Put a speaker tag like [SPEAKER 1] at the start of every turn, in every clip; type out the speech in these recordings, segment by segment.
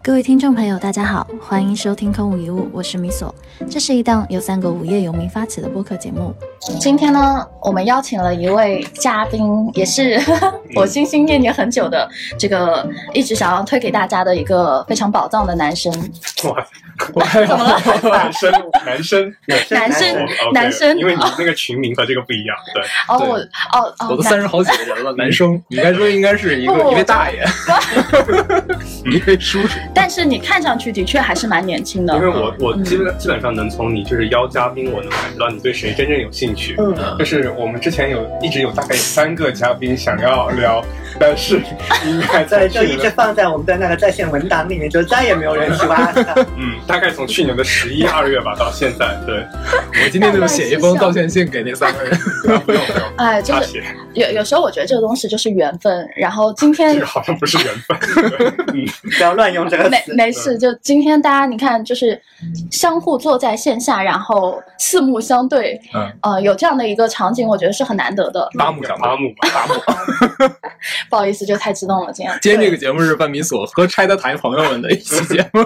[SPEAKER 1] 各位听众朋友，大家好，欢迎收听《空无一物》，我是米索。这是一档由三个无业游民发起的播客节目。今天呢，我们邀请了一位嘉宾，也是
[SPEAKER 2] 嗯
[SPEAKER 1] 我心心念念很久的这个一直想要推给大家的一个非常宝藏的男生。
[SPEAKER 3] 我还
[SPEAKER 1] 怎么了
[SPEAKER 3] 男生，男生，
[SPEAKER 1] 男生
[SPEAKER 3] 哦，OK，
[SPEAKER 1] 男生
[SPEAKER 3] 因为你那个群名和这个不一样，对，
[SPEAKER 1] 哦，
[SPEAKER 2] 对
[SPEAKER 1] 我哦哦，
[SPEAKER 2] 我都
[SPEAKER 1] 男哦
[SPEAKER 2] 三十好几个 人了，男生，你该说应该是一个
[SPEAKER 1] 不
[SPEAKER 2] 一位大 爷，一位叔叔，
[SPEAKER 1] 但是你看上去的确还是蛮年轻的
[SPEAKER 3] 因。为我我
[SPEAKER 1] 嗯
[SPEAKER 3] 基本基本上能从你就是邀嘉宾，我能感觉到你对谁真正有兴趣。
[SPEAKER 2] 嗯
[SPEAKER 3] 就是我们之前有一直有大概有三个嘉宾想要聊，但是应该
[SPEAKER 4] 对，
[SPEAKER 3] 在
[SPEAKER 4] 就一
[SPEAKER 3] 去
[SPEAKER 4] 直
[SPEAKER 3] 年，
[SPEAKER 4] 放在我们的那个在线文档里面，就再也没有人 去挖了。
[SPEAKER 3] 嗯，大概从去年的十一二月吧到现在，对，
[SPEAKER 1] 嗯
[SPEAKER 2] 我今天就写一封道歉信给那三个人，
[SPEAKER 3] 没有没有，
[SPEAKER 1] 哎，就
[SPEAKER 3] 他
[SPEAKER 1] 是
[SPEAKER 3] 写，
[SPEAKER 1] 有有时候我觉得这个东西就是缘分。然后今天
[SPEAKER 3] 这个好像不是缘分，对嗯，
[SPEAKER 4] 不要乱用这个
[SPEAKER 1] 没
[SPEAKER 4] 词。
[SPEAKER 1] 没事，就今天大家你看，就是相互坐在线下，然后四目相对，
[SPEAKER 2] 嗯，
[SPEAKER 1] 呃，有这样的一个场景，我觉得是很难得的。
[SPEAKER 2] 八木讲
[SPEAKER 3] 八
[SPEAKER 2] 的。
[SPEAKER 3] 木吧，八木，
[SPEAKER 1] 不好意思，就太激动了，今天。
[SPEAKER 2] 今天这个节目是范米索和拆的台朋友们的一期节目，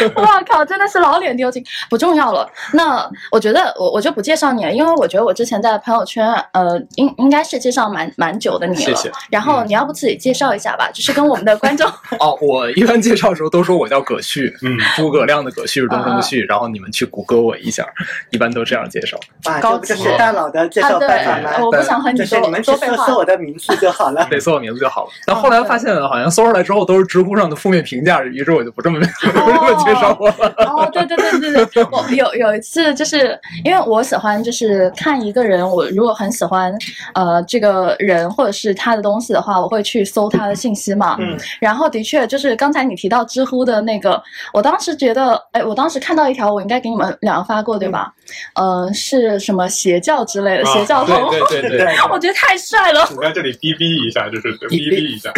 [SPEAKER 1] 对哇靠，真的是老脸丢尽，不重要了。那我觉得我我就不介绍你了，因为我觉得我之前在朋友圈，呃，应应该是介绍蛮蛮久的你了。
[SPEAKER 2] 谢 谢。
[SPEAKER 1] 然后你要不自己介绍一下吧，就是跟我们的观众
[SPEAKER 2] 哦，我一般介绍的时候都说我叫葛旭，
[SPEAKER 3] 嗯，
[SPEAKER 2] 诸葛亮的葛旭是东升的旭，然后你们去谷歌我一下，一般都这样介绍。
[SPEAKER 4] 哇，
[SPEAKER 1] 高
[SPEAKER 4] 这
[SPEAKER 1] 级
[SPEAKER 4] 不啊就是大佬的介绍办法
[SPEAKER 1] 啊，对，
[SPEAKER 4] 吗？
[SPEAKER 1] 我不想和你
[SPEAKER 4] 就是
[SPEAKER 1] 说
[SPEAKER 4] 你们只
[SPEAKER 1] 多废
[SPEAKER 4] 搜
[SPEAKER 1] 话
[SPEAKER 4] 搜。我的名字就好 了。
[SPEAKER 2] 得搜我名字就好了。但后来发现好像搜出来之后都是知乎上的负面评价，于是我就不这么不这么介绍我了。
[SPEAKER 1] 哦，对对对对对，我哦有有一次，就是因为我喜欢就是看一个人，我如果很喜欢呃这个人或者是他的东西的话，我会去搜他的信息嘛。
[SPEAKER 4] 嗯，
[SPEAKER 1] 然后的确就是刚才你提到知乎的那个，我当时觉得，哎，我当时看到一条，我应该给你们两个发过对吧？呃，是什么邪教之类的，
[SPEAKER 3] 啊
[SPEAKER 1] 邪教
[SPEAKER 2] 嗯对
[SPEAKER 1] 头，
[SPEAKER 2] 对对
[SPEAKER 4] 对
[SPEAKER 2] 对。
[SPEAKER 1] 我觉得太帅 了。
[SPEAKER 3] 你在这里逼逼一下，就是对逼逼一 下，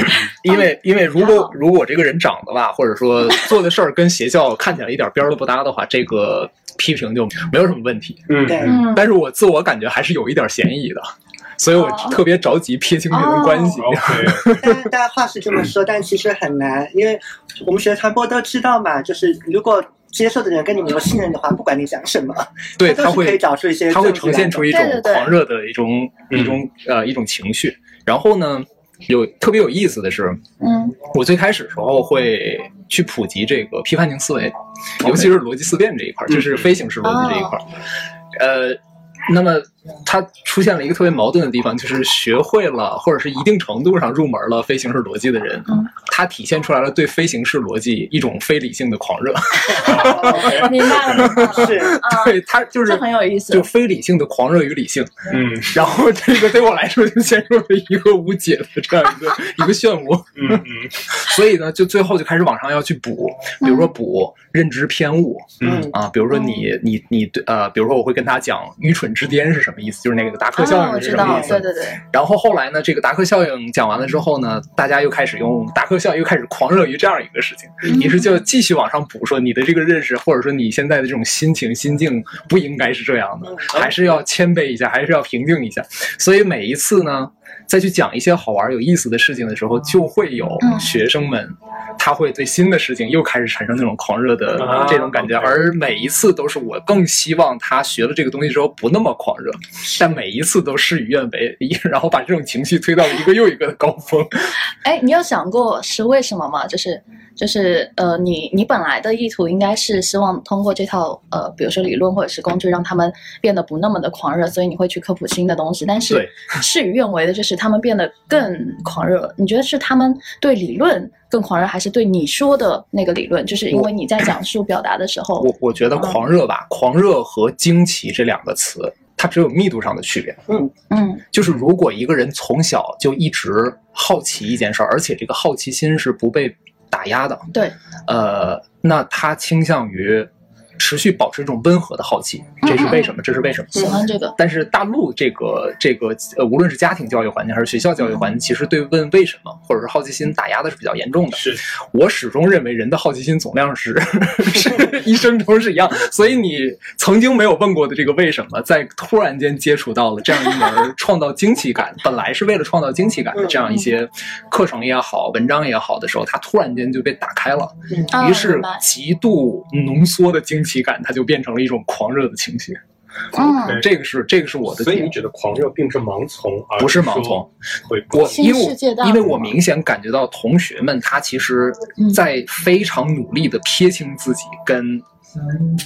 [SPEAKER 2] 因
[SPEAKER 4] 哦
[SPEAKER 2] 为因为
[SPEAKER 4] 嗯
[SPEAKER 2] 如
[SPEAKER 1] 然
[SPEAKER 2] 果
[SPEAKER 1] 后
[SPEAKER 2] 如果这个人长得吧，或者说做的事儿跟邪教看起来一点边儿都不搭的话，这个批评就没有什么问题。
[SPEAKER 3] 嗯，
[SPEAKER 4] 对
[SPEAKER 3] 嗯
[SPEAKER 2] 但是我自我感觉还是有一点嫌疑的，所以我
[SPEAKER 1] 哦
[SPEAKER 2] 特别着急撇清这种关
[SPEAKER 4] 哦
[SPEAKER 2] 系。
[SPEAKER 3] ，OK，
[SPEAKER 4] 嗯但大家话是这么说，但其实很难，因为我们学传播都知道嘛，就是如果接受的人跟你没有信任的话，不管你讲什么，
[SPEAKER 2] 对，
[SPEAKER 4] 他
[SPEAKER 2] 他
[SPEAKER 4] 都是可以
[SPEAKER 2] 会
[SPEAKER 4] 找出一些
[SPEAKER 2] 他会呈
[SPEAKER 4] 证据来
[SPEAKER 2] 现
[SPEAKER 4] 的
[SPEAKER 2] 出一
[SPEAKER 1] 对
[SPEAKER 2] 种
[SPEAKER 1] 对对
[SPEAKER 2] 狂热的一种
[SPEAKER 3] 嗯
[SPEAKER 2] 一种呃一种情绪。然后呢，有特别有意思的是，
[SPEAKER 1] 嗯，
[SPEAKER 2] 我最开始的时候会去普及这个批判性思维，尤其是逻辑思辨这一块儿，
[SPEAKER 3] 嗯
[SPEAKER 2] 就是非形式逻辑这一块儿。呃，那么它出现了一个特别矛盾的地方，就是学会了或者是一定程度上入门了非形式逻辑的人
[SPEAKER 1] 嗯，
[SPEAKER 2] 他体现出来了对非形式逻辑一种非理性的狂热。
[SPEAKER 1] 嗯明白了，明白了，
[SPEAKER 4] 哦是
[SPEAKER 1] 啊，
[SPEAKER 2] 对他就是
[SPEAKER 1] 这很有意思。
[SPEAKER 2] 就非理性的狂热与理性，
[SPEAKER 3] 嗯
[SPEAKER 2] 然后这个对我来说就陷入了一个无解的这样一个一个漩涡。
[SPEAKER 3] 嗯嗯
[SPEAKER 2] 所以呢，就最后就开始往上要去补，比
[SPEAKER 1] 嗯
[SPEAKER 2] 如说补认知偏误
[SPEAKER 3] 嗯
[SPEAKER 4] 嗯，
[SPEAKER 2] 啊，比如说
[SPEAKER 1] 哦
[SPEAKER 2] 你你你对呃，比如说我会跟他讲愚蠢之巅是什么意思，就是那个达克效
[SPEAKER 1] 啊，我
[SPEAKER 2] 应是
[SPEAKER 1] 知
[SPEAKER 2] 什么
[SPEAKER 1] 道
[SPEAKER 2] 意，思。
[SPEAKER 1] 对对对，
[SPEAKER 2] 然后后来呢，这个达克效应讲完了之后呢，大家又开始用达克效应又开始狂热于这样一个事情，
[SPEAKER 1] 嗯
[SPEAKER 2] 于是就继续往上补，说你的这个认识或者说你现在的这种心情心境不应该是这样
[SPEAKER 4] 嗯
[SPEAKER 2] 的，还是要谦卑一下，还是要平静一下。所以每一次呢，再去讲一些好玩有意思的事情的时候，就会有
[SPEAKER 1] 嗯
[SPEAKER 2] 学生们，他会对新的事情又开始产生那种狂热的
[SPEAKER 3] 啊
[SPEAKER 2] 这种感觉，
[SPEAKER 3] OK
[SPEAKER 2] 而每一次都是我更希望他学了这个东西之后不那么狂热，但每一次都事与愿违，然后把这种情绪推到了一个又一个的高峰。
[SPEAKER 1] 哎，你有想过是为什么吗？就是就是呃，你你本来的意图应该是希望通过这套呃，比如说理论或者是工具，让他们变得不那么的狂热，所以你会去科普新的东西。但是
[SPEAKER 2] 对
[SPEAKER 1] 事与愿违的，就是他们变得更狂热。你觉得是他们对理论更狂热，还是对你说的那个理论？就是因为你在讲述表达的时候，
[SPEAKER 2] 我我觉得狂热吧，狂热和惊奇这两个词，它只有密度上的区别。
[SPEAKER 1] 嗯
[SPEAKER 2] 就是如果一个人从小就一直好奇一件事儿，而且这个好奇心是不被打压的，
[SPEAKER 1] 对，
[SPEAKER 2] 呃，那他倾向于持续保持这种温和的好奇，这是为什么？这是为什么？
[SPEAKER 1] 喜欢这个，
[SPEAKER 2] 但是大陆这个这个呃，无论是家庭教育环境还是学校教育环境，其实对问为什么或者是好奇心打压的是比较严重的。
[SPEAKER 3] 是
[SPEAKER 2] 我始终认为人的好奇心总量是是一生中是一样，所以你曾经没有问过的这个为什么，在突然间接触到了这样一门创造惊奇感，本来是为了创造惊奇感的
[SPEAKER 1] 嗯
[SPEAKER 2] 这样一些课程也好、文章也好的时候，它突然间就被打开了，
[SPEAKER 1] 啊
[SPEAKER 4] 嗯
[SPEAKER 2] 于是
[SPEAKER 1] 明白
[SPEAKER 2] 极度浓缩的惊奇感，它就变成了一种狂热的情绪。
[SPEAKER 1] 嗯，
[SPEAKER 2] 这个是这个是我的
[SPEAKER 3] 所以
[SPEAKER 2] 点
[SPEAKER 3] 你。觉得狂热并不是盲从，而
[SPEAKER 2] 不是
[SPEAKER 3] 说
[SPEAKER 2] 盲从，
[SPEAKER 3] 会
[SPEAKER 2] 我
[SPEAKER 1] 新
[SPEAKER 2] 因为
[SPEAKER 1] 世界大
[SPEAKER 2] 我因为我
[SPEAKER 1] 陆嘛
[SPEAKER 2] 明显感觉到同学们他其实
[SPEAKER 1] 嗯
[SPEAKER 2] 在非常努力的撇清自己跟。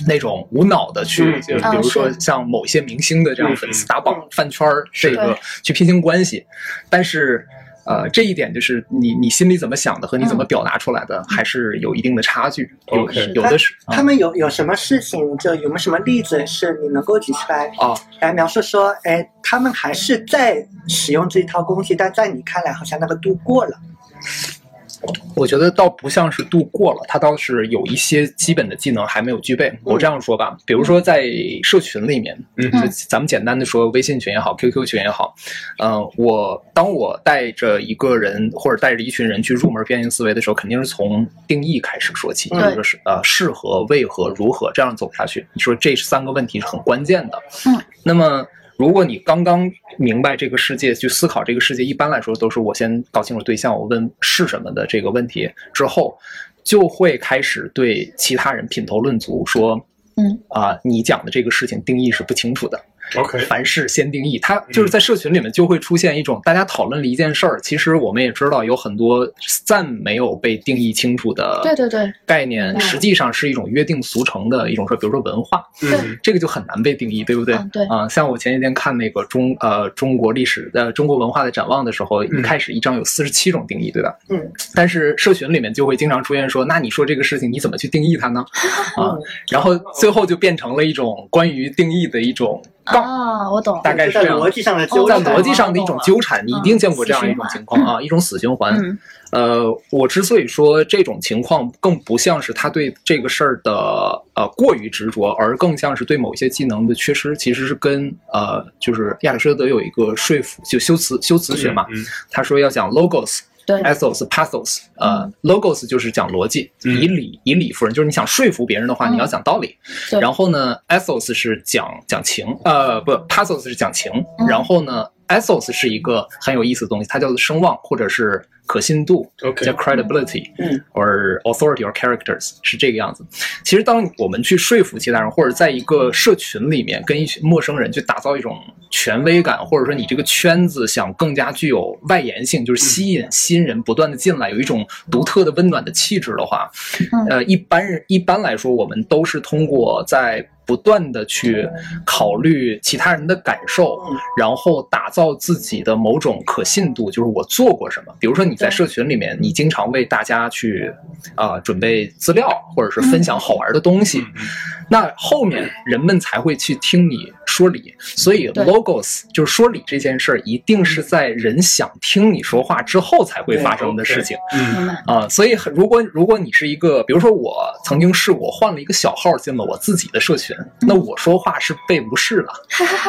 [SPEAKER 2] 那种无脑的去，
[SPEAKER 3] 嗯
[SPEAKER 2] 就
[SPEAKER 1] 嗯
[SPEAKER 2] 比如说
[SPEAKER 1] 是
[SPEAKER 2] 像某些明星的这样
[SPEAKER 3] 嗯
[SPEAKER 2] 粉丝
[SPEAKER 3] 嗯
[SPEAKER 2] 打榜
[SPEAKER 4] 嗯
[SPEAKER 2] 饭圈儿，这个
[SPEAKER 1] 对
[SPEAKER 2] 去撇清关系，但是。呃，这一点就是你你心里怎么想的和你
[SPEAKER 1] 嗯
[SPEAKER 2] 怎么表达出来的，还是有一定的差距。有
[SPEAKER 3] OK
[SPEAKER 2] 有的是
[SPEAKER 4] 他们有有什么事情，就有没有什么例子是你能够举出来
[SPEAKER 2] 啊，
[SPEAKER 4] 来描述说，哎，他们还是在使用这一套工具，但在你看来好像那个度过了。
[SPEAKER 2] 我觉得倒不像是度过了，他倒是有一些基本的技能还没有具备。
[SPEAKER 1] 嗯
[SPEAKER 2] 我这样说吧，比如说在社群里面，
[SPEAKER 3] 嗯
[SPEAKER 2] 就咱们简单的说，微信群也好，QQ 群也好，嗯、我当我带着一个人或者带着一群人去入门边缘思维的时候，肯定是从定义开始说起，
[SPEAKER 4] 嗯
[SPEAKER 2] 就是是呃适合、为何、如何这样走下去。你说这三个问题是很关键的。
[SPEAKER 1] 嗯，
[SPEAKER 2] 那么。如果你刚刚明白这个世界，去思考这个世界，一般来说都是我先搞清楚对象，我问是什么的这个问题之后，就会开始对其他人品头论足，说，
[SPEAKER 1] 嗯
[SPEAKER 2] 啊、你讲的这个事情定义是不清楚的，
[SPEAKER 3] OK 嗯
[SPEAKER 2] 凡事先定义。它就是在社群里面就会出现一种大家讨论了一件事儿，其实我们也知道有很多暂没有被定义清楚的
[SPEAKER 1] 对对对，
[SPEAKER 2] 概念，
[SPEAKER 1] 嗯
[SPEAKER 2] 实际上是一种约定俗成的一种说，比如说文化，
[SPEAKER 3] 嗯
[SPEAKER 2] 这个就很难被定义，对不对？
[SPEAKER 1] 嗯对
[SPEAKER 2] 啊、像我前几天看那个中呃中国历史呃中国文化的展望的时候，一开始一章有四十七种定义，对吧？
[SPEAKER 4] 嗯。
[SPEAKER 2] 但是社群里面就会经常出现说，那你说这个事情你怎么去定义它 呢？啊，然后最后就变成了一种关于定义的一种杠，
[SPEAKER 1] 啊，我懂，
[SPEAKER 2] 大概是
[SPEAKER 4] 在
[SPEAKER 2] 这样
[SPEAKER 4] 逻辑上的
[SPEAKER 1] 哦
[SPEAKER 4] 纠
[SPEAKER 2] 在
[SPEAKER 4] 缠。
[SPEAKER 2] 逻辑上的一种纠缠，你一定见过这样一种情况啊，一种死循环。
[SPEAKER 1] 嗯
[SPEAKER 2] 呃，我之所以说这种情况更不像是他对这个事儿的呃过于执着，而更像是对某一些技能的缺失，其实是跟呃就是亚里士多德有一个说服就修辞修辞学嘛，
[SPEAKER 3] 嗯
[SPEAKER 2] 他说要讲 logos。
[SPEAKER 1] 对嗯
[SPEAKER 2] ethos、pathos，呃，logos 就是讲逻辑，
[SPEAKER 3] 嗯
[SPEAKER 2] 以理以理服人，就是你想说服别人的话，
[SPEAKER 1] 嗯
[SPEAKER 2] 你要讲道理。
[SPEAKER 1] 对
[SPEAKER 2] 然后呢，ethos 是讲讲情，呃，不，pathos 是讲情。
[SPEAKER 1] 嗯
[SPEAKER 2] 然后呢，ethos 是一个很有意思的东西，它叫做声望或者是可信度。叫
[SPEAKER 3] OK
[SPEAKER 2] credibility，
[SPEAKER 4] 嗯
[SPEAKER 2] ，or authority or characters 是这个样子。其实，当我们去说服其他人，或者在一个社群里面跟一群陌生人去打造一种权威感，或者说你这个圈子想更加具有外延性，就是吸引新人不断的进来，有一种独特的温暖的气质的话，呃，一般人一般来说，我们都是通过在不断的去考虑其他人的感受，
[SPEAKER 4] 嗯
[SPEAKER 2] 然后打造自己的某种可信度，就是我做过什么。比如说你在
[SPEAKER 1] 对
[SPEAKER 2] 社群里面，你经常为大家去啊、准备资料，或者是分享好玩的东西，
[SPEAKER 3] 嗯
[SPEAKER 2] 那后面人们才会去听你说理。所以
[SPEAKER 1] 对
[SPEAKER 2] logos 就是说理这件事儿，一定是在人想听你说话之后才会发生的事情。
[SPEAKER 3] 嗯
[SPEAKER 1] 明白，
[SPEAKER 2] 啊、所以很如果如果你是一个，比如说我曾经是我换了一个小号进了我自己的社群，那我说话是被无视的，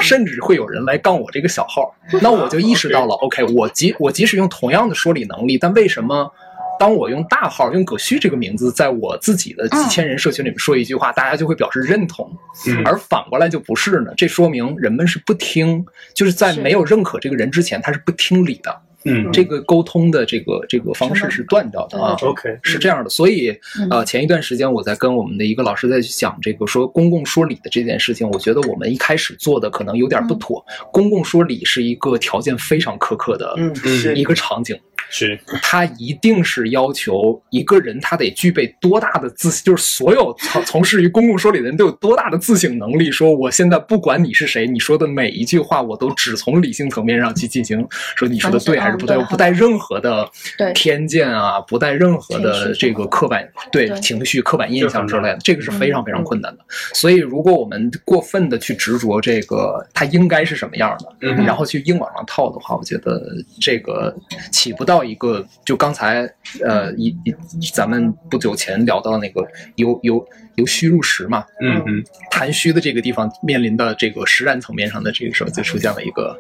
[SPEAKER 2] 甚至会有人来杠我这个小号，那我就意识 到了，OK，我即我即使用同样的说理能力，但为什么？当我用大号用葛旭这个名字，在我自己的几千人社群里面说一句话，大家就会表示认同，
[SPEAKER 3] 嗯
[SPEAKER 2] 而反过来就不是呢。这说明人们是不听，就是在
[SPEAKER 1] 是
[SPEAKER 2] 没有认可这个人之前，他是不听理的。
[SPEAKER 3] 嗯
[SPEAKER 2] 这个沟通的这个这个方式是断掉的啊。
[SPEAKER 3] OK
[SPEAKER 2] 是这样的，所以
[SPEAKER 1] 嗯
[SPEAKER 2] 呃，前一段时间我在跟我们的一个老师在去讲这个说公共说理的这件事情，我觉得我们一开始做的可能有点不妥。公共说理是一个条件非常苛刻的
[SPEAKER 4] 嗯，是
[SPEAKER 2] 一个场景，
[SPEAKER 3] 是
[SPEAKER 2] 它一定是要求一个人他得具备多大的自，就是所有从从事于公共说理的人都有多大的自省能力。说我现在不管你是谁，你说的每一句话，我都只从理性层面上去进行说你说的对还是不对，
[SPEAKER 1] 嗯
[SPEAKER 2] 我
[SPEAKER 1] 对
[SPEAKER 2] 不带任何的
[SPEAKER 1] 对
[SPEAKER 2] 偏见啊，不带任何的
[SPEAKER 1] 情绪什
[SPEAKER 2] 这
[SPEAKER 1] 么
[SPEAKER 2] 个
[SPEAKER 1] 的
[SPEAKER 2] 刻板对
[SPEAKER 1] 对
[SPEAKER 2] 情绪、刻板印象之类的，这个是
[SPEAKER 1] 嗯
[SPEAKER 2] 非常非常困难的。所以，如果我们过分的去执着这个它应该是什么样的，
[SPEAKER 3] 嗯
[SPEAKER 2] 然后去硬往上套的话，我觉得这个起不到到一个，就刚才呃一一咱们不久前聊到那个由由由虚入实嘛，
[SPEAKER 3] 嗯嗯
[SPEAKER 2] 谈虚的这个地方面临的这个实战层面上的这个时候，就出现了一个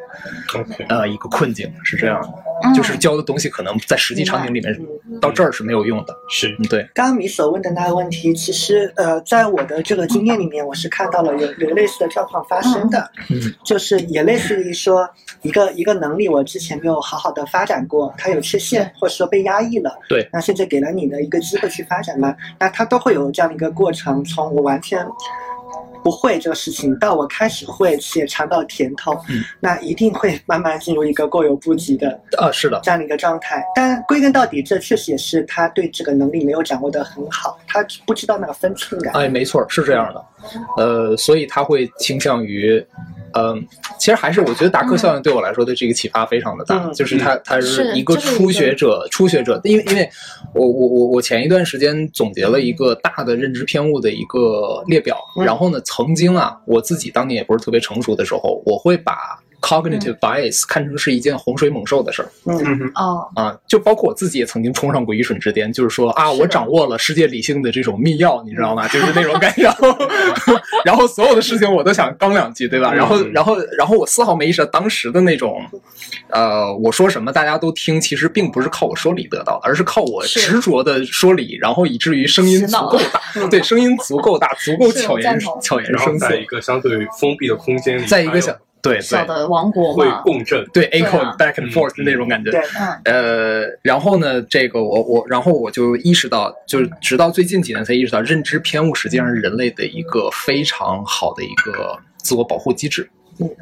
[SPEAKER 3] ，OK，
[SPEAKER 2] 呃一个困境，是这样的，
[SPEAKER 1] 嗯
[SPEAKER 2] 就是教的东西可能在实际场景里面到这儿是没有用的，
[SPEAKER 3] 是
[SPEAKER 2] 嗯，对，
[SPEAKER 4] 刚刚你所问的那个问题，其实呃，在我的这个经验里面，我是看到了有有类似的状况发生的，
[SPEAKER 2] 嗯
[SPEAKER 4] 就是也类似于说一个一个能力，我之前没有好好的发展过，它有缺陷或者说被压抑了，
[SPEAKER 2] 对
[SPEAKER 4] 那现在给了你的一个机会去发展嘛，那它都会有这样的一个过程，从我完全。不会这个事情，到我开始会且尝到甜头，
[SPEAKER 2] 嗯
[SPEAKER 4] 那一定会慢慢进入一个过犹不及的
[SPEAKER 2] 啊，是的，
[SPEAKER 4] 这样的一个状态。但归根到底，这确实也是他对这个能力没有掌握得很好，他不知道那个分寸感。
[SPEAKER 2] 哎，没错，是这样的，呃，所以他会倾向于，嗯、其实还是我觉得达克效应对我来说的这个启发非常的大，
[SPEAKER 4] 嗯
[SPEAKER 2] 就是他他
[SPEAKER 1] 是
[SPEAKER 2] 一个
[SPEAKER 1] 这是一
[SPEAKER 2] 初
[SPEAKER 1] 个
[SPEAKER 2] 学者，初学者，因为因为我我我我前一段时间总结了一个大的认知偏误的一个列表，
[SPEAKER 4] 嗯
[SPEAKER 2] 然后呢，曾经啊，我自己当年也不是特别成熟的时候，我会把。cognitive bias 看成是一件洪水猛兽的事儿
[SPEAKER 4] 嗯，
[SPEAKER 3] 嗯哼，
[SPEAKER 1] 哦，
[SPEAKER 2] 啊，就包括我自己也曾经冲上过一瞬之巅，就是说啊，
[SPEAKER 1] 是的
[SPEAKER 2] 我掌握了世界理性的这种密钥，你知道吗？就是那种感觉， 然后然后所有的事情我都想刚两句，对吧？
[SPEAKER 3] 嗯
[SPEAKER 2] 然后然后然后我丝毫没意识到当时的那种，呃，我说什么大家都听，其实并不是靠我说理得到的，而是靠我
[SPEAKER 1] 是
[SPEAKER 2] 执着的说理，然后以至于声音
[SPEAKER 1] 洗
[SPEAKER 2] 足
[SPEAKER 1] 脑嗯
[SPEAKER 2] 够 大，对，声音足够大，足够
[SPEAKER 1] 是
[SPEAKER 2] 巧
[SPEAKER 1] 我赞
[SPEAKER 2] 言
[SPEAKER 1] 同
[SPEAKER 2] 巧言
[SPEAKER 3] 然后
[SPEAKER 2] 声色
[SPEAKER 3] 在，一个相对封闭的空间里，
[SPEAKER 2] 在一个小对
[SPEAKER 1] 小
[SPEAKER 2] 对
[SPEAKER 1] 的王国
[SPEAKER 3] 会
[SPEAKER 1] 嘛，
[SPEAKER 3] 共振，
[SPEAKER 2] 对
[SPEAKER 1] 对
[SPEAKER 2] echo
[SPEAKER 1] 啊
[SPEAKER 2] back and forth 的那种感觉，
[SPEAKER 4] 对，
[SPEAKER 1] 嗯，
[SPEAKER 2] 呃，然后呢，这个我我，然后我就意识到，就是
[SPEAKER 1] 嗯
[SPEAKER 2] 直到最近几年才意识到，认知偏误实际上是人类的一个非常好的一个自我保护机制。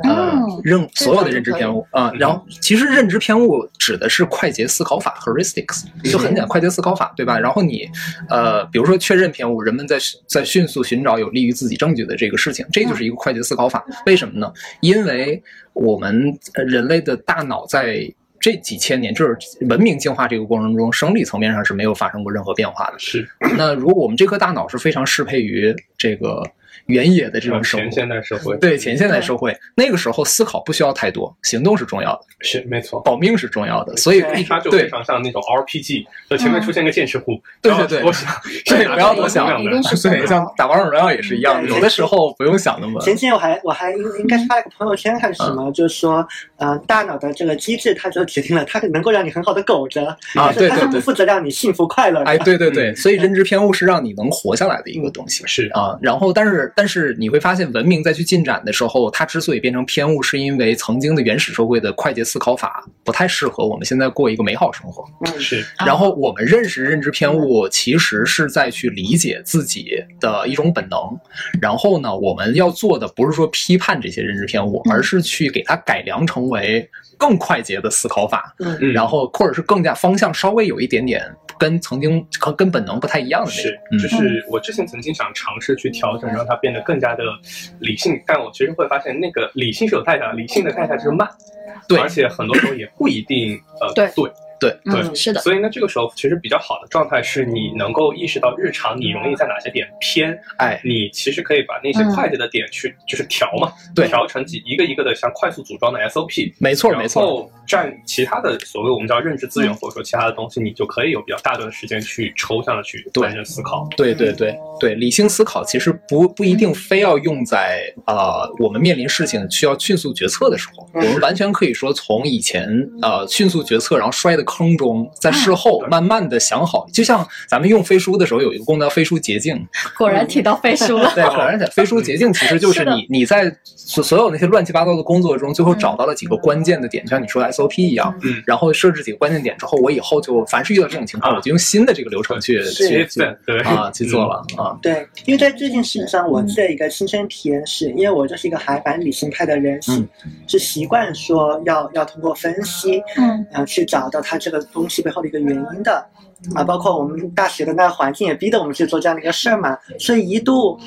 [SPEAKER 2] 呃
[SPEAKER 1] 嗯，
[SPEAKER 2] 认
[SPEAKER 1] 这
[SPEAKER 2] 所有的
[SPEAKER 1] 个
[SPEAKER 2] 认知
[SPEAKER 1] 可以
[SPEAKER 2] 偏误啊、
[SPEAKER 3] 嗯
[SPEAKER 2] 然后其实认知偏误指的是快捷思考法 （heuristics），就
[SPEAKER 1] 嗯
[SPEAKER 2] 很简单，快捷思考法，对吧？然后你呃，比如说确认偏误，人们在在迅速寻找有利于自己证据的这个事情，这
[SPEAKER 1] 嗯
[SPEAKER 2] 就是一个快捷思考法。为什么呢？因为我们呃人类的大脑在这几千年，就是文明进化这个过程中，生理层面上是没有发生过任何变化的。
[SPEAKER 3] 是
[SPEAKER 2] 那如果我们这颗大脑是非常适配于这个原野的这种生
[SPEAKER 3] 全
[SPEAKER 2] 活，
[SPEAKER 3] 现代社会，
[SPEAKER 2] 对前现代社会，那个时候思考不需要太多，行动是重要的，
[SPEAKER 3] 是没错。
[SPEAKER 2] 保命是重要的，所以
[SPEAKER 4] 对
[SPEAKER 2] 一
[SPEAKER 3] 它就非
[SPEAKER 2] 对嗯
[SPEAKER 3] 常像那种 RPG，就前面出现个剑齿虎，
[SPEAKER 2] 对
[SPEAKER 3] 不要
[SPEAKER 2] 对对
[SPEAKER 3] 多想，
[SPEAKER 2] 对
[SPEAKER 3] 是
[SPEAKER 2] 不要多
[SPEAKER 3] 哪
[SPEAKER 2] 想
[SPEAKER 3] 种
[SPEAKER 1] 一定
[SPEAKER 3] 的，
[SPEAKER 1] 是
[SPEAKER 2] 所以像打王者荣耀也是一样的，
[SPEAKER 4] 嗯对
[SPEAKER 2] 有的时候不用想那么
[SPEAKER 4] 前几天我还我还应应该是发了个朋友圈还是什么，
[SPEAKER 2] 嗯
[SPEAKER 4] 就是说，呃，大脑的这个机制，它就决定了它能够让你很好的苟着，
[SPEAKER 2] 啊，
[SPEAKER 4] 但是
[SPEAKER 2] 对
[SPEAKER 4] 它
[SPEAKER 2] 对
[SPEAKER 4] 是不
[SPEAKER 2] 对，
[SPEAKER 4] 负责嗯让你幸福快乐的。
[SPEAKER 2] 哎，对对对，
[SPEAKER 3] 嗯
[SPEAKER 2] 所以认知偏误是让你能活下来的一个东西。
[SPEAKER 3] 是
[SPEAKER 2] 啊，然后但是但是你会发现，文明再去进展的时候，它之所以变成偏误，是因为曾经的原始社会的快捷思考法不太适合我们现在过一个美好生活。
[SPEAKER 3] 是
[SPEAKER 1] 啊
[SPEAKER 2] 然后我们认识认知偏误，其实是在去理解自己的一种本能。然后呢，我们要做的不是说批判这些认知偏误，
[SPEAKER 1] 嗯
[SPEAKER 2] 而是去给它改良成为更快捷的思考法，
[SPEAKER 4] 嗯，
[SPEAKER 3] 嗯
[SPEAKER 2] 然后或者是更加方向稍微有一点点跟曾经和跟本能不太一样的那
[SPEAKER 3] 是
[SPEAKER 2] 种。，嗯
[SPEAKER 3] 就是我之前曾经想尝试去调整，让它变得更加的理性，但我其实会发现，那个理性是有代价，理性的代价就是慢，
[SPEAKER 2] 对
[SPEAKER 3] 而且很多时候也不一定呃
[SPEAKER 1] 对
[SPEAKER 3] 对，
[SPEAKER 1] 嗯，是的，
[SPEAKER 3] 所以呢，这个时候其实比较好的状态是你能够意识到日常你容易在哪些点偏，
[SPEAKER 2] 哎，
[SPEAKER 3] 你其实可以把那些
[SPEAKER 1] 嗯
[SPEAKER 3] 快捷的点去就是调嘛，
[SPEAKER 2] 对
[SPEAKER 3] 调成几一个一个的像快速组装的 SOP，
[SPEAKER 2] 没错没
[SPEAKER 3] 然
[SPEAKER 2] 错，嗯
[SPEAKER 3] 后占其他的所谓我们叫认知资源或者说其他的东西，你就可以有比较大段的时间去抽象的去
[SPEAKER 2] 对
[SPEAKER 3] 认真思考。
[SPEAKER 2] 对对对对，理性思考其实不不一定非要用在呃我们面临事情需要迅速决策的时候，我
[SPEAKER 4] 嗯
[SPEAKER 2] 们完全可以说从以前呃迅速决策然后摔的坑中，在事后慢慢的想好，就像咱们用飞书的时候有一个功能叫飞书捷径，
[SPEAKER 1] 果然提到飞书了，
[SPEAKER 4] 哦
[SPEAKER 2] 对，反正飞书捷径其实就是是
[SPEAKER 1] 的
[SPEAKER 2] 你你在所所有那些乱七八糟的工作中，最后找到了几个关键的点，就像你说的 SOP 一样，
[SPEAKER 3] 嗯
[SPEAKER 2] 然后设置几个关键点之后，我以后就凡是遇到这种情况，
[SPEAKER 3] 啊
[SPEAKER 2] 我就用新的这个流程去
[SPEAKER 4] 嗯是
[SPEAKER 2] 去去
[SPEAKER 3] 对
[SPEAKER 2] 啊去做。了啊。
[SPEAKER 4] 对，因为在这件事情上，我自己的一个亲身体验是，因为我就是一个还蛮理性派的人，是、
[SPEAKER 2] 嗯
[SPEAKER 4] 是习惯说要要通过分析，
[SPEAKER 1] 嗯，
[SPEAKER 4] 然后去找到它这个东西背后的一个原因的。啊，包括我们大学的那个环境也逼得我们去做这样的一个事儿嘛，所以一度，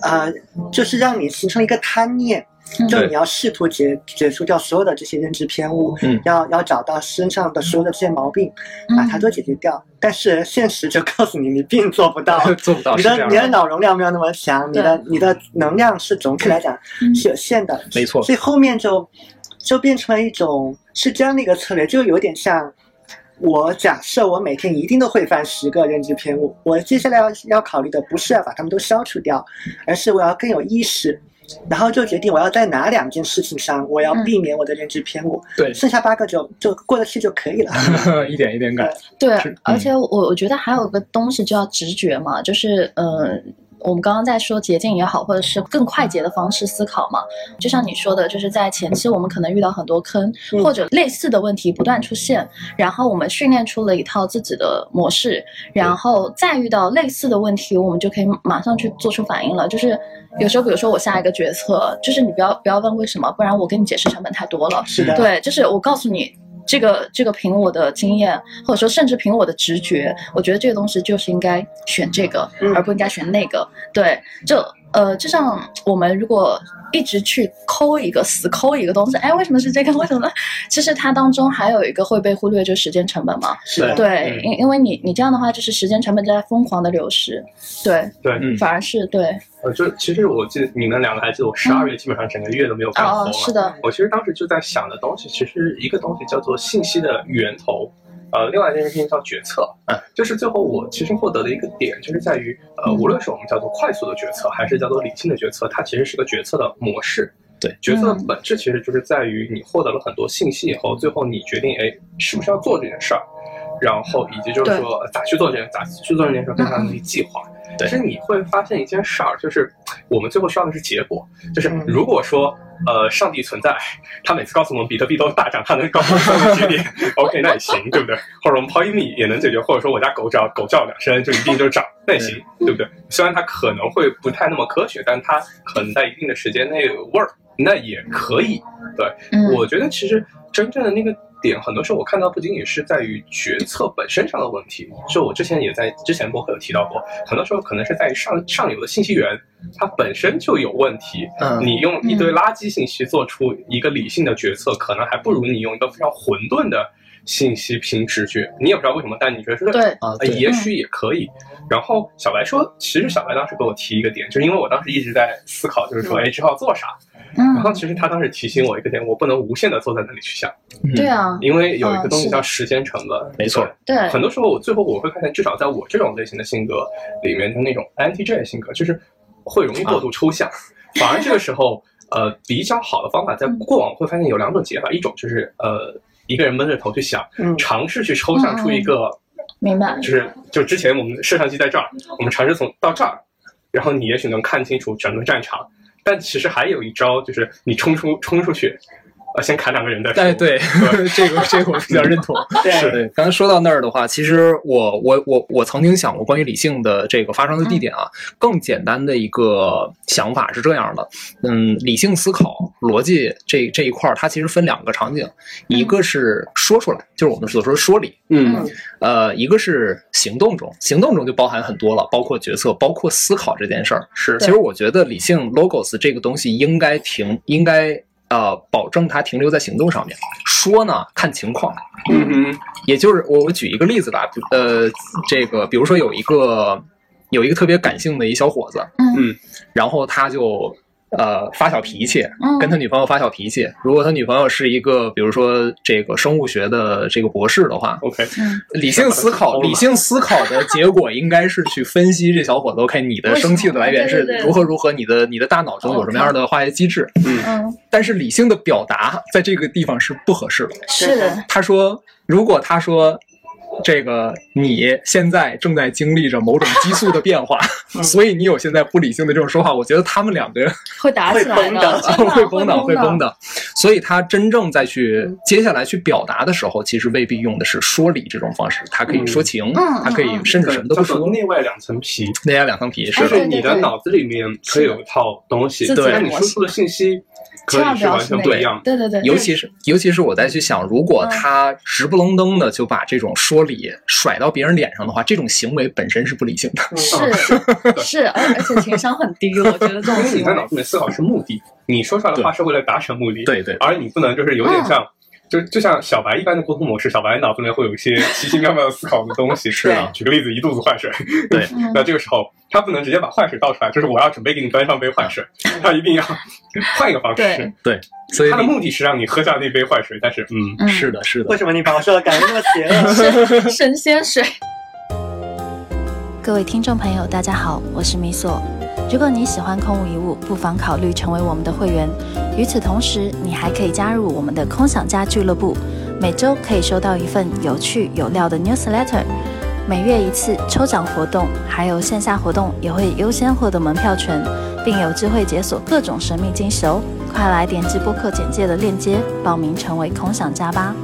[SPEAKER 4] 呃，就是让你形成一个贪念，
[SPEAKER 1] 嗯
[SPEAKER 4] 就
[SPEAKER 3] 对
[SPEAKER 4] 你要试图解解除掉所有的这些认知偏误，
[SPEAKER 2] 嗯
[SPEAKER 4] 要要找到身上的所有的这些毛病，把它都解决掉。但是现实就告诉你，你并做不 到，
[SPEAKER 2] 做不到是
[SPEAKER 4] 你
[SPEAKER 2] 这
[SPEAKER 4] 的
[SPEAKER 2] 样
[SPEAKER 4] 你的
[SPEAKER 2] 的，
[SPEAKER 4] 脑容量没有那么强，你的你的能量是总体来讲
[SPEAKER 1] 嗯
[SPEAKER 4] 是有限的，
[SPEAKER 2] 没错
[SPEAKER 4] 所以后面就就变成了一种是这样的一个策略，就有点像我假设我每天一定都会犯十个认知偏误，我接下来要要考虑的不是要把它们都消除掉，而是我要更有意识，然后就决定我要在哪两件事情上我
[SPEAKER 1] 嗯
[SPEAKER 4] 要避免我的认知偏误，
[SPEAKER 2] 对，
[SPEAKER 4] 剩下八个就就过得去就可以了。
[SPEAKER 2] 一点一点改。
[SPEAKER 1] 对
[SPEAKER 2] 是嗯，
[SPEAKER 1] 而且我我觉得还有个东西就叫直觉嘛，就是呃，我们刚刚在说捷径也好，或者是更快捷的方式思考嘛，就像你说的，就是在前期我们可能遇到很多坑、
[SPEAKER 4] 嗯
[SPEAKER 1] 或者类似的问题不断出现，然后我们训练出了一套自己的模式，然后再遇到类似的问题，我们就可以马上去做出反应了。就是有时候，比如说我下一个决策，就是你不要不要问为什么，不然我跟你解释成本太多了。
[SPEAKER 4] 是的，
[SPEAKER 1] 对，就是我告诉你，这个这个凭我的经验，或者说甚至凭我的直觉，我觉得这个东西就是应该选这个，
[SPEAKER 4] 嗯
[SPEAKER 1] 而不应该选那个。对，就呃，就像我们如果一直去抠一个死抠一个东西，哎，为什么是这个？ 为什么呢？其实它当中还有一个会被忽略，就是时间成本嘛。
[SPEAKER 4] 是的，
[SPEAKER 1] 对，
[SPEAKER 2] 嗯
[SPEAKER 1] 因、因为你你这样的话，就是时间成本在疯狂的流失。对，
[SPEAKER 3] 对，
[SPEAKER 2] 嗯
[SPEAKER 1] 反而是对
[SPEAKER 3] 呃，就其实我记得你们两个还记得，我十二月基本上整个月都没有干活
[SPEAKER 1] 哦
[SPEAKER 2] 啊
[SPEAKER 3] 嘛。，
[SPEAKER 1] 是的，
[SPEAKER 3] 我其实当时就在想的东西，其实一个东西叫做信息的源头，呃，另外一件事情叫决策。
[SPEAKER 2] 嗯，
[SPEAKER 3] 就是最后我其实获得的一个点，就是在于，呃，
[SPEAKER 1] 嗯
[SPEAKER 3] 无论是我们叫做快速的决策，还是叫做理性的决策，它其实是个决策的模式。
[SPEAKER 2] 对，
[SPEAKER 3] 决策
[SPEAKER 1] 嗯
[SPEAKER 3] 的本质其实就是在于你获得了很多信息以后，最后你决定，哎，是不是要做这件事儿，然后以及就是说呃咋去做这件，咋去做这件事儿，跟上
[SPEAKER 1] 嗯
[SPEAKER 3] 自己计划。
[SPEAKER 2] 对
[SPEAKER 3] 其实你会发现一件事儿，就是我们最后需要的是结果。就是
[SPEAKER 4] 嗯
[SPEAKER 3] 如果说呃上帝存在， 他每次告诉我们比特币都大涨，他能告诉我们上帝几点，OK，那也行，对不对？或者我们抛一米也能解决，或者说我家狗只要狗叫两声就一定就涨，那也行，对不对？虽然它可能会不太那么科学，但它可能在一定的时间内 work，那也可以。
[SPEAKER 1] 嗯，
[SPEAKER 3] 我觉得其实真正的那个点，很多时候我看到不仅仅是在于决策本身上的问题，就我之前也在之前博客有提到过，很多时候可能是在于上上游的信息源它本身就有问题，
[SPEAKER 2] 嗯，
[SPEAKER 3] 你用一堆垃圾信息做出一个理性的决策，可能还不如你用一个非常混沌的信息凭直觉，你也不知道为什么，但你觉得是
[SPEAKER 1] 对，
[SPEAKER 2] 啊，
[SPEAKER 3] 呃，
[SPEAKER 2] 对，
[SPEAKER 3] 也许也可以。然后小白说，其实小白当时给我提一个点，就是因为我当时一直在思考，就是说，哎，之后要做啥？然后
[SPEAKER 1] 嗯，
[SPEAKER 3] 其实他当时提醒我一个点，我不能无限的坐在那里去想，
[SPEAKER 2] 嗯
[SPEAKER 1] 对，啊，
[SPEAKER 3] 因为有一个东西
[SPEAKER 1] 是的
[SPEAKER 3] 叫时间成本。
[SPEAKER 2] 没错
[SPEAKER 1] 对，
[SPEAKER 3] 很多时候我最后我会发现，至少在我这种类型的性格里面，就那种 INTJ 性格，就是会容易过度抽象， 反而这个时候，呃，比较好的方法，在过往会发现有两种解法，一种就是呃。一个人闷着头去想，
[SPEAKER 4] 嗯，
[SPEAKER 3] 尝试去抽象出一个
[SPEAKER 1] 明白。
[SPEAKER 3] 就是就之前我们摄像机在这儿，我们尝试从到这儿，然后你也许能看清楚整个战场，但其实还有一招就是你冲出冲出去，呃，先砍两个人再说。
[SPEAKER 2] 哎，对， 这个这个我比较认同。
[SPEAKER 4] 对，
[SPEAKER 2] 对，刚才说到那儿的话，其实我我我我曾经想过关于理性的这个发生的地点啊，更简单的一个想法是这样的，嗯，理性思考逻辑这这一块儿，它其实分两个场景，一个是说出来，就是我们所说说理，
[SPEAKER 3] 嗯，
[SPEAKER 2] 呃，一个是行动中，行动中就包含很多了，包括决策，包括思考这件事儿。
[SPEAKER 3] 是
[SPEAKER 2] 其实我觉得理性 logos 这个东西应该停，应该呃保证它停留在行动上面。说呢，看情况。
[SPEAKER 3] 嗯哼，
[SPEAKER 2] 也就是我我举一个例子吧，比呃，这个比如说有一个有一个特别感性的一小伙子，
[SPEAKER 1] 嗯
[SPEAKER 3] 嗯，
[SPEAKER 2] 然后他就呃发小脾气，
[SPEAKER 1] 嗯，
[SPEAKER 2] 跟他女朋友发小脾气。如果他女朋友是一个比如说这个生物学的这个博士的话，
[SPEAKER 3] ，OK，
[SPEAKER 1] 嗯
[SPEAKER 2] 理性思考，理性思考的结果应该是去分析这小伙子，OK，你的生气的来源是
[SPEAKER 1] 为什么对对对
[SPEAKER 2] 如何如何，你的你的大脑中有什么样的化学机制。
[SPEAKER 1] 嗯，
[SPEAKER 2] 但是理性的表达在这个地方是不合适的。
[SPEAKER 1] 是的，
[SPEAKER 2] 他说，如果他说这个你现在正在经历着某种激素的变化，
[SPEAKER 1] 嗯
[SPEAKER 2] 所以你有现在不理性的这种说话，我觉得他们两个人
[SPEAKER 1] 会打起来
[SPEAKER 4] 会崩 的
[SPEAKER 1] 的，啊真的
[SPEAKER 2] 会崩
[SPEAKER 1] 的，
[SPEAKER 2] 倒，会崩
[SPEAKER 1] 的。
[SPEAKER 2] 的。所以他真正再去接下来去表达的时候，其实未必用的是说理这种方式，他可以说情，
[SPEAKER 1] 嗯
[SPEAKER 2] 他可以甚至什么都
[SPEAKER 3] 叫
[SPEAKER 2] 不
[SPEAKER 3] 做
[SPEAKER 2] 说，
[SPEAKER 3] 内外两层皮，
[SPEAKER 2] 那压两层皮是
[SPEAKER 3] 就
[SPEAKER 1] 哎
[SPEAKER 2] 的。
[SPEAKER 3] 是
[SPEAKER 1] 对
[SPEAKER 3] 你的
[SPEAKER 1] 对对
[SPEAKER 3] 脑子里面可以有一套东西，
[SPEAKER 1] 是的
[SPEAKER 3] 但你输出的信息可
[SPEAKER 1] 千
[SPEAKER 3] 以
[SPEAKER 1] 万不
[SPEAKER 3] 是
[SPEAKER 1] 要
[SPEAKER 3] 完
[SPEAKER 1] 是
[SPEAKER 3] 全
[SPEAKER 1] 那
[SPEAKER 3] 不
[SPEAKER 1] 个嗯
[SPEAKER 3] 一样。
[SPEAKER 1] 对对对，
[SPEAKER 2] 尤其是尤其是我再去想，如果
[SPEAKER 1] 嗯
[SPEAKER 2] 他直不愣登的就把这种说理甩到别人脸上的话，这种行为本身是不理性的。
[SPEAKER 1] 是是，而而且情商很低，我觉得这种
[SPEAKER 3] 因为你
[SPEAKER 1] 行
[SPEAKER 3] 在脑
[SPEAKER 1] 为
[SPEAKER 3] 子里面思考是目的，你说出来的话是为了达成目的，
[SPEAKER 2] 对对
[SPEAKER 1] 嗯
[SPEAKER 3] 而你不能就是有点像，就就像小白一般的沟通模式，小白脑子里面会有一些奇奇妙妙的思考的东西。
[SPEAKER 2] 是啊
[SPEAKER 3] 举个例子，一肚子坏水。
[SPEAKER 2] 对
[SPEAKER 1] 嗯
[SPEAKER 3] 那这个时候他不能直接把坏水倒出来，就是我要准备给你端上杯坏水，
[SPEAKER 2] 嗯
[SPEAKER 3] 他一定要换一个方式
[SPEAKER 1] 对。
[SPEAKER 2] 所以
[SPEAKER 3] 他的目的是让你喝下那杯坏水，但是嗯，
[SPEAKER 1] 嗯
[SPEAKER 2] 是的，是的
[SPEAKER 4] 为。什么你把我说的感觉那么邪恶？
[SPEAKER 1] 神神仙水。各位听众朋友，大家好，我是米索。如果你喜欢空无一物，不妨考虑成为我们的会员。与此同时，你还可以加入我们的空想家俱乐部，每周可以收到一份有趣有料的 newsletter，每月一次抽奖活动，还有线下活动也会优先获得门票权，并有机会解锁各种神秘惊喜哦！快来点击播客简介的链接报名成为空想家吧。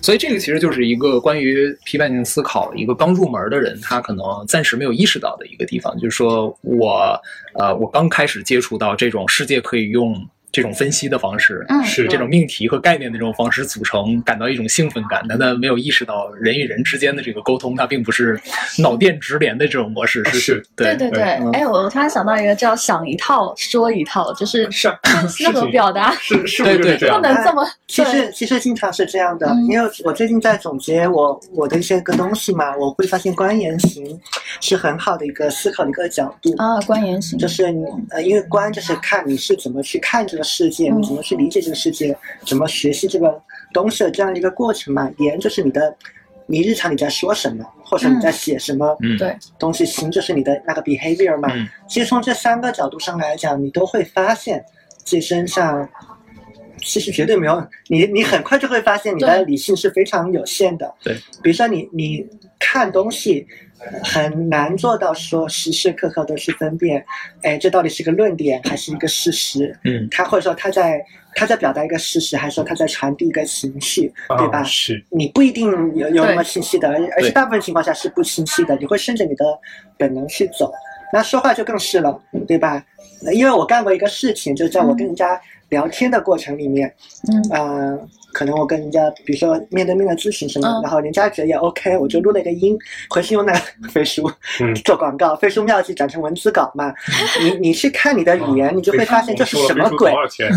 [SPEAKER 2] 所以这个其实就是一个关于批判性思考，一个刚入门的人他可能暂时没有意识到的一个地方，就是说我呃我刚开始接触到这种世界可以用。这种分析的方式
[SPEAKER 1] 嗯
[SPEAKER 2] 是这种命题和概念的这种方式组成，感到一种兴奋感，但他没有意识到人与人之间的这个沟通，它并不是脑电直连的这种模式，是
[SPEAKER 3] 是
[SPEAKER 2] 对
[SPEAKER 1] 对对，
[SPEAKER 2] 嗯
[SPEAKER 1] 哎，我突然想到一个叫“想一套说一套”，就是
[SPEAKER 3] 是啊
[SPEAKER 1] 任何表达
[SPEAKER 3] 是是不是就是这啊
[SPEAKER 1] 不
[SPEAKER 3] 样？
[SPEAKER 1] 能这么
[SPEAKER 4] 其
[SPEAKER 1] 对
[SPEAKER 4] 实其实经常是这样的
[SPEAKER 1] 嗯，
[SPEAKER 4] 因为我最近在总结我我的一些个东西嘛，我会发现观言型是很好的一个思考的一个角度。
[SPEAKER 1] 啊，观言型
[SPEAKER 4] 就是你呃，因为观就是看你是怎么去看这个世界，
[SPEAKER 1] 嗯
[SPEAKER 4] 你怎么去理解这个世界，怎么学习这个东西的这样一个过程嘛。言就是你的，你日常你在说什么，或者你在写什么
[SPEAKER 2] 嗯
[SPEAKER 1] 对
[SPEAKER 4] 东西，行就是你的那个 behavior 嘛。
[SPEAKER 2] 嗯
[SPEAKER 4] 其实从这三个角度上来讲，你都会发现自己身上。其实绝对没有你，你很快就会发现你的
[SPEAKER 1] 对
[SPEAKER 4] 理性是非常有限的。
[SPEAKER 2] 对，
[SPEAKER 4] 比如说你你看东西，呃很难做到说时时刻刻都去分辨，哎，这到底是个论点还是一个事实？
[SPEAKER 2] 嗯，
[SPEAKER 4] 他或者说他在他在表达一个事实，还是说他在传递一个情绪，对吧
[SPEAKER 3] 啊？是
[SPEAKER 4] 你不一定有有那么
[SPEAKER 1] 对
[SPEAKER 4] 清晰的，而而且大部分情况下是不清晰的，你会顺着你的本能去走。那说话就更是了，对吧？呃因为我干过一个事情，就是在我跟人家聊天的过程里面，
[SPEAKER 1] 嗯
[SPEAKER 4] 呃，可能我跟人家，比如说面对面的咨询什么，
[SPEAKER 1] 嗯
[SPEAKER 4] 然后人家觉得也 OK，我就录了一个音，回去用那个飞书
[SPEAKER 3] 嗯
[SPEAKER 4] 做广告，飞书妙计转成文字稿嘛。你你去看你的语言，你就会发现这是
[SPEAKER 3] 我
[SPEAKER 4] 什
[SPEAKER 3] 们哦说
[SPEAKER 4] 么
[SPEAKER 3] 了
[SPEAKER 4] 鬼
[SPEAKER 3] 多，少 钱？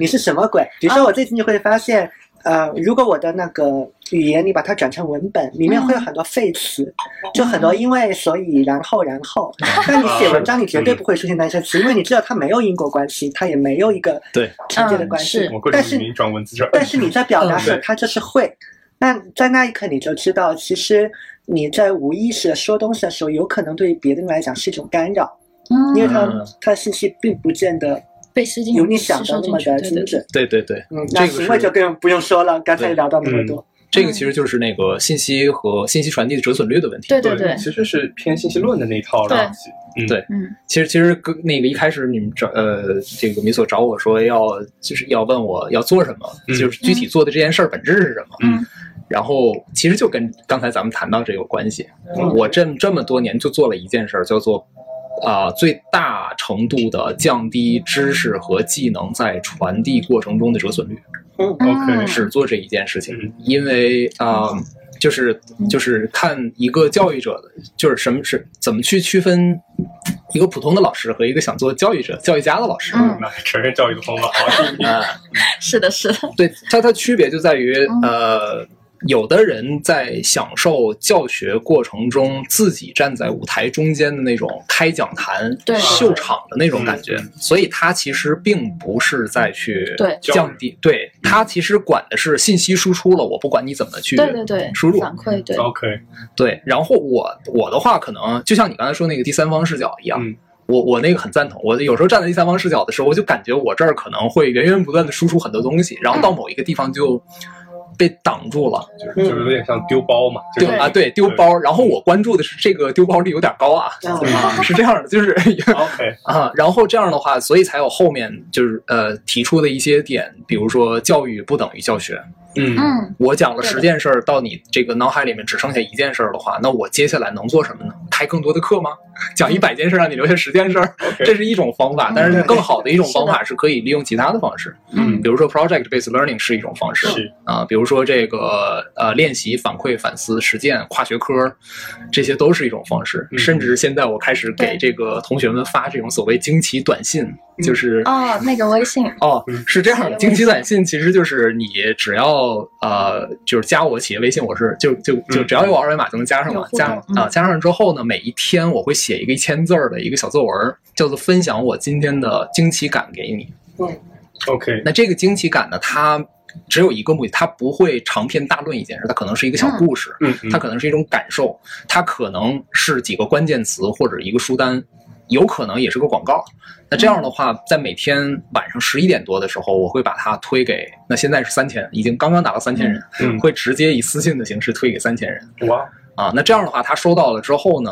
[SPEAKER 4] 你是什么鬼？比如
[SPEAKER 1] 啊
[SPEAKER 4] 说我最近就会发现，呃，如果我的那个语言你把它转成文本，里面
[SPEAKER 1] 嗯
[SPEAKER 4] 会有很多废词，就很多因为、所以、然后、然后。但你写文章，你绝对不会出现那些词，因为你知道它没有因果关系，它也没有一个
[SPEAKER 2] 对
[SPEAKER 4] 直接的关系
[SPEAKER 1] 嗯是。
[SPEAKER 3] 我各
[SPEAKER 4] 但
[SPEAKER 3] 种
[SPEAKER 4] 是
[SPEAKER 3] 语音转文字转，
[SPEAKER 4] 但是你 在表达
[SPEAKER 2] 嗯
[SPEAKER 4] 时，
[SPEAKER 2] 对
[SPEAKER 4] 它就是会。那在那一刻，你就知道，其实你在无意识的说东西的时候，有可能对于别人来讲是一种干扰，
[SPEAKER 1] 嗯
[SPEAKER 4] 因为他
[SPEAKER 2] 嗯
[SPEAKER 4] 他的信息并不见得
[SPEAKER 1] 被吸进
[SPEAKER 4] 有你想的
[SPEAKER 1] 吸收
[SPEAKER 4] 那
[SPEAKER 1] 进
[SPEAKER 4] 么
[SPEAKER 1] 去
[SPEAKER 4] 的
[SPEAKER 1] 对
[SPEAKER 4] 精
[SPEAKER 1] 对
[SPEAKER 4] 准。
[SPEAKER 2] 对对对，
[SPEAKER 4] 嗯，那
[SPEAKER 2] 这个
[SPEAKER 4] 行为
[SPEAKER 2] 是
[SPEAKER 4] 就更不用说了，刚才
[SPEAKER 2] 对
[SPEAKER 4] 聊到那么多，
[SPEAKER 2] 这个其实就是那个信息和信息传递的折损率的问题。
[SPEAKER 1] 对对对，
[SPEAKER 3] 其实是偏信息论的那一套
[SPEAKER 1] 对
[SPEAKER 3] 逻辑。嗯
[SPEAKER 2] 对
[SPEAKER 1] 嗯
[SPEAKER 2] 其实其实跟那个一开始你们找呃这个米索找我说要就是要问我要做什么，
[SPEAKER 3] 嗯
[SPEAKER 2] 就是具体做的这件事儿本质是什么。
[SPEAKER 1] 嗯，
[SPEAKER 2] 然后其实就跟刚才咱们谈到这有关系。我这这么多年就做了一件事儿，叫做啊、最大程度的降低知识和技能在传递过程中的折损率。
[SPEAKER 3] OK，
[SPEAKER 2] 只做这一件事情
[SPEAKER 3] 嗯，
[SPEAKER 2] 因为啊、呃就是就是看一个教育者的，就是什么是怎么去区分一个普通的老师和一个想做教育者、教育家的老师。
[SPEAKER 1] 嗯
[SPEAKER 3] 那承认教育的方法好好定义。
[SPEAKER 2] 啊、
[SPEAKER 1] 是的是的，
[SPEAKER 2] 对它它区别就在于
[SPEAKER 1] 嗯
[SPEAKER 2] 呃。有的人在享受教学过程中自己站在舞台中间的那种开讲坛、
[SPEAKER 1] 对
[SPEAKER 2] 秀场的那种感觉
[SPEAKER 3] 嗯，
[SPEAKER 2] 所以他其实并不是在去
[SPEAKER 1] 对
[SPEAKER 2] 降低，对
[SPEAKER 3] 嗯
[SPEAKER 2] 他其实管的是信息输出了，我不管你怎么去
[SPEAKER 1] 对对对，
[SPEAKER 2] 输入
[SPEAKER 1] 反馈对
[SPEAKER 3] OK，
[SPEAKER 2] 对，然后我我的话，可能就像你刚才说那个第三方视角一样，
[SPEAKER 3] 嗯
[SPEAKER 2] 我我那个很赞同。我有时候站在第三方视角的时候，我就感觉我这儿可能会源源不断的输出很多东西，然后到某一个地方就被挡住了，
[SPEAKER 3] 嗯
[SPEAKER 4] 嗯
[SPEAKER 3] 就是有点像丢包嘛，就
[SPEAKER 2] 对
[SPEAKER 3] 是
[SPEAKER 2] 啊，对，丢包。然后我关注的是这个丢包率有点高啊，
[SPEAKER 4] 嗯
[SPEAKER 2] 啊是这样的，就是
[SPEAKER 3] OK，
[SPEAKER 2] 啊，然后这样的话，所以才有后面就是呃提出的一些点，比如说教育不等于教学，
[SPEAKER 3] 嗯，
[SPEAKER 1] 嗯
[SPEAKER 2] 我讲了十件事儿，到你这个脑海里面只剩下一件事儿的话，那我接下来能做什么呢？开更多的课吗？ 讲一百件事儿让你留下十件事 儿，这是一种方法
[SPEAKER 1] 嗯。
[SPEAKER 2] 但是更好的一种
[SPEAKER 1] 是的
[SPEAKER 2] 方法是可以利用其他的方式，
[SPEAKER 1] 嗯
[SPEAKER 2] 比如说 project based learning 是一种方式
[SPEAKER 4] 嗯
[SPEAKER 3] 是
[SPEAKER 2] 啊、比如说这个呃练习、反馈、反思、实践、跨学科，这些都是一种方式。
[SPEAKER 3] 嗯
[SPEAKER 2] 甚至现在我开始给
[SPEAKER 1] 对
[SPEAKER 2] 这个同学们发这种所谓惊奇短信，就是
[SPEAKER 1] 哦，那个微信，
[SPEAKER 2] 哦
[SPEAKER 3] 嗯，
[SPEAKER 2] 是这样
[SPEAKER 1] 有
[SPEAKER 2] 的，经
[SPEAKER 1] 微
[SPEAKER 2] 济短信其实就是你只要呃，就是加我企业微信，我是就就就
[SPEAKER 3] 嗯
[SPEAKER 2] 只要有二维码就能加上
[SPEAKER 1] 有
[SPEAKER 2] 嘛，
[SPEAKER 1] 互
[SPEAKER 2] 加
[SPEAKER 1] 动
[SPEAKER 2] 啊、
[SPEAKER 1] 嗯
[SPEAKER 2] 加上之后呢，每一天我会写一个一千字儿的一个小作文儿，叫做分享我今天的惊奇感给你。
[SPEAKER 3] OK，
[SPEAKER 2] 那这个惊奇感呢，它只有一个目的，它不会长篇大论一件事，它可能是一个小
[SPEAKER 1] 嗯
[SPEAKER 2] 故事，
[SPEAKER 3] 嗯嗯
[SPEAKER 2] 它可能是一种感受，它可能是几个关键词或者一个书单，有可能也是个广告。那这样的话，在每天晚上十一点多的时候，我会把它推给那现在是三千，已经刚刚达到三千人，
[SPEAKER 3] 嗯
[SPEAKER 2] 会直接以私信的形式推给三千人
[SPEAKER 3] 哇，
[SPEAKER 2] 啊。那这样的话，他收到了之后呢？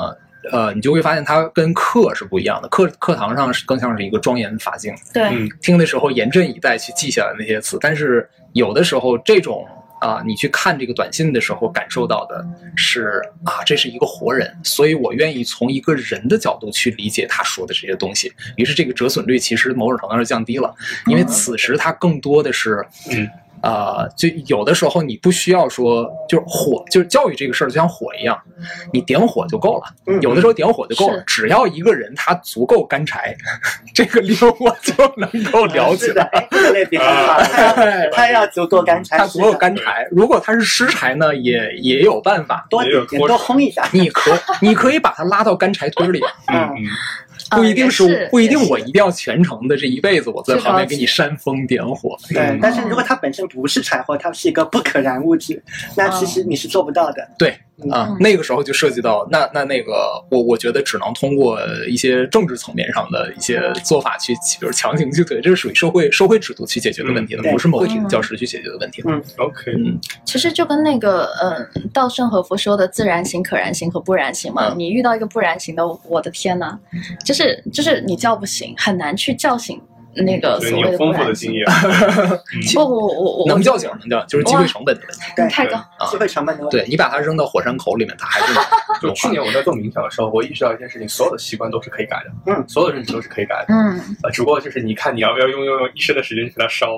[SPEAKER 2] 呃，你就会发现它跟课是不一样的，课课堂上是更像是一个庄严法镜，
[SPEAKER 1] 对，
[SPEAKER 3] 嗯
[SPEAKER 2] 听的时候严阵以待去记下来那些词，但是有的时候这种啊、你去看这个短信的时候感受到的是啊，这是一个活人，所以我愿意从一个人的角度去理解他说的这些东西。于是这个折损率其实某种程度上降低了，因为此时它更多的是
[SPEAKER 3] 嗯。
[SPEAKER 2] 啊、就有的时候你不需要说，就是火，就是教育这个事儿，就像火一样，你点火就够了。
[SPEAKER 4] 嗯
[SPEAKER 2] 有的时候点火就够了
[SPEAKER 1] 是，
[SPEAKER 2] 只要一个人他足够干柴，这个溜我就能够聊起
[SPEAKER 4] 是的，
[SPEAKER 2] 来。
[SPEAKER 4] 哎，这个类比很好，
[SPEAKER 3] 啊
[SPEAKER 4] 他
[SPEAKER 2] 哎
[SPEAKER 4] 要他要足够干柴，
[SPEAKER 2] 他
[SPEAKER 4] 是
[SPEAKER 2] 足够
[SPEAKER 4] 的
[SPEAKER 2] 干柴，如果他是湿柴呢，也也有办法。
[SPEAKER 4] 多
[SPEAKER 3] 也有
[SPEAKER 4] 点
[SPEAKER 3] 多
[SPEAKER 4] 点，多轰一下，啊
[SPEAKER 2] 你可你可以把他拉到干柴堆里，
[SPEAKER 3] 嗯嗯，
[SPEAKER 2] 不一定
[SPEAKER 1] 呃也
[SPEAKER 2] 是
[SPEAKER 1] 是
[SPEAKER 2] 不一定我
[SPEAKER 1] 也
[SPEAKER 2] 一
[SPEAKER 1] 是
[SPEAKER 2] 定要全程的这一辈子我在旁边给你煽风点火。啊
[SPEAKER 4] 对，但是如果它本身不是柴火，它是一个不可燃物质，那
[SPEAKER 2] 啊
[SPEAKER 4] 其实你是做不到的。
[SPEAKER 2] 对
[SPEAKER 4] 嗯
[SPEAKER 2] 啊
[SPEAKER 1] 嗯，
[SPEAKER 2] 那个时候就涉及到那那那个我我觉得只能通过一些政治层面上的一些做法去，比如强行去推，这是属于社会社会制度去解决的问题了，
[SPEAKER 4] 嗯
[SPEAKER 2] 不是某个体的教师去解决的问题了。
[SPEAKER 3] OK，
[SPEAKER 2] 嗯，
[SPEAKER 1] 其实就跟那个嗯，稻盛和夫说的自然型、可燃型和不燃型嘛。
[SPEAKER 2] 嗯
[SPEAKER 1] 你遇到一个不燃型的，我的天呐，就是就是你叫不醒，很难去叫醒那个
[SPEAKER 4] 呃
[SPEAKER 3] 所以
[SPEAKER 1] 所
[SPEAKER 3] 你
[SPEAKER 1] 谓
[SPEAKER 3] 有
[SPEAKER 1] 的不
[SPEAKER 3] 丰富的
[SPEAKER 1] 燃
[SPEAKER 3] 经
[SPEAKER 1] 型。
[SPEAKER 3] 验，
[SPEAKER 1] 不不我我我嗯
[SPEAKER 2] 能叫醒能叫，就是机会成本的问题
[SPEAKER 4] 对，
[SPEAKER 1] 太高，
[SPEAKER 2] 啊
[SPEAKER 4] 机。会成本的问题。
[SPEAKER 2] 对你把它扔到火山口里面，它还 是
[SPEAKER 3] 就去年我在做冥想的时候，我意识到一件事情：所有的习惯都是可以改的，
[SPEAKER 4] 嗯
[SPEAKER 3] 所有认知都是可以改的，
[SPEAKER 1] 嗯
[SPEAKER 3] 呃，只不过就是你看你要不要用用用一生的时间去给它烧，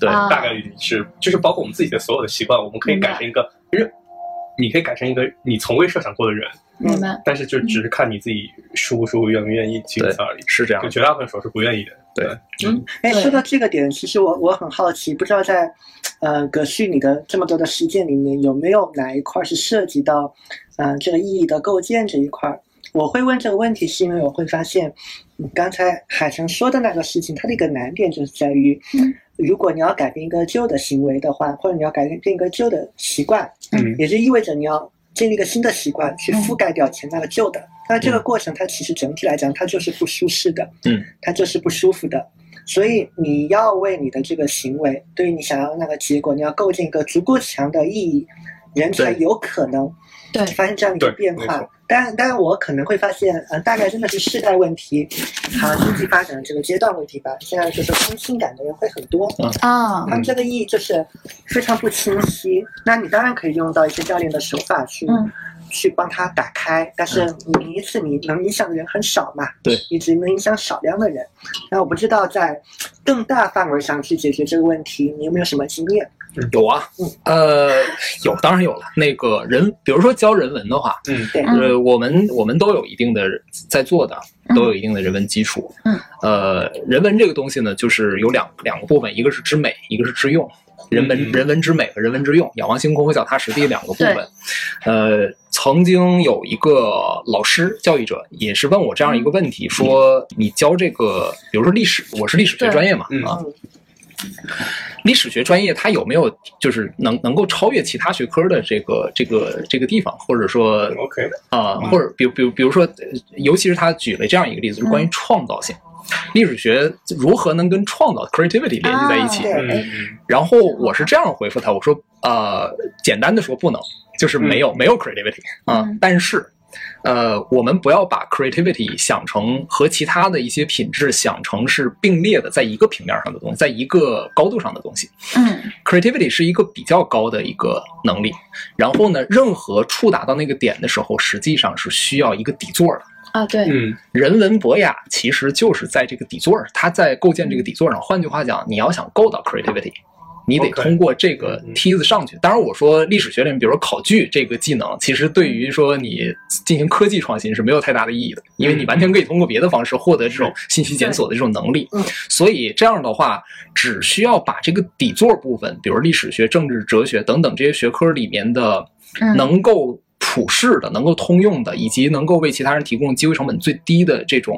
[SPEAKER 2] 对
[SPEAKER 1] 啊
[SPEAKER 3] 大概率是就是包括我们自己的所有的习惯，我们可以改成一个人，你可以改成一个你从未设想过的人，
[SPEAKER 1] 明白。
[SPEAKER 3] 但是就只是看你自己舒不舒服、愿不愿意仅此而已。
[SPEAKER 2] 是这样
[SPEAKER 3] 就。绝大部分时候是不愿意的，
[SPEAKER 2] 对
[SPEAKER 4] 哎，
[SPEAKER 1] 对
[SPEAKER 4] 说到这个点，其实我我很好奇，不知道在呃葛旭你的这么多的实践里面，有没有哪一块是涉及到呃这个意义的构建这一块儿？我会问这个问题，是因为我会发现，嗯刚才海城说的那个事情，它的一个难点就是在于
[SPEAKER 1] 嗯，
[SPEAKER 4] 如果你要改变一个旧的行为的话，或者你要改变一个旧的习惯，
[SPEAKER 3] 嗯
[SPEAKER 4] 也就意味着你要建立一个新的习惯
[SPEAKER 1] 嗯
[SPEAKER 4] 去覆盖掉前那个旧的。那这个过程它其实整体来讲，它就是不舒适的，
[SPEAKER 2] 嗯，
[SPEAKER 4] 它就是不舒服的。所以你要为你的这个行为，对于你想要那个结果，你要构建一个足够强的意义，人才
[SPEAKER 2] 对
[SPEAKER 4] 有可能
[SPEAKER 1] 对
[SPEAKER 4] 发生这样一个
[SPEAKER 3] 对
[SPEAKER 4] 变
[SPEAKER 3] 没
[SPEAKER 4] 化
[SPEAKER 3] 错。
[SPEAKER 4] 但但我可能会发现，嗯、大概真的是世代问题，啊，经济发展的这个阶段问题吧。现在就是空心感的人会很多，
[SPEAKER 1] 啊
[SPEAKER 4] 他们这个意义就是非常不清晰。那你当然可以用到一些教练的手法去、
[SPEAKER 1] 嗯
[SPEAKER 4] 去帮他打开，但是你一次你能影响的人很少嘛，
[SPEAKER 2] 对，
[SPEAKER 4] 你只能影响少量的人。那我不知道在更大范围上去解决这个问题，你有没有什么经验？
[SPEAKER 2] 有啊，呃，有当然有了。那个人，比如说教人文的话，
[SPEAKER 3] 嗯
[SPEAKER 4] 对，
[SPEAKER 1] 嗯
[SPEAKER 2] 呃，我们我们都有一定的在做的，都有一定的人文基础。
[SPEAKER 1] 嗯，
[SPEAKER 2] 呃，人文这个东西呢，就是有两两个部分，一个是知美，一个是知用。人
[SPEAKER 3] 嗯
[SPEAKER 2] 文、人文之美和人文之用，仰望星空和脚踏实地两个部分。呃，曾经有一个老师教育者也是问我这样
[SPEAKER 1] 嗯
[SPEAKER 2] 一个问题，说你教这个，比如说历史，我是历史学
[SPEAKER 1] 对
[SPEAKER 2] 专业嘛，
[SPEAKER 3] 嗯
[SPEAKER 2] 啊，历史学专业它有没有就是能能够超越其他学科的这个这个这个地方，或者说
[SPEAKER 3] 嗯，OK，
[SPEAKER 2] 啊、或者比如比如比如说，呃尤其是他举了这样一个例子，就是关于创造性，历史学如何能跟创造 creativity 联系在一起？
[SPEAKER 4] 啊对
[SPEAKER 3] 嗯嗯
[SPEAKER 2] 然后我是这样回复他，我说呃，简单的说不能，就是没有、没有 creativity 啊、
[SPEAKER 1] 嗯
[SPEAKER 2] 但是。呃，我们不要把 creativity 想成和其他的一些品质想成是并列的，在一个平面上的东西，在一个高度上的东西。
[SPEAKER 1] 嗯
[SPEAKER 2] creativity 是一个比较高的一个能力，然后呢，任何触达到那个点的时候，实际上是需要一个底座的。
[SPEAKER 1] 啊对
[SPEAKER 3] 嗯
[SPEAKER 2] 人文博雅其实就是在这个底座儿，它在构建这个底座上。换句话讲，你要想够到 creativity，你得
[SPEAKER 3] OK
[SPEAKER 2] 通过这个梯子上去。当然，我说历史学里面，比如说考据这个技能，其实对于说你进行科技创新是没有太大的意义的，因为你完全可以通过别的方式获得这种信息检索的这种能力。所以这样的话，只需要把这个底座部分，比如历史学、政治、哲学等等这些学科里面的
[SPEAKER 1] 嗯
[SPEAKER 2] 能够普世的、能够通用的，以及能够为其他人提供机会成本最低的这种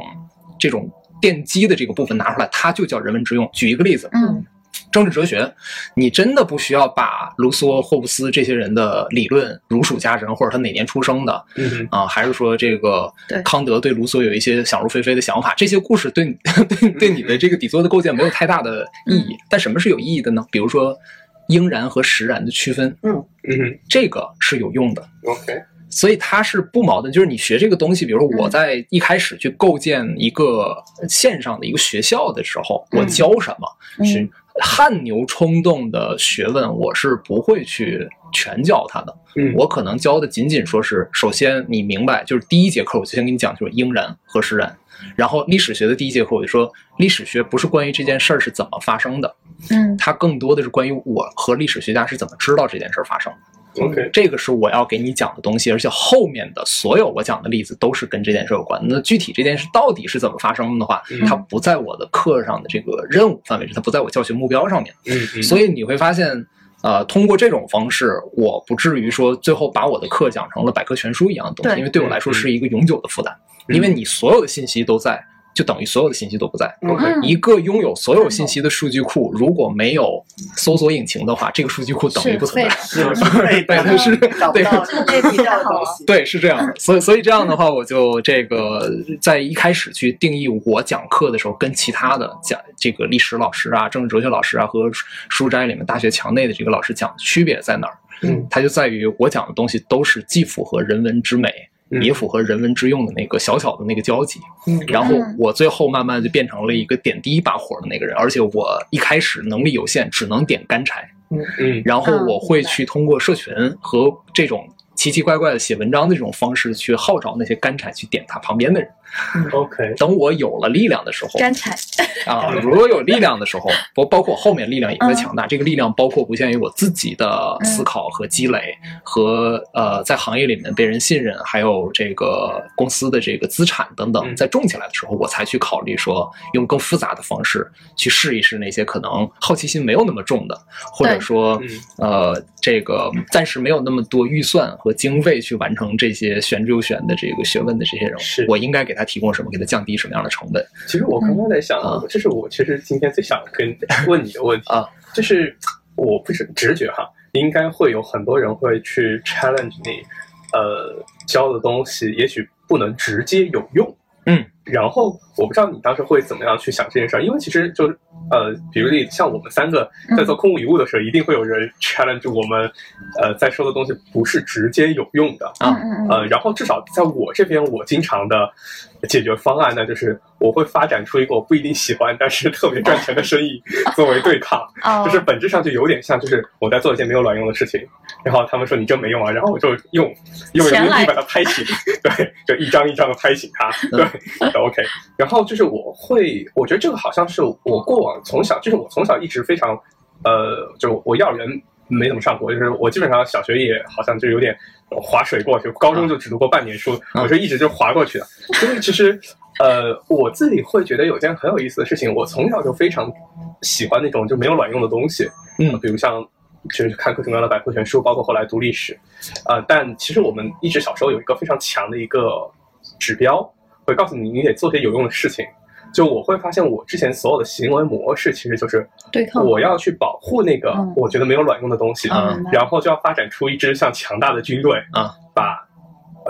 [SPEAKER 2] 这种奠基的这个部分拿出来，它就叫人文之用。举一个例子，
[SPEAKER 1] 嗯
[SPEAKER 2] 政治哲学，你真的不需要把卢梭、霍布斯这些人的理论如数家珍，或者他哪年出生的，
[SPEAKER 3] 嗯哼，
[SPEAKER 2] 啊，还是说这个
[SPEAKER 1] 对
[SPEAKER 2] 康德对卢梭有一些想入非非的想法？这些故事对你 对对你的这个底座的构建没有太大的意义。但什么是有意义的呢？比如说应然和实然的区分，
[SPEAKER 3] 嗯哼
[SPEAKER 2] 这个是有用的。
[SPEAKER 3] ，OK，
[SPEAKER 2] 所以它是不矛盾，就是你学这个东西，比如
[SPEAKER 1] 嗯
[SPEAKER 2] 说我在一开始去构建一个线上的一个学校的时候，我
[SPEAKER 1] 嗯
[SPEAKER 2] 教什么？
[SPEAKER 1] 嗯
[SPEAKER 2] 是汗牛充栋的学问，我是不会去全教它的。
[SPEAKER 3] 嗯
[SPEAKER 2] 我可能教的仅仅说是，首先你明白，就是第一节课我就先跟你讲，就是应然和实然。然后历史学的第一节课我就说，历史学不是关于这件事儿是怎么发生的，
[SPEAKER 1] 嗯
[SPEAKER 2] 它更多的是关于我和历史学家是怎么知道这件事儿发生的。
[SPEAKER 3] OK，
[SPEAKER 2] 这个是我要给你讲的东西，而且后面的所有我讲的例子都是跟这件事有关。那具体这件事到底是怎么发生的话，
[SPEAKER 3] 嗯
[SPEAKER 2] 它不在我的课上的这个任务范围之内，它不在我教学目标上面。
[SPEAKER 3] 嗯嗯，
[SPEAKER 2] 所以你会发现，呃，通过这种方式，我不至于说最后把我的课讲成了百科全书一样的东西，
[SPEAKER 1] 对
[SPEAKER 2] 因为对我来说是一个永久的负担，
[SPEAKER 3] 嗯
[SPEAKER 2] 因为你所有的信息都在，就等于所有的信息都不在。
[SPEAKER 3] OK，
[SPEAKER 1] 嗯
[SPEAKER 2] 一个拥有所有信息的数据库，如果没有搜索引擎的话，这个数据库等于
[SPEAKER 1] 是嗯
[SPEAKER 2] 不存在。
[SPEAKER 4] 是对
[SPEAKER 2] 对它是
[SPEAKER 4] 找不到
[SPEAKER 1] 对
[SPEAKER 4] 必要的东 西。
[SPEAKER 2] 对，是这
[SPEAKER 3] 嗯
[SPEAKER 2] 样的。所以，所以这样的话，我就这个在一开始去定义我讲课的时候，跟其他的讲这个历史老师啊、政治哲学老师啊和书书斋里面大学墙内的这个老师讲的区别在哪儿？
[SPEAKER 3] 嗯，
[SPEAKER 2] 它就在于我讲的东西都是既符合人文之美。
[SPEAKER 3] 嗯
[SPEAKER 2] 也符合人文之用的那个小小的那个交集，
[SPEAKER 4] 嗯
[SPEAKER 2] 然后
[SPEAKER 1] 嗯
[SPEAKER 2] 我最后慢慢就变成了一个点滴把火的那个人，而且我一开始能力有限，只能点干柴，
[SPEAKER 3] 嗯
[SPEAKER 2] 然后
[SPEAKER 1] 嗯
[SPEAKER 2] 我会去通过社群和这种奇奇怪怪的写文章的这种方式去号召那些干柴去点他旁边的人。
[SPEAKER 3] ，OK，
[SPEAKER 2] 等我有了力量的时候
[SPEAKER 1] 干柴，
[SPEAKER 2] 啊， 如果有力量的时候，包包括后面力量也会强大。这个力量包括不限于我自己的思考和积累，和呃在行业里面被人信任，还有这个公司的这个资产等等，
[SPEAKER 3] 嗯
[SPEAKER 2] 在种起来的时候，我才去考虑说用更复杂的方式去试一试那些可能好奇心没有那么重的，或者
[SPEAKER 1] 对
[SPEAKER 2] 说
[SPEAKER 3] 嗯
[SPEAKER 2] 呃，这个暂时没有那么多预算和经费去完成这些玄之又玄的这个学问的这些人
[SPEAKER 3] 是
[SPEAKER 2] 物，我应该给他提供什么，给他降低什么样的成本？
[SPEAKER 3] 其实我刚刚在想
[SPEAKER 2] 嗯，
[SPEAKER 3] 这是我其实今天最想跟问你的问题
[SPEAKER 2] 啊，
[SPEAKER 3] 就是我不是直觉哈，应该会有很多人会去 challenge 你，呃，教的东西也许不能直接有用，
[SPEAKER 2] 嗯，
[SPEAKER 3] 然后我不知道你当时会怎么样去想这件事儿，因为其实就是呃，比如例子像我们三个
[SPEAKER 2] 嗯
[SPEAKER 3] 在做空无一物的时候，一定会有人 challenge 我们，呃，在说的东西不是直接有用的，
[SPEAKER 1] 嗯嗯嗯
[SPEAKER 3] 呃，然后至少在我这边，我经常的解决方案呢，就是我会发展出一个我不一定喜欢，但是特别赚钱的生意作为对抗，
[SPEAKER 1] 哦，
[SPEAKER 3] 呃就是本质上就有点像，就是我在做一件没有卵用的事情，然后他们说你真没用啊，然后我就用用人
[SPEAKER 1] 钱
[SPEAKER 3] 民
[SPEAKER 1] 来
[SPEAKER 3] 币把它拍醒，对，就一张一张的拍醒它，对，OK。然后就是我会，我觉得这个好像是我过往从小，就是我从小一直非常，呃，就我幼儿园没怎么上过，就是我基本上小学也好像就有点划水过去，高中就只读过半年书，
[SPEAKER 2] 嗯
[SPEAKER 3] 我就一直就划过去的。所以其实，呃，我自己会觉得有件很有意思的事情，我从小就非常喜欢那种就没有卵用的东西，
[SPEAKER 2] 嗯
[SPEAKER 3] 比如像。就是看各种各样的百科全书，包括后来读历史，呃，但其实我们一直小时候有一个非常强的一个指标，会告诉你你得做些有用的事情。就我会发现，我之前所有的行为模式其实就是
[SPEAKER 1] 对抗
[SPEAKER 3] 我要去保护那个
[SPEAKER 1] 嗯
[SPEAKER 3] 我觉得没有卵用的东西，啊
[SPEAKER 1] 哦明白
[SPEAKER 3] 然后就要发展出一支像强大的军队
[SPEAKER 2] 啊，
[SPEAKER 3] 把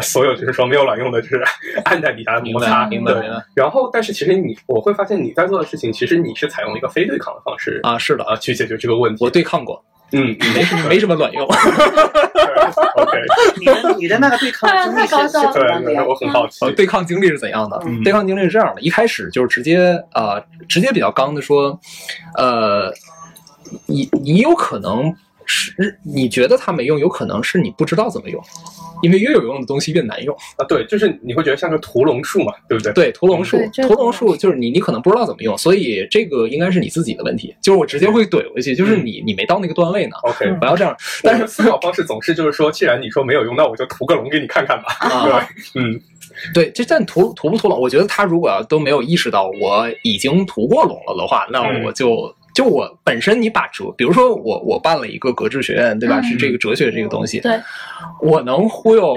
[SPEAKER 3] 所有就是说没有卵用的，就是 按在底下摩擦，
[SPEAKER 1] 明
[SPEAKER 3] 对。啊
[SPEAKER 2] 白
[SPEAKER 3] 然后，但是其实你我会发现你在做的事情，其实你是采用一个非对抗的方式
[SPEAKER 2] 啊，是的，
[SPEAKER 3] 啊去解决这个问题。
[SPEAKER 2] 我对抗过，
[SPEAKER 3] 嗯嗯
[SPEAKER 2] 没什 么没什么卵 用。
[SPEAKER 3] ，OK，
[SPEAKER 4] 你的你的那个对抗经历是是怎么样的
[SPEAKER 3] 对，
[SPEAKER 4] 呀
[SPEAKER 3] 我？很好奇
[SPEAKER 2] 呃，。对抗经历是怎样的？
[SPEAKER 3] 嗯
[SPEAKER 2] 对抗经历是这样的：一开始就是直接啊、呃直接比较刚的说，呃，你你有可能是你觉得它没用，有可能是你不知道怎么用，因为越有用的东西越难用。
[SPEAKER 3] 啊，对，就是你会觉得像个屠龙术嘛，对不对？
[SPEAKER 2] 对，屠龙术
[SPEAKER 1] 对，这
[SPEAKER 2] 屠
[SPEAKER 1] 个
[SPEAKER 2] 龙术就是你你可能不知道怎么用，所以这个应该是你自己的问题。就是我直接会怼回去，
[SPEAKER 1] 嗯
[SPEAKER 2] 就是你你没到那个段位呢，
[SPEAKER 3] OK，
[SPEAKER 2] 不要这 样。
[SPEAKER 3] 但
[SPEAKER 2] 但
[SPEAKER 3] 是
[SPEAKER 2] 是
[SPEAKER 3] 思考方式总是就是说，既然你说没有用，那我就涂个龙给你看看吧，
[SPEAKER 2] 啊
[SPEAKER 3] 对吧？嗯，
[SPEAKER 2] 对，这但屠屠不屠龙，我觉得他如果要都没有意识到我已经屠过龙了的话，那
[SPEAKER 3] 嗯
[SPEAKER 2] 我就、就我本身你把哲，比如说我我办了一个格致学院，对吧？
[SPEAKER 1] 嗯
[SPEAKER 2] 是这个哲学这个东西，
[SPEAKER 1] 对，
[SPEAKER 2] 我能忽悠，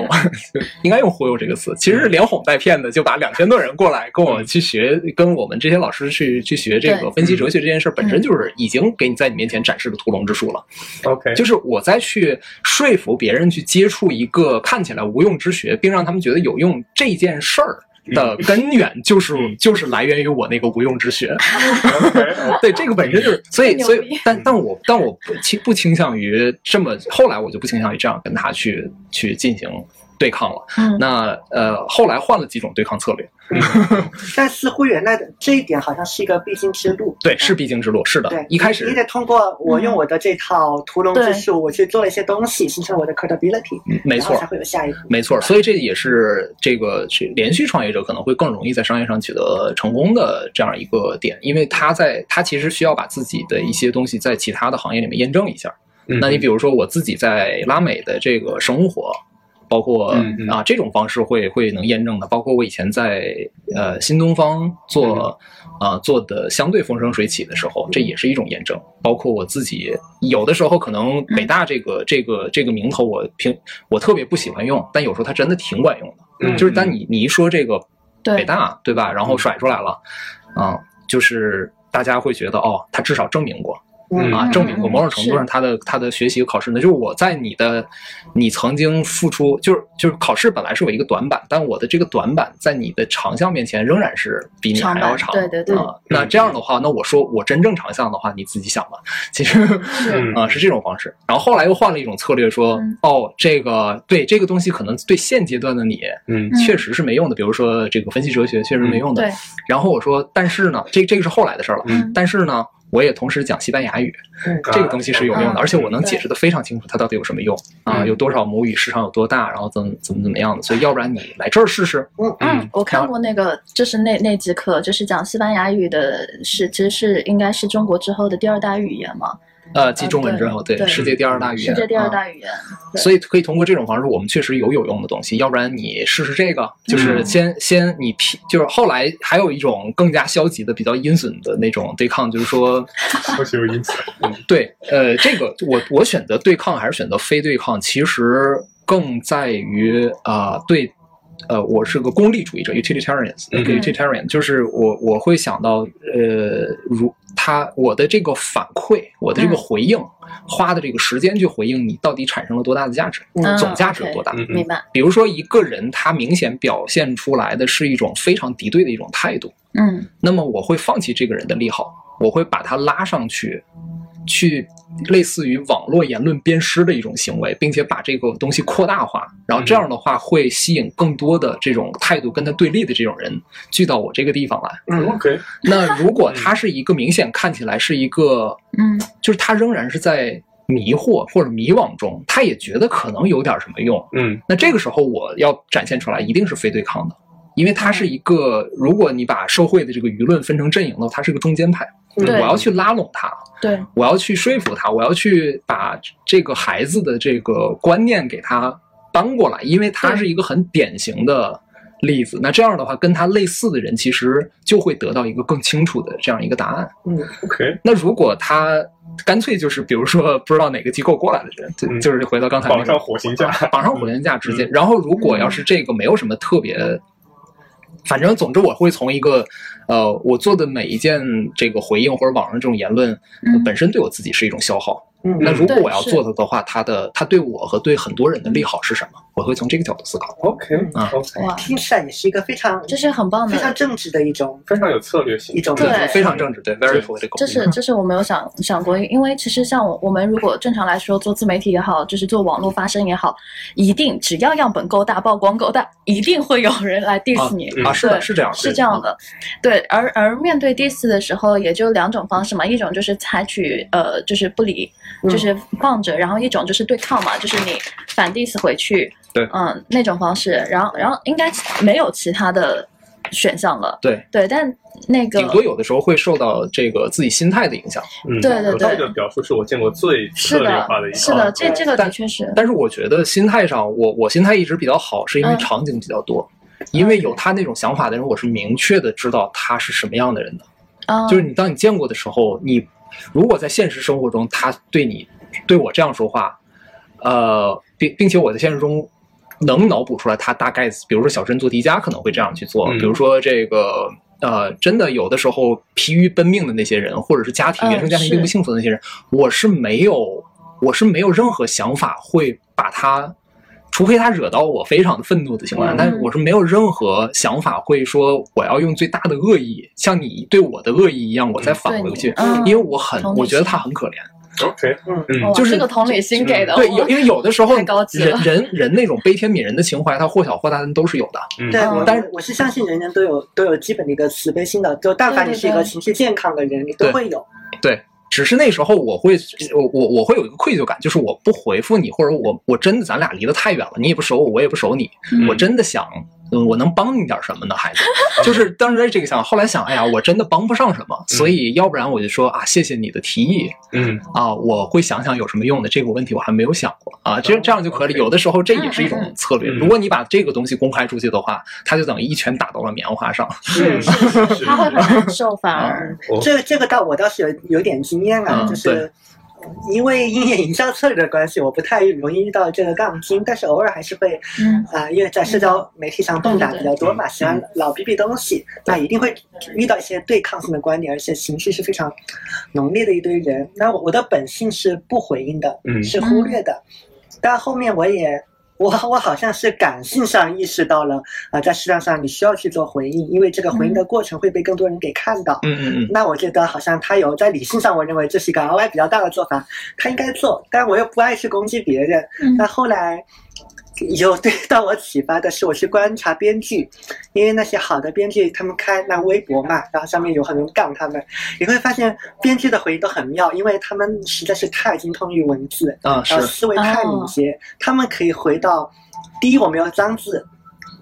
[SPEAKER 2] 应该用忽悠这个词，其实是连哄带骗的就把两千多人过来跟我去学，跟我们这些老师去去学这
[SPEAKER 1] 对嗯
[SPEAKER 2] 个分析哲学这件事，本身就是已经给你在你面前展示了屠龙之术了。
[SPEAKER 3] OK，
[SPEAKER 2] 就是我再去说服别人去接触一个看起来无用之学，并让他们觉得有用这件事儿。的根源就是
[SPEAKER 3] 嗯
[SPEAKER 2] 就是来源于我那个无用之学，
[SPEAKER 3] OK，
[SPEAKER 2] 对这个本身就是，所以
[SPEAKER 1] 牛
[SPEAKER 2] 所
[SPEAKER 1] 逼
[SPEAKER 2] 以，但但我但我不倾不倾向于这么，后来我就不倾向于这样跟他去去进行对抗了。
[SPEAKER 1] 嗯，
[SPEAKER 2] 那呃，后来换了几种对抗策略，
[SPEAKER 4] 但似乎原来的这一点好像是一个必经之路。
[SPEAKER 2] 对，是必经之路，是的
[SPEAKER 4] 嗯对，，
[SPEAKER 2] 一开
[SPEAKER 4] 你
[SPEAKER 2] 始
[SPEAKER 4] 得通过我用
[SPEAKER 1] 嗯
[SPEAKER 4] 我的这套屠龙
[SPEAKER 1] 对
[SPEAKER 4] 之术，我去做一些东西，形成我的 credibility，
[SPEAKER 2] 嗯没
[SPEAKER 4] 然后
[SPEAKER 2] 错
[SPEAKER 4] 才。会有下一步。
[SPEAKER 2] 没错，所以这也是这个去连续创业者可能会更容易在商业上取得成功的这样一个点，因为他在他其实需要把自己的一些东西在其他的行业里面验证一下。
[SPEAKER 3] 嗯
[SPEAKER 2] 那你比如说我自己在拉美的这个生活，包括
[SPEAKER 3] 嗯嗯
[SPEAKER 2] 啊这种方式会会能验证的，包括我以前在呃新东方
[SPEAKER 3] 嗯
[SPEAKER 2] 做啊做的相对风生水起的时候，这也是一种验证。包括我自己有的时候可能北大这个这个这个名头我平我特别不喜欢用，但有时候它真的挺管用的。
[SPEAKER 3] 嗯
[SPEAKER 2] 就是当你你一说这个
[SPEAKER 1] 对
[SPEAKER 2] 北大对吧，然后甩出来了，啊，就是大家会觉得哦，他至少证明过。
[SPEAKER 3] 嗯
[SPEAKER 2] 啊，证明过某种程度上他的他的学习和考试呢，就是我在你的你曾经付出，就是就是考试本来是我一个短板，但我的这个短板在你的长项面前仍然是比你还要
[SPEAKER 1] 长
[SPEAKER 2] 长。
[SPEAKER 1] 板对对对
[SPEAKER 2] 啊，那这样的话，那我说我真正长项的话，你自己想吧。其实
[SPEAKER 3] 嗯
[SPEAKER 2] 啊、是这种方式。然后后来又换了一种策略说，
[SPEAKER 1] 嗯
[SPEAKER 2] 哦，这个对这个东西可能对现阶段的你
[SPEAKER 3] 嗯
[SPEAKER 1] 嗯
[SPEAKER 2] 确实是没用的，比如说这个分析哲学确实没用的。
[SPEAKER 1] 对，
[SPEAKER 2] 然后我说，但是呢，这这个是后来的事儿了。
[SPEAKER 3] 嗯
[SPEAKER 2] 但是呢，我也同时讲西班牙语。这个东西是有用
[SPEAKER 1] 啊
[SPEAKER 2] 的，而且我能
[SPEAKER 1] 对
[SPEAKER 2] 解释的非常清楚，它到底有什么用啊？
[SPEAKER 3] 嗯
[SPEAKER 2] 有多少母语，市场有多大，然后怎么怎么怎么样的？所以要不然你来这儿试试，
[SPEAKER 1] 嗯，我看过那个，就是那那节课，就是讲西班牙语的是，其实是应该是中国之后的第二大语言嘛，
[SPEAKER 2] 呃，继中文之后，
[SPEAKER 1] 嗯对对
[SPEAKER 2] 世界第二大语言，
[SPEAKER 1] 世界第二
[SPEAKER 2] 啊
[SPEAKER 1] 大语言。对
[SPEAKER 2] 所以可以通过这种方式，我们确实有有用的东西。要不然你试试这个，就是
[SPEAKER 1] 嗯
[SPEAKER 2] 先、先你批，就是后来还有一种更加消极的、比较阴损的那种对抗，就是说，
[SPEAKER 3] 都是有因 此，
[SPEAKER 2] 对，呃，这个我我选择对抗还是选择非对抗，其实更在于啊、对，呃，我是个功利主义者 （utilitarian）。
[SPEAKER 3] 嗯
[SPEAKER 2] utilitarian 就是我我会想到，呃，如他我的这个反馈，我的这个
[SPEAKER 1] 嗯
[SPEAKER 2] 回应，花的这个时间去回应你到底产生了多大的价值，
[SPEAKER 1] 嗯
[SPEAKER 2] 总价值有多大？
[SPEAKER 3] 嗯
[SPEAKER 1] 明白，
[SPEAKER 2] 比如说一个人他明显表现出来的是一种非常敌对的一种态度，
[SPEAKER 1] 嗯
[SPEAKER 2] 那么我会放弃这个人的利好，我会把他拉上去，去类似于网络言论鞭尸的一种行为，并且把这个东西扩大化，然后这样的话会吸引更多的这种态度跟他对立的这种人聚到我这个地方来。
[SPEAKER 3] 嗯，OK，
[SPEAKER 2] 那如果他是一个明显看起来是一个，
[SPEAKER 1] 嗯，
[SPEAKER 2] 就是他仍然是在迷惑或者迷惘中，他也觉得可能有点什么用，
[SPEAKER 3] 嗯
[SPEAKER 2] 那这个时候我要展现出来，一定是非对抗的，因为它是一个，如果你把社会的这个舆论分成阵营的话，它是个中间派，
[SPEAKER 4] 嗯
[SPEAKER 1] 对
[SPEAKER 2] 我要去拉拢他，
[SPEAKER 1] 对，
[SPEAKER 2] 我要去说服他，我要去把这个孩子的这个观念给他搬过来，因为他
[SPEAKER 1] 对
[SPEAKER 2] 是一个很典型的例子。那这样的话，跟他类似的人其实就会得到一个更清楚的这样一个答案。
[SPEAKER 4] 嗯，
[SPEAKER 3] ，OK，
[SPEAKER 2] 那如果他干脆就是，比如说不知道哪个机构过来的人，就
[SPEAKER 3] 嗯
[SPEAKER 2] 就是回到刚才那个啊
[SPEAKER 3] 绑上火星架，
[SPEAKER 2] 绑上火箭架直接。然后如果要是这个没有什么特别，反正总之我会从一个呃我做的每一件这个回应或者网上这种言论、呃
[SPEAKER 1] 嗯
[SPEAKER 2] 本身对我自己是一种消耗。
[SPEAKER 4] 嗯
[SPEAKER 2] 那如果
[SPEAKER 1] 对
[SPEAKER 2] 我要
[SPEAKER 1] 是
[SPEAKER 2] 做的的话，它的它对我和对很多人的利好是什么？我会从这个角度思考。
[SPEAKER 3] OK
[SPEAKER 2] 啊
[SPEAKER 3] OK，
[SPEAKER 1] 哇，
[SPEAKER 4] 听起来也是一个非常
[SPEAKER 1] 这是很棒
[SPEAKER 4] 非常
[SPEAKER 1] 的，
[SPEAKER 4] 正直的一种
[SPEAKER 3] 非常有策略性
[SPEAKER 4] 一。种
[SPEAKER 1] 对
[SPEAKER 2] 非常正直，对，very political。
[SPEAKER 1] 这是这是我没有想想过，因为其实像我我们如果正常来说做自媒体也好，就是做网络发声也好，一定只要样本够大，曝光够大，一定会有人来 diss 你。
[SPEAKER 3] 嗯
[SPEAKER 2] 啊，是的，
[SPEAKER 1] 对
[SPEAKER 2] 是这样的，
[SPEAKER 1] 是这样的，对，而而面对 diss 的时候，也就两种方式嘛，一种就是采取呃，就是不理，
[SPEAKER 4] 嗯
[SPEAKER 1] 就是放着，然后一种就是对抗嘛，就是你反 diss 回去，
[SPEAKER 2] 对
[SPEAKER 1] 嗯，那种方式，然后然后应该没有其他的选项了，
[SPEAKER 2] 对。
[SPEAKER 1] 对，但那个
[SPEAKER 2] 顶多有的时候会受到这个自己心态的影响，
[SPEAKER 3] 嗯，
[SPEAKER 1] 对对
[SPEAKER 3] 有道理
[SPEAKER 1] 对
[SPEAKER 3] 的表述是我见过最策
[SPEAKER 1] 是
[SPEAKER 3] 略
[SPEAKER 1] 的
[SPEAKER 3] 化的一，个。啊
[SPEAKER 1] 是的，这这个的确是，
[SPEAKER 2] 啊但是我觉得心态上，我我心态一直比较好，是因为
[SPEAKER 1] 嗯
[SPEAKER 2] 场景比较多，因为有他那种想法的人，我是明确的知道他是什么样的人的。
[SPEAKER 1] 嗯，
[SPEAKER 2] 就是你当你见过的时候，你如果在现实生活中他对你对我这样说话，呃，并并且我在现实中能脑补出来他大概，比如说小镇做题家可能会这样去做，
[SPEAKER 3] 嗯
[SPEAKER 2] 比如说这个。呃，真的有的时候疲于奔命的那些人，或者是家庭
[SPEAKER 1] 嗯
[SPEAKER 2] 原生家庭
[SPEAKER 1] 是
[SPEAKER 2] 并不幸福的那些人，我是没有，我是没有任何想法会把他，除非他惹到我非常的愤怒的情况下，
[SPEAKER 3] 嗯
[SPEAKER 2] 但是我是没有任何想法会说我要用最大的恶意，像你对我的恶意一样，我再
[SPEAKER 1] 对
[SPEAKER 2] 返回
[SPEAKER 1] 你，
[SPEAKER 2] 去，
[SPEAKER 1] 嗯
[SPEAKER 2] 因为我很
[SPEAKER 1] 同，理
[SPEAKER 2] 我觉得
[SPEAKER 1] 心
[SPEAKER 2] 他很可怜。
[SPEAKER 3] OK，
[SPEAKER 4] 嗯
[SPEAKER 3] 嗯
[SPEAKER 1] 哇
[SPEAKER 2] 就是
[SPEAKER 1] 这个同理心给的，
[SPEAKER 2] 对，
[SPEAKER 1] 哇
[SPEAKER 2] 有因为有的时候
[SPEAKER 1] 太高级
[SPEAKER 2] 人
[SPEAKER 1] 了
[SPEAKER 2] 人人那种悲天悯人的情怀，他或小或大，都是有的。
[SPEAKER 3] 嗯，
[SPEAKER 4] 对，我
[SPEAKER 2] 但
[SPEAKER 4] 但我是相信人人都有都有基本的一个慈悲心的，就但凡你是一
[SPEAKER 1] 对
[SPEAKER 4] 个
[SPEAKER 1] 对对
[SPEAKER 4] 情绪健康的人，你都
[SPEAKER 2] 对
[SPEAKER 4] 会有。
[SPEAKER 2] 对，只是那时候我会，我我我会有一个愧疚感，就是我不回复你，或者我我真的咱俩离得太远了，你也不熟我，我也不熟你，
[SPEAKER 1] 嗯
[SPEAKER 2] 我真的想。嗯，我能帮你点什么呢，孩子？ 就是当时这个想，后来想，哎呀，我真的帮不上什么，所以要不然我就说啊，谢谢你的提议，
[SPEAKER 3] 嗯，
[SPEAKER 2] 啊，我会想想有什么用的这个问题，我还没有想过啊。这这样就
[SPEAKER 1] 哦
[SPEAKER 2] 可以了。
[SPEAKER 3] OK
[SPEAKER 2] 有的时候这也是一种策
[SPEAKER 3] 嗯
[SPEAKER 2] 略。
[SPEAKER 3] 嗯嗯
[SPEAKER 2] 如果你把这个东西公开出去的话，它就等于一拳打到了棉花上。
[SPEAKER 3] 嗯
[SPEAKER 1] 是是
[SPEAKER 3] 是
[SPEAKER 1] 他会很难受，反而
[SPEAKER 3] 我
[SPEAKER 4] 这这个倒我倒是有有点经验啊，
[SPEAKER 2] 嗯
[SPEAKER 4] 就是因为鹰眼营销策略的关系，我不太容易遇到这个杠精，但是偶尔还是会
[SPEAKER 1] 嗯
[SPEAKER 4] 啊、因为在社交媒体上动荡比较多嘛，喜欢老逼逼东西，那一定会遇到一些对抗性的观点，而且情绪是非常浓烈的一堆人。那我我的本性是不回应的，
[SPEAKER 3] 嗯
[SPEAKER 4] 是忽略的，但后面我也。我我好像是感性上意识到了啊、在适当上你需要去做回应，因为这个回应的过程会被更多人给看到。
[SPEAKER 2] 嗯嗯嗯，
[SPEAKER 4] 那我觉得好像他有在理性上，我认为这是一个 ROI 比较大的做法，他应该做，但我又不爱去攻击别人。
[SPEAKER 1] 嗯
[SPEAKER 4] 那后来有对到我启发的是，我去观察编剧，因为那些好的编剧他们开那微博嘛，然后上面有很多人杠他们，你会发现编剧的回应都很妙，因为他们实在是太精通于文字，
[SPEAKER 2] 啊是
[SPEAKER 4] 然后
[SPEAKER 1] 哦
[SPEAKER 4] 哦思维太敏捷，他们可以回到第一我没有脏字，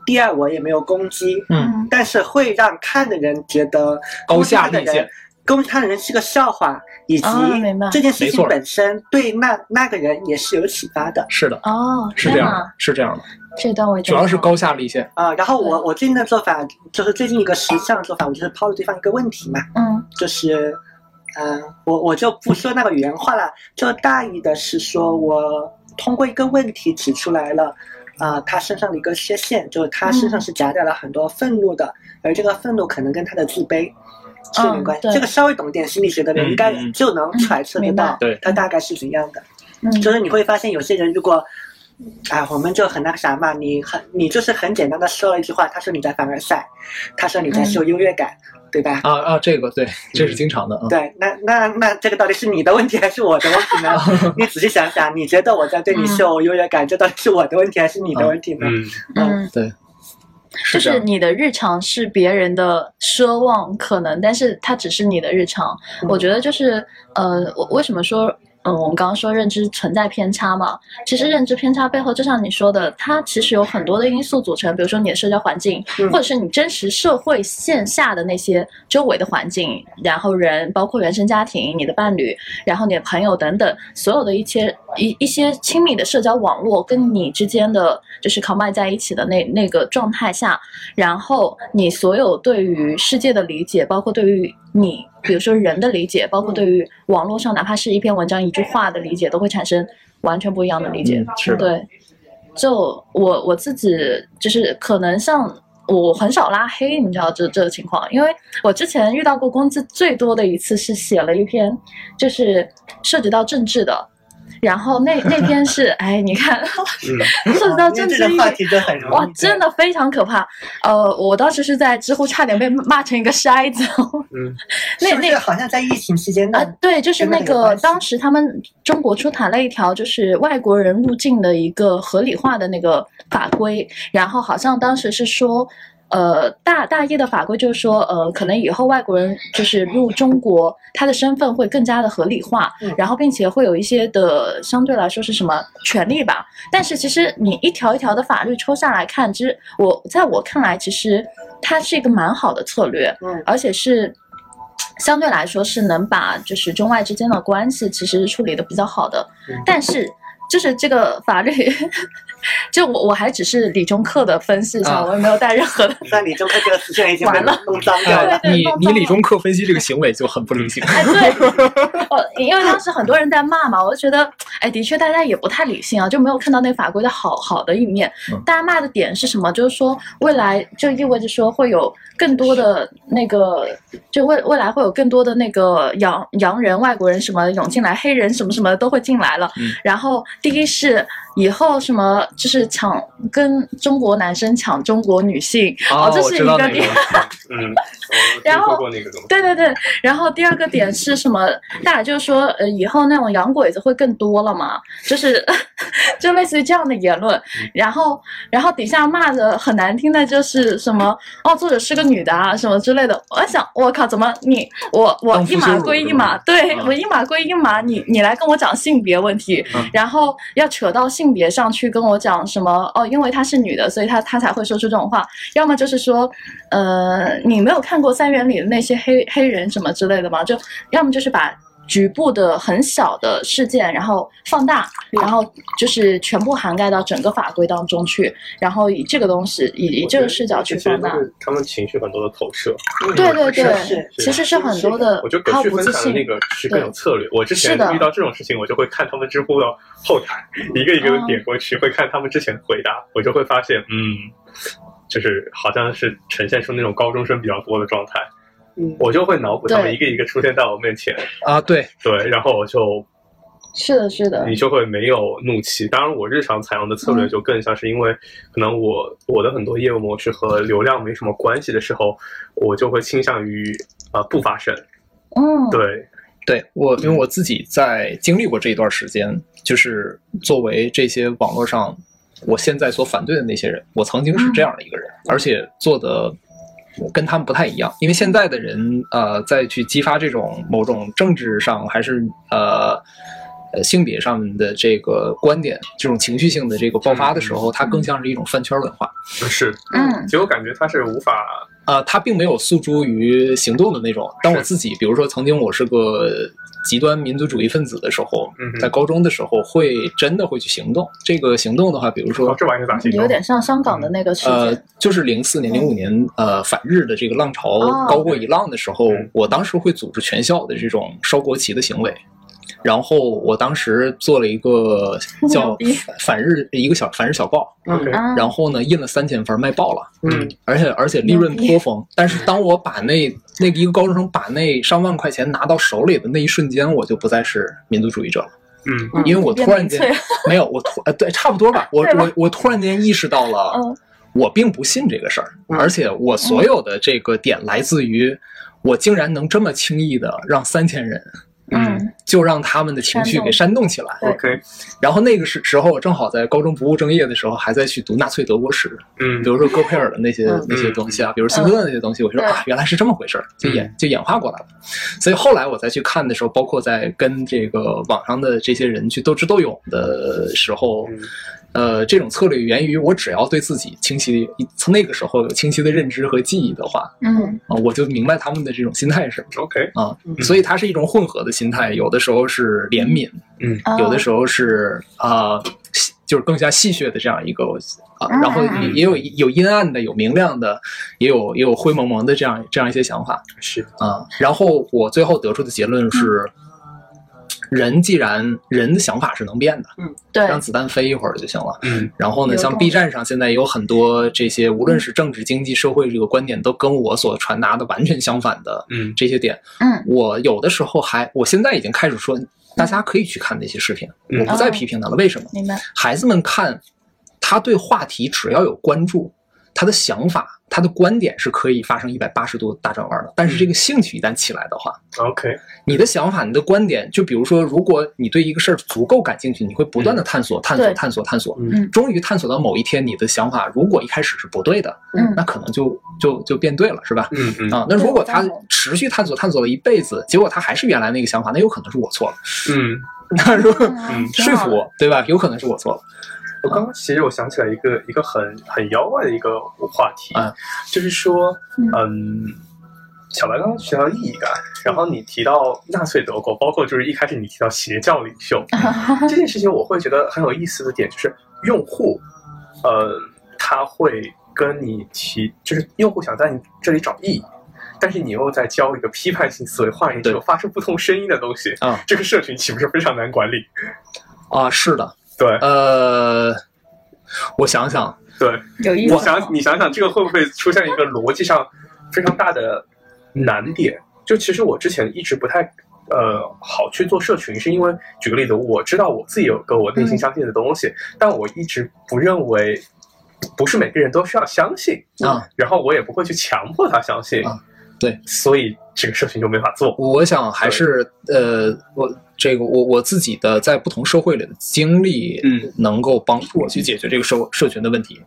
[SPEAKER 4] 第二我也没有攻击，
[SPEAKER 2] 嗯，
[SPEAKER 4] 但是会让看的人觉得
[SPEAKER 2] 高下立
[SPEAKER 4] 攻击他的
[SPEAKER 2] 见
[SPEAKER 4] 人，攻击他的人是个笑话，以及
[SPEAKER 1] 啊明白
[SPEAKER 4] 这件事
[SPEAKER 2] 没
[SPEAKER 4] 情
[SPEAKER 2] 错
[SPEAKER 4] 本身对那那个人也是有启发的
[SPEAKER 2] 是的，
[SPEAKER 1] 哦，
[SPEAKER 2] 是这
[SPEAKER 1] 天
[SPEAKER 2] 样
[SPEAKER 1] 哪
[SPEAKER 2] 的，是这
[SPEAKER 1] 哦
[SPEAKER 2] 样的，
[SPEAKER 1] 这段我也
[SPEAKER 2] 主要是
[SPEAKER 1] 真的
[SPEAKER 2] 高下立现。
[SPEAKER 4] 啊、然后我
[SPEAKER 1] 对
[SPEAKER 4] 我最近的做法就是最近一个实项的做法，我就是抛了对方一个问题嘛，
[SPEAKER 1] 嗯
[SPEAKER 4] 就是，嗯、我我就不说那个原话了，就大意的是说我通过一个问题指出来了，啊、他身上的一个缺陷，就是他身
[SPEAKER 1] 嗯
[SPEAKER 4] 上是夹带了很多愤怒的，而这个愤怒可能跟他的自卑。是有
[SPEAKER 1] 嗯
[SPEAKER 4] 关系，
[SPEAKER 1] 对
[SPEAKER 4] 这个稍微懂点心理学的人
[SPEAKER 2] 嗯
[SPEAKER 4] 应该
[SPEAKER 2] 嗯嗯
[SPEAKER 4] 就能揣测
[SPEAKER 1] 嗯
[SPEAKER 4] 得
[SPEAKER 1] 明白
[SPEAKER 4] 到
[SPEAKER 2] 对，
[SPEAKER 4] 他大概是怎样的。
[SPEAKER 1] 嗯，
[SPEAKER 4] 就是你会发现有些人如果，啊，我们就很那个啥嘛，你很你就是很简单的说了一句话，他说你在凡尔赛，他说你
[SPEAKER 1] 嗯
[SPEAKER 4] 在秀优越感，对吧？
[SPEAKER 2] 啊啊，这个对，这是经常
[SPEAKER 1] 嗯
[SPEAKER 2] 的啊。
[SPEAKER 4] 对，那那那这个到底是你的问题还是我的问题
[SPEAKER 3] 哦
[SPEAKER 4] 呢？你仔细想想，你觉得我在对你秀优越感，这到底是我的问题还是你的问题呢？
[SPEAKER 3] 嗯
[SPEAKER 1] 嗯，
[SPEAKER 2] 是这
[SPEAKER 1] 就是
[SPEAKER 2] 样的。
[SPEAKER 1] 你的日常是别人的奢望，可能，但是它只是你的日常。
[SPEAKER 4] 嗯
[SPEAKER 1] 我觉得就是呃，我为什么说？嗯，我们刚刚说认知存在偏差嘛，其实认知偏差背后，就像你说的，它其实有很多的因素组成，比如说你的社交环境，
[SPEAKER 4] 嗯
[SPEAKER 1] 或者是你真实社会线下的那些周围的环境，然后人，包括原生家庭、你的伴侣，然后你的朋友等等，所有的一些一一些亲密的社交网络跟你之间的就是 combine 在一起的那那个状态下，然后你所有对于世界的理解，包括对于你，比如说人的理解，包括对于网络上哪怕是一篇文章、一句话的理解，都会产生完全不一样的理解。
[SPEAKER 2] 嗯是的
[SPEAKER 1] 对。就我我自己就是可能像我很少拉黑，你知道这这个情况，因为我之前遇到过工资最多的一次是写了一篇，就是涉及到政治的。然后那那篇是，哎，你看，
[SPEAKER 3] 嗯，
[SPEAKER 1] 涉及到政
[SPEAKER 4] 这
[SPEAKER 1] 治
[SPEAKER 4] 个
[SPEAKER 1] 议
[SPEAKER 4] 话
[SPEAKER 1] 题，
[SPEAKER 4] 题就很容易
[SPEAKER 1] 哇，
[SPEAKER 4] 被
[SPEAKER 1] 真的非常可怕。呃，我当时是在知乎差点被骂成一个筛子。
[SPEAKER 3] 嗯，
[SPEAKER 1] 那
[SPEAKER 4] 是不
[SPEAKER 1] 那
[SPEAKER 4] 是好像在疫情期间
[SPEAKER 1] 啊
[SPEAKER 4] 那，
[SPEAKER 1] 对，就是
[SPEAKER 4] 跟那
[SPEAKER 1] 那
[SPEAKER 4] 个有
[SPEAKER 1] 个
[SPEAKER 4] 关系
[SPEAKER 1] 当时他们中国出台了一条，就是外国人入境的一个合理化的那个法规，然后好像当时是说。呃，大大意的法规就是说，呃，可能以后外国人就是入中国，他的身份会更加的合理化，
[SPEAKER 4] 嗯
[SPEAKER 1] 然后并且会有一些的相对来说是什么权利吧。但是其实你一条一条的法律抽下来看，其实我在我看来，其实它是一个蛮好的策略。
[SPEAKER 4] 嗯，
[SPEAKER 1] 而且是相对来说是能把就是中外之间的关系其实处理的比较好的
[SPEAKER 3] 嗯，
[SPEAKER 1] 但是就是这个法律， 就我我还只是理中客的分析一下，
[SPEAKER 2] 啊
[SPEAKER 1] 我也没有带任何的。
[SPEAKER 4] 那李中科这个词现在已经被
[SPEAKER 1] 完了
[SPEAKER 4] 弄脏掉
[SPEAKER 2] 呃
[SPEAKER 4] 了。
[SPEAKER 1] 对对
[SPEAKER 2] 你
[SPEAKER 1] 弄
[SPEAKER 2] 你
[SPEAKER 1] 脏
[SPEAKER 2] 理
[SPEAKER 1] 了
[SPEAKER 2] 中客分析这个行为就很不理性。
[SPEAKER 1] 哎，对，哦，因为当时很多人在骂嘛，我就觉得，哎，的确大家也不太理性啊，就没有看到那个法规的好好的一面
[SPEAKER 2] 嗯。
[SPEAKER 1] 大家骂的点是什么？就是说未来就意味着说会有更多的那个，就未未来会有更多的那个洋洋人、外国人什么涌进来，黑人什么什么的都会进来了。
[SPEAKER 2] 嗯
[SPEAKER 1] 然后第一是以后什么就是抢跟中国男生抢中国女性，
[SPEAKER 2] 哦
[SPEAKER 1] 这
[SPEAKER 2] 我
[SPEAKER 1] 是
[SPEAKER 2] 知
[SPEAKER 1] 一
[SPEAKER 2] 道
[SPEAKER 1] 个
[SPEAKER 2] 那
[SPEAKER 1] 点
[SPEAKER 2] 个。
[SPEAKER 3] 嗯，我听
[SPEAKER 1] 然后
[SPEAKER 3] 说过那个东西，
[SPEAKER 1] 对对对，然后第二个点是什么？大家就是说，呃，以后那种洋鬼子会更多了嘛，就是 就类似于这样的言论。
[SPEAKER 2] 嗯
[SPEAKER 1] 然后，然后底下骂的很难听的就是什么哦，作者是个女的啊，什么之类的。我在想，我靠，怎么你我我
[SPEAKER 2] 荡妇
[SPEAKER 1] 一码
[SPEAKER 2] 羞辱
[SPEAKER 1] 归
[SPEAKER 2] 是
[SPEAKER 1] 一
[SPEAKER 2] 吧
[SPEAKER 1] 码，对、
[SPEAKER 2] 嗯
[SPEAKER 1] 我一码归一码，你你来跟我讲性别问题，
[SPEAKER 2] 嗯
[SPEAKER 1] 然后要扯到性别上去跟我讲什么哦，因为她是女的，所以她她才会说出这种话。要么就是说，呃，你没有看过三元里的那些黑黑人什么之类的吗？就要么就是把局部的很小的事件，然后放大，然后就是全部涵盖到整个法规当中去，然后以这个东西，以以这个视角去
[SPEAKER 3] 我觉得这
[SPEAKER 1] 放大
[SPEAKER 3] 些都。是他们情绪很多的投射。
[SPEAKER 1] 对对
[SPEAKER 4] 是
[SPEAKER 1] 对
[SPEAKER 4] 是，
[SPEAKER 1] 其实是很多的
[SPEAKER 3] 我觉得，
[SPEAKER 1] 还
[SPEAKER 3] 葛
[SPEAKER 1] 有
[SPEAKER 3] 旭
[SPEAKER 1] 不
[SPEAKER 3] 分
[SPEAKER 1] 自
[SPEAKER 3] 享的
[SPEAKER 1] 信。
[SPEAKER 3] 那个是更有策略。我之前
[SPEAKER 1] 是的
[SPEAKER 3] 遇到这种事情，我就会看他们知乎的后台，一个一个
[SPEAKER 1] 嗯
[SPEAKER 3] 的点过去，会看他们之前的回答，我就会发现，嗯，就是好像是呈现出那种高中生比较多的状态，
[SPEAKER 4] 嗯，
[SPEAKER 3] 我就会脑补他们
[SPEAKER 1] 对
[SPEAKER 3] 一个一个出现在我面前，
[SPEAKER 2] 啊，对，
[SPEAKER 3] 对，然后我就是
[SPEAKER 1] 的，是的
[SPEAKER 3] 你，就会没有怒气。当然，我日常采用的
[SPEAKER 1] 嗯
[SPEAKER 3] 策略就更像是因为可能我我的很多业务模式和流量没什么关系的时候，我就会倾向于啊、呃不发声，
[SPEAKER 1] 嗯，
[SPEAKER 3] 对，
[SPEAKER 2] 对我，因为我自己在经历过这一段时间，就是作为这些网络上我现在所反对的那些人，我曾经是这样的一个人，而且做的跟他们不太一样。因为现在的人，呃，再去激发这种某种政治上还是呃呃性别上的这个观点，这种情绪性的这个爆发的时候，它更像是一种饭圈文化。
[SPEAKER 3] 是。
[SPEAKER 1] 嗯，
[SPEAKER 3] 其实我感觉他是无法，
[SPEAKER 2] 啊，它并没有诉诸于行动的那种。当我自己，比如说曾经我是个极端民族主义分子的时候
[SPEAKER 3] 嗯哼，
[SPEAKER 2] 在高中的时候会真的会去行动。这个行动的话，比如
[SPEAKER 3] 哦
[SPEAKER 2] 说，
[SPEAKER 3] 这玩意儿咋形容？
[SPEAKER 1] 有点像香港的那个事
[SPEAKER 2] 呃
[SPEAKER 1] 件。，
[SPEAKER 2] 就是零四年、零五年，呃，反日的这个浪潮
[SPEAKER 1] 哦
[SPEAKER 2] 高过一浪的时候
[SPEAKER 3] 嗯，
[SPEAKER 2] 我当时会组织全校的这种烧国旗的行为。然后我当时做了一 个
[SPEAKER 1] 牛
[SPEAKER 2] 叫
[SPEAKER 1] 逼
[SPEAKER 2] 反反日一个小反日小报，
[SPEAKER 3] OK，
[SPEAKER 1] 啊，
[SPEAKER 2] 呃然后呢印了三千份儿卖爆了。
[SPEAKER 4] 嗯，
[SPEAKER 2] 而且而且利润颇丰。但是当我把那那个一个高中生把那上万块钱拿到手里的那一瞬间，我就不再是民族主义者了，
[SPEAKER 3] 嗯
[SPEAKER 4] 嗯
[SPEAKER 2] 因为我
[SPEAKER 1] 变
[SPEAKER 2] 突然
[SPEAKER 1] 民
[SPEAKER 2] 间
[SPEAKER 1] 粹
[SPEAKER 2] 没有我突呃对差不多吧，我
[SPEAKER 1] 对吧
[SPEAKER 2] 我我突然间意识到了
[SPEAKER 1] 嗯，
[SPEAKER 2] 我并不信这个事儿，
[SPEAKER 4] 嗯
[SPEAKER 2] 而且我所有的这个点来自于我竟然能这么轻易的让三千人。
[SPEAKER 1] 嗯，
[SPEAKER 2] 就让他们的情绪给煽动起来，
[SPEAKER 1] 对
[SPEAKER 3] ，OK，
[SPEAKER 2] 然后那个时时候我正好在高中不务正业的时候，还在去读纳粹德国史，
[SPEAKER 3] 嗯
[SPEAKER 2] 比，如说戈佩尔的那些
[SPEAKER 4] 嗯
[SPEAKER 2] 那些东西啊，比如辛顿的那些东西，我说
[SPEAKER 1] 对
[SPEAKER 2] 啊，原来是这么回事儿，就演就演化过来了。所以后来我再去看的时候，包括在跟这个网上的这些人去斗智斗勇的时候，呃，这种策略源于我只要对自己清晰，从那个时候有清晰的认知和记忆的话，
[SPEAKER 1] 嗯，
[SPEAKER 2] 啊，我就明白他们的这种心态是什么。
[SPEAKER 3] OK，
[SPEAKER 2] 啊
[SPEAKER 4] 嗯，
[SPEAKER 2] 所以它是一种混合的心态，有的时候是怜悯，
[SPEAKER 1] 啊
[SPEAKER 2] 有的时候是啊、呃戏就是更加戏谑的这样一个啊、
[SPEAKER 1] 嗯
[SPEAKER 2] 然后
[SPEAKER 1] 嗯
[SPEAKER 2] 也也有有阴暗的，有明亮的，也有也有灰蒙蒙的这样这样一些想法
[SPEAKER 3] 是，
[SPEAKER 2] 啊、然后我最后得出的结
[SPEAKER 1] 嗯
[SPEAKER 2] 论是，人既然人的想法是能变的，
[SPEAKER 1] 嗯对，
[SPEAKER 2] 让子弹飞一会儿就行了。
[SPEAKER 3] 嗯
[SPEAKER 2] 然后呢，
[SPEAKER 1] 流动
[SPEAKER 2] 像 B 站上现在有很多这些，无
[SPEAKER 1] 嗯
[SPEAKER 2] 论是政治、经济、社会这个观点，都跟我所传达的完全相反的
[SPEAKER 3] 嗯
[SPEAKER 2] 这些点，
[SPEAKER 1] 嗯
[SPEAKER 2] 我有的时候还，我现在已经开始说，大家可以去看那些视频，
[SPEAKER 3] 嗯
[SPEAKER 2] 我不再批评他了。为什么？
[SPEAKER 1] 哦明白，
[SPEAKER 2] 孩子们看，他对话题只要有关注，他的想法、他的观点是可以发生一百八十度大转弯的。但是这个兴趣一旦起来的话，
[SPEAKER 3] OK，
[SPEAKER 2] 你的想法、你的观点，就比如说，如果你对一个事儿足够感兴趣，你会不断的探索、探索、
[SPEAKER 1] 对
[SPEAKER 2] 探索、探索，
[SPEAKER 3] 嗯
[SPEAKER 2] 终于探索到某一天，你的想法如果一开始是不对的，
[SPEAKER 1] 嗯
[SPEAKER 2] 那可能就就就变对了，是吧？
[SPEAKER 3] 嗯嗯
[SPEAKER 2] 啊，那如果他
[SPEAKER 1] 对我赞同
[SPEAKER 2] 持续探索探索了一辈子，结果他还是原来那个想法，那有可能是我错了。
[SPEAKER 3] 嗯，
[SPEAKER 2] 那如果
[SPEAKER 1] 嗯 挺
[SPEAKER 2] 说
[SPEAKER 1] 好
[SPEAKER 2] 服
[SPEAKER 1] 的
[SPEAKER 2] 我，对吧？有可能是我错了。
[SPEAKER 3] 我刚刚其实我想起来一个一个很很妖怪的一个话题，
[SPEAKER 2] 嗯
[SPEAKER 3] 就是说，
[SPEAKER 1] 嗯
[SPEAKER 3] 嗯，小白刚刚提到意义感，然后你提到纳粹德国，包括就是一开始你提到邪教领袖这件事情，我会觉得很有意思的点就是用户，呃，他会跟你提，就是用户想在你这里找意义。但是你又在教一个批判性思维、化研究、
[SPEAKER 2] 对
[SPEAKER 3] 发出不同声音的东西，
[SPEAKER 2] 啊
[SPEAKER 3] 这个社群岂不是非常难管理？
[SPEAKER 2] 啊，是的，
[SPEAKER 3] 对、
[SPEAKER 2] 呃，我想啊想，
[SPEAKER 3] 对，
[SPEAKER 1] 有意思
[SPEAKER 3] 你
[SPEAKER 1] 哦。
[SPEAKER 3] 想，你想想，这个会不会出现一个逻辑上非常大的难点？就其实我之前一直不太呃好去做社群，是因为举个例子，我知道我自己有个我内心相信的东西，但我一直不认为不是每个人都需要相信
[SPEAKER 2] 啊，
[SPEAKER 3] 然后我也不会去强迫他相信
[SPEAKER 2] 啊，对，
[SPEAKER 3] 所以这个社群就没法做。
[SPEAKER 2] 我想还是呃，我这个我我自己的在不同社会里的经历，
[SPEAKER 3] 嗯，
[SPEAKER 2] 能够帮助我去解决这个社社群的问题。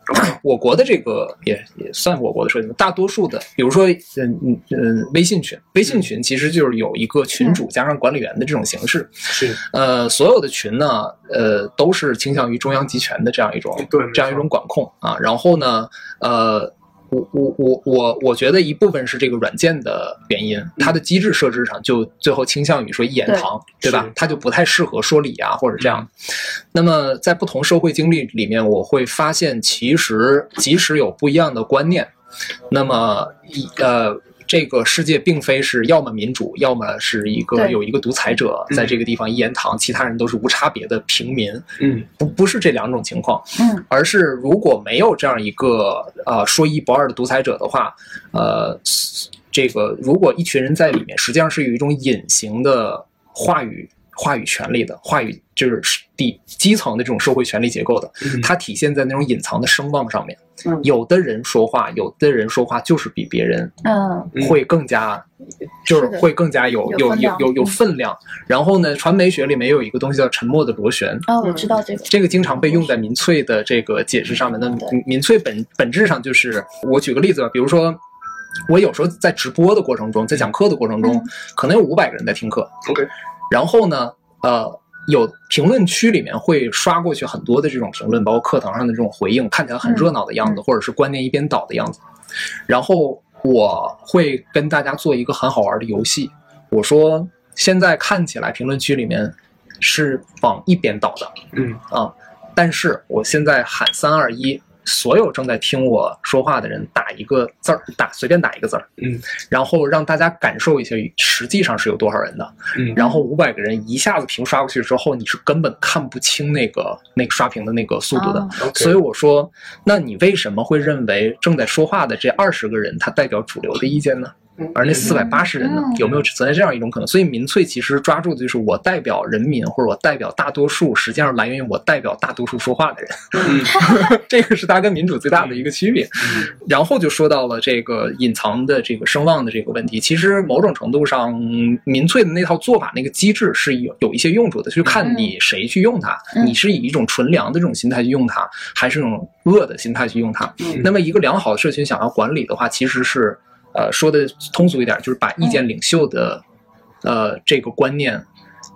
[SPEAKER 2] 我国的这个也也算我国的社群，大多数的，比如说嗯嗯嗯，微信群，微信群其实就是有一个群主加上管理员的这种形式。
[SPEAKER 3] 嗯是，
[SPEAKER 2] 呃，所有的群呢，呃，都是倾向于中央集权的这样一种
[SPEAKER 3] 对没错
[SPEAKER 2] 这样一种管控啊。然后呢，呃，我我我我我觉得一部分是这个软件的原因，它的机制设置上就最后倾向于说一言堂，对
[SPEAKER 3] 对
[SPEAKER 2] 吧
[SPEAKER 3] 是？
[SPEAKER 2] 它就不太适合说理啊或者这样。那么在不同社会经历里面，我会发现，其实即使有不一样的观念，那么一呃。这个世界并非是要么民主，要么是一个
[SPEAKER 1] 对
[SPEAKER 2] 有一个独裁者
[SPEAKER 3] 嗯
[SPEAKER 2] 在这个地方一言堂，其他人都是无差别的平民，
[SPEAKER 3] 嗯
[SPEAKER 2] 不不是这两种情况，
[SPEAKER 1] 嗯，
[SPEAKER 2] 而是如果没有这样一个呃说一不二的独裁者的话，呃，这个如果一群人在里面，实际上是有一种隐形的话语话语权利的话语，就是底基层的这种社会权力结构的，
[SPEAKER 3] 嗯
[SPEAKER 2] 它体现在那种隐藏的声望上面。
[SPEAKER 4] 嗯
[SPEAKER 2] 有的人说话，有的人说话就是比别人
[SPEAKER 1] 嗯
[SPEAKER 3] 嗯
[SPEAKER 2] 会更加，就是
[SPEAKER 1] 是的
[SPEAKER 2] 会更加有
[SPEAKER 1] 有
[SPEAKER 2] 有
[SPEAKER 1] 分
[SPEAKER 2] 有
[SPEAKER 1] 量
[SPEAKER 2] 有有
[SPEAKER 1] 嗯
[SPEAKER 2] 分量。然后呢，传媒学里面有一个东西叫沉默的螺旋，
[SPEAKER 1] 哦，我知道这个，
[SPEAKER 2] 这个经常被用在民粹的这个解释上面。那
[SPEAKER 1] 对
[SPEAKER 2] 民民粹本本质上就是，我举个例子吧，比如说。我有时候在直播的过程中，在讲课的过程中
[SPEAKER 1] 嗯，
[SPEAKER 2] 可能有五百个人在听课，
[SPEAKER 3] ，OK，
[SPEAKER 2] 然后呢，呃，有评论区里面会刷过去很多的这种评论，包括课堂上的这种回应，看起来很热闹的样子，
[SPEAKER 1] 嗯
[SPEAKER 2] 或者是观念一边倒的样子。然后我会跟大家做一个很好玩的游戏，我说现在看起来评论区里面是往一边倒的，
[SPEAKER 3] 嗯
[SPEAKER 2] 啊，但是我现在喊三二一，所有正在听我说话的人打一个字儿，打随便打一个字儿，
[SPEAKER 3] 嗯，
[SPEAKER 2] 然后让大家感受一下实际上是有多少人的，
[SPEAKER 3] 嗯
[SPEAKER 2] 然后五百个人一下子屏刷过去之后，你是根本看不清那个那个刷屏的那个速度的。
[SPEAKER 1] 哦
[SPEAKER 3] 嗯，OK，
[SPEAKER 2] 嗯所以我说，那你为什么会认为正在说话的这二十个人他代表主流的意见呢
[SPEAKER 4] 嗯？
[SPEAKER 2] 而那四百八十人呢
[SPEAKER 1] 嗯，
[SPEAKER 2] 有没有存在这样一种可能？所以民粹其实抓住的就是我代表人民，或者我代表大多数，实际上来源于我代表大多数说话的人。
[SPEAKER 3] 嗯
[SPEAKER 2] 这个是它跟民主最大的一个区别。然后就说到了这个隐藏的这个声望的这个问题。其实某种程度上，民粹的那套做法、那个机制是有有一些用处的，就看你谁去用它。
[SPEAKER 1] 嗯
[SPEAKER 2] 你是以一种纯良的这种心态去用它，还是一种恶的心态去用它？
[SPEAKER 4] 嗯
[SPEAKER 2] 那么一个良好的社群想要管理的话，其实是呃说的通俗一点，就是把意见领袖的、呃这个观念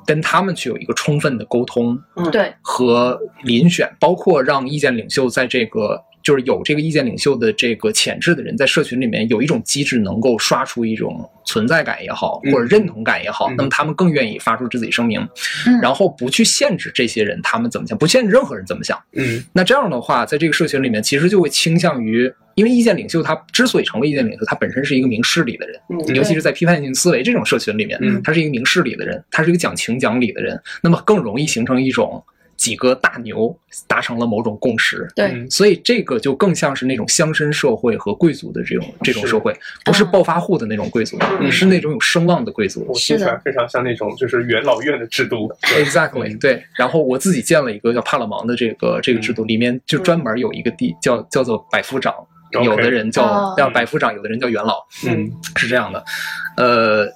[SPEAKER 2] 跟他们去有一个充分的沟通。
[SPEAKER 1] 对，
[SPEAKER 2] 和遴选，包括让意见领袖在这个就是有这个意见领袖的这个潜质的人，在社群里面有一种机制，能够刷出一种存在感也好，
[SPEAKER 3] 嗯
[SPEAKER 2] 或者认同感也好，
[SPEAKER 3] 嗯
[SPEAKER 2] 那么他们更愿意发出自己声明，
[SPEAKER 1] 嗯，
[SPEAKER 2] 然后不去限制这些人他们怎么想，不限制任何人怎么想。
[SPEAKER 3] 嗯
[SPEAKER 2] 那这样的话，在这个社群里面，其实就会倾向于，因为意见领袖他之所以成为意见领袖，他本身是一个明事理的人，
[SPEAKER 4] 嗯
[SPEAKER 2] 尤其是在批判性思维这种社群里面，
[SPEAKER 3] 嗯
[SPEAKER 2] 他是一个明事理的人，他是一个讲情讲理的人，那么更容易形成一种几个大牛达成了某种共识。
[SPEAKER 1] 对，
[SPEAKER 3] 嗯
[SPEAKER 2] 所以这个就更像是那种乡绅社会和贵族的这种这种
[SPEAKER 3] 哦是哦
[SPEAKER 2] 社会，不是暴发户的那种贵族，
[SPEAKER 3] 嗯
[SPEAKER 2] 是那种有声望的贵哎族。
[SPEAKER 3] 我听起来非常像那种就是元老院的制度，对
[SPEAKER 2] Exactly，对。然后我自己建了一个叫帕勒芒的这个这
[SPEAKER 3] 嗯
[SPEAKER 2] 个制度，里面就专门有一个地叫叫做百夫长，
[SPEAKER 3] OK
[SPEAKER 2] 有的人
[SPEAKER 1] 哦
[SPEAKER 2] 叫叫百夫长，有的人叫元老，
[SPEAKER 3] 嗯，
[SPEAKER 2] 是这样的。呃，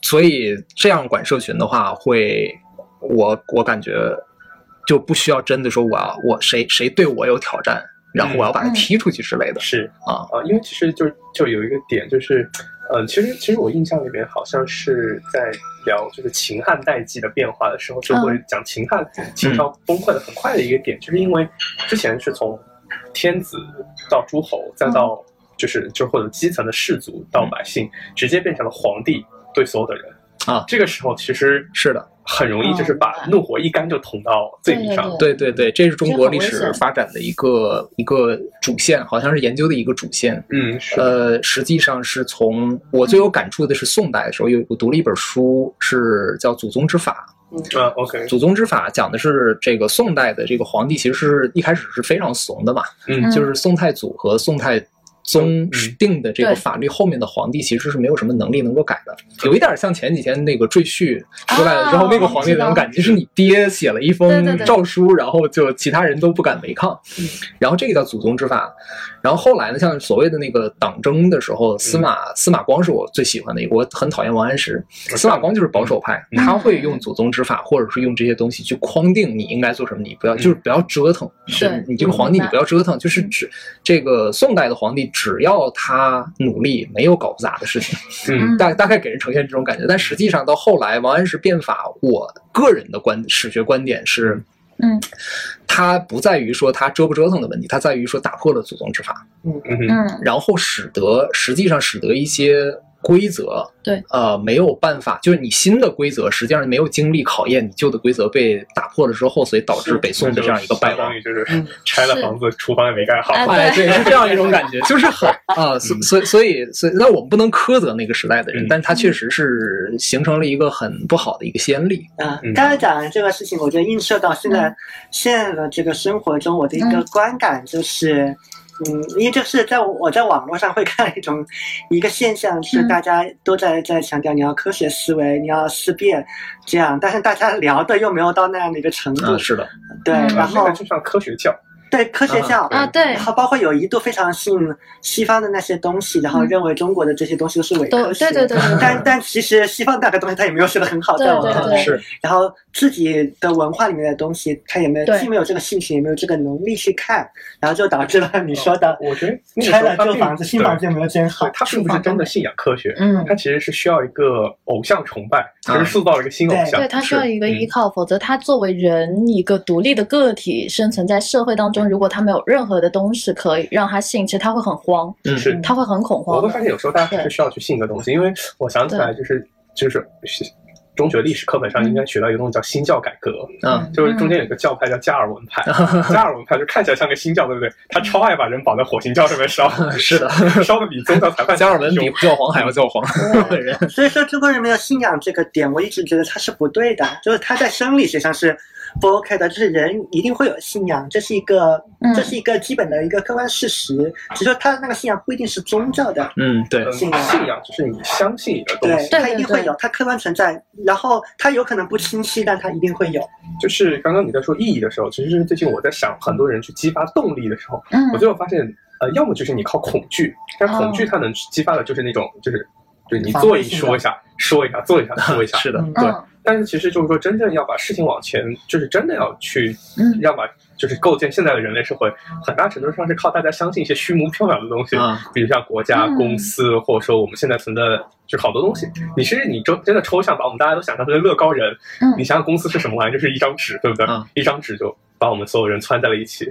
[SPEAKER 2] 所以这样管社群的话，会我我感觉就不需要真的说我要我谁谁对我有挑战，然后我要把他
[SPEAKER 1] 嗯
[SPEAKER 2] 踢出去之类的
[SPEAKER 3] 是
[SPEAKER 2] 啊。
[SPEAKER 3] 啊，因为其实就就有一个点就是，呃，其实其实我印象里面好像是在聊就是秦汉代际的变化的时候，
[SPEAKER 2] 嗯
[SPEAKER 3] 就会讲秦汉秦朝崩溃的很快的一个点，就是因为之前是从天子到诸侯，
[SPEAKER 2] 嗯
[SPEAKER 3] 再到就是就或者基层的士族到百姓，直接变成了皇帝对所有的人
[SPEAKER 2] 嗯啊
[SPEAKER 3] 这个时候其实
[SPEAKER 2] 是的，
[SPEAKER 3] 很容易就是把
[SPEAKER 1] 哦
[SPEAKER 3] 怒火一竿就捅到罪名上，
[SPEAKER 2] 对对对，这是中
[SPEAKER 1] 这
[SPEAKER 2] 国
[SPEAKER 1] 很
[SPEAKER 2] 历
[SPEAKER 1] 危
[SPEAKER 2] 史
[SPEAKER 1] 险
[SPEAKER 2] 发展的一个一个主线，好像是研究的一个主线。
[SPEAKER 3] 嗯是
[SPEAKER 2] 呃，实际上是从我最有感触的是宋代的时候，有我读了一本书，是叫《祖宗之法》。
[SPEAKER 3] 啊 OK
[SPEAKER 2] 《祖宗之法》讲的是这个宋代的这个皇帝，其实是一开始是非常怂的嘛，
[SPEAKER 3] 嗯
[SPEAKER 2] 就是宋太祖和宋太宗定的这个
[SPEAKER 1] 对
[SPEAKER 2] 法律，后面的皇帝其实是没有什么能力能够改的，有一点像前几天那个赘婿出来了之后，
[SPEAKER 1] 啊
[SPEAKER 2] 那个皇帝那种感觉，就是你爹写了一
[SPEAKER 1] 对对
[SPEAKER 2] 封
[SPEAKER 1] 对嗯
[SPEAKER 2] 诏书，然后就其他人都不敢违抗，然后这个叫祖宗之法。然后后来呢，像所谓的那个党争的时候，司马
[SPEAKER 3] 嗯
[SPEAKER 2] 司马光是我最喜欢的一个，我很讨厌王安石，司马光就是保守派，
[SPEAKER 3] 嗯
[SPEAKER 2] 他会用祖宗之法或者是用这些东西去框定你应该做什么，你不要
[SPEAKER 3] 嗯
[SPEAKER 2] 就是不要折腾，
[SPEAKER 1] 是
[SPEAKER 2] 你这个皇帝
[SPEAKER 1] 明
[SPEAKER 2] 你
[SPEAKER 1] 白
[SPEAKER 2] 不要折腾，就是指这个宋代的皇帝，只要他努力，没有搞砸的事情，
[SPEAKER 3] 嗯
[SPEAKER 2] 大大概给人呈现这种感觉。但实际上到后来王安石变法，我个人的观史学观点是，
[SPEAKER 1] 嗯，
[SPEAKER 2] 它不在于说他折不折腾的问题，它在于说打破了祖宗之法。
[SPEAKER 3] 嗯哼
[SPEAKER 1] 嗯
[SPEAKER 2] 然后使得实际上使得一些规则，
[SPEAKER 1] 对，
[SPEAKER 2] 呃，没有办法，就是你新的规则实际上没有经历考验，你旧的规则被打破了之后，所以导致北宋的这样一个败
[SPEAKER 3] 相
[SPEAKER 2] 亡
[SPEAKER 3] 当。于就是
[SPEAKER 4] 嗯
[SPEAKER 3] 拆了
[SPEAKER 1] 是
[SPEAKER 3] 房子，厨房也没盖好。啊
[SPEAKER 1] 哎
[SPEAKER 2] 哎，
[SPEAKER 1] 对
[SPEAKER 2] 对，是这样一种感觉，就是很啊，所所以所以所以，那我们不能苛责那个时代的人
[SPEAKER 3] 嗯，
[SPEAKER 2] 但是它确实是形成了一个很不好的一个先例。
[SPEAKER 4] 啊
[SPEAKER 3] 嗯，
[SPEAKER 4] 刚才讲的这个事情，我觉得映射到现在、现在的这个生活中，我的一个
[SPEAKER 1] 嗯
[SPEAKER 4] 观感就是，嗯，因为这是在我我在网络上会看一种一个现象，就是
[SPEAKER 1] 嗯
[SPEAKER 4] 大家都在在强调你要科学思维，你要思辨，这样，但是大家聊的又没有到那样的一个程度，
[SPEAKER 2] 啊，是的，
[SPEAKER 4] 对，
[SPEAKER 1] 嗯
[SPEAKER 4] 然后
[SPEAKER 3] 那个就像科学教，
[SPEAKER 4] 对科学教。
[SPEAKER 1] 啊，对
[SPEAKER 4] 然，后包括有一度非常信西方的那些东西，然后
[SPEAKER 1] 嗯
[SPEAKER 4] 认为中国的这些东西都是伪
[SPEAKER 1] 都
[SPEAKER 4] 科学。
[SPEAKER 1] 对对对对
[SPEAKER 4] 但但其实西方那个东西它也没有学的很好，
[SPEAKER 1] 对
[SPEAKER 4] 在我
[SPEAKER 1] 对
[SPEAKER 4] 看
[SPEAKER 1] 对
[SPEAKER 4] 来。
[SPEAKER 2] 啊是
[SPEAKER 4] 然后自己的文化里面的东西，他也没有
[SPEAKER 1] 对
[SPEAKER 4] 既没有这个兴趣，也没有这个能力去看，然后就导致了你说的
[SPEAKER 3] 哦我觉得那个时
[SPEAKER 4] 拆
[SPEAKER 3] 候
[SPEAKER 4] 了
[SPEAKER 3] 他
[SPEAKER 4] 旧
[SPEAKER 3] 并
[SPEAKER 4] 房子，新房子也没有建好
[SPEAKER 3] 对，他并不是真的信仰科学，
[SPEAKER 1] 嗯，
[SPEAKER 3] 他其实是需要一个偶像崇拜，
[SPEAKER 2] 啊
[SPEAKER 3] 就是塑造一个新偶像。
[SPEAKER 1] 对他需要一个
[SPEAKER 3] 嗯
[SPEAKER 1] 依靠，否则他作为人一个独立的个体生存在社会当中，如果他没有任何的东西可以让他信，其实他会很慌，
[SPEAKER 2] 嗯
[SPEAKER 3] 是
[SPEAKER 1] 他会很恐
[SPEAKER 3] 我
[SPEAKER 1] 慌
[SPEAKER 3] 会发
[SPEAKER 1] 的。
[SPEAKER 3] 现有时候大家还是需要去信一个东西，因为我想起来就是就是中学历史课本上应该学到一个东西叫新教改革，
[SPEAKER 2] 啊，
[SPEAKER 3] 嗯
[SPEAKER 1] 嗯
[SPEAKER 3] 就是中间有个教派叫加尔文派，加尔文派就看起来像个新教，对不对？他超爱把人绑在火星罩上面烧，
[SPEAKER 2] 是的，
[SPEAKER 3] 烧的比宗教裁判
[SPEAKER 2] 加尔文比
[SPEAKER 3] 凶
[SPEAKER 2] 教皇还要教皇
[SPEAKER 1] 对
[SPEAKER 2] 人。
[SPEAKER 4] 所以说中国人没有信仰这个点，我一直觉得它是不对的，就是它在生理学上是不 OK 的，就是人一定会有信仰，这是一个
[SPEAKER 1] 嗯
[SPEAKER 4] 这是一个基本的一个客观事实，只是说他那个信仰不一定是宗教的。
[SPEAKER 2] 嗯， 对，
[SPEAKER 3] 嗯信仰就是你相信一个东
[SPEAKER 4] 对
[SPEAKER 3] 西，，
[SPEAKER 1] 对
[SPEAKER 4] 它一定会有，它客观存在，然后它有可能不清晰，但它一定会有。
[SPEAKER 3] 就是刚刚你在说意义的时候，其实是最近我在想，很多人去激发动力的时候，
[SPEAKER 1] 嗯
[SPEAKER 3] 我最后发现，呃，要么就是你靠恐惧，但
[SPEAKER 1] 哦
[SPEAKER 3] 恐惧它能激发的就是那种，就是就是你
[SPEAKER 4] 防
[SPEAKER 3] 做一
[SPEAKER 4] 御性
[SPEAKER 3] 说一下，说一下，做一下，说一下。
[SPEAKER 2] 是的，
[SPEAKER 4] 嗯
[SPEAKER 2] 对。
[SPEAKER 1] 嗯
[SPEAKER 3] 但是其实就是说，真正要把事情往前，就是真的要去
[SPEAKER 1] 嗯，
[SPEAKER 3] 要把就是构建现在的人类社会，很大程度上是靠大家相信一些虚无缥缈的东西，
[SPEAKER 2] 啊，
[SPEAKER 3] 比如像国家、
[SPEAKER 1] 嗯
[SPEAKER 3] 公司，或者说我们现在存的就好多东西。你其实你真真的抽象，把我们大家都想象成乐高人，
[SPEAKER 1] 嗯
[SPEAKER 3] 你想想公司是什么玩意，就是一张纸，对不对？
[SPEAKER 2] 嗯
[SPEAKER 3] 一张纸就把我们所有人撺在了一起。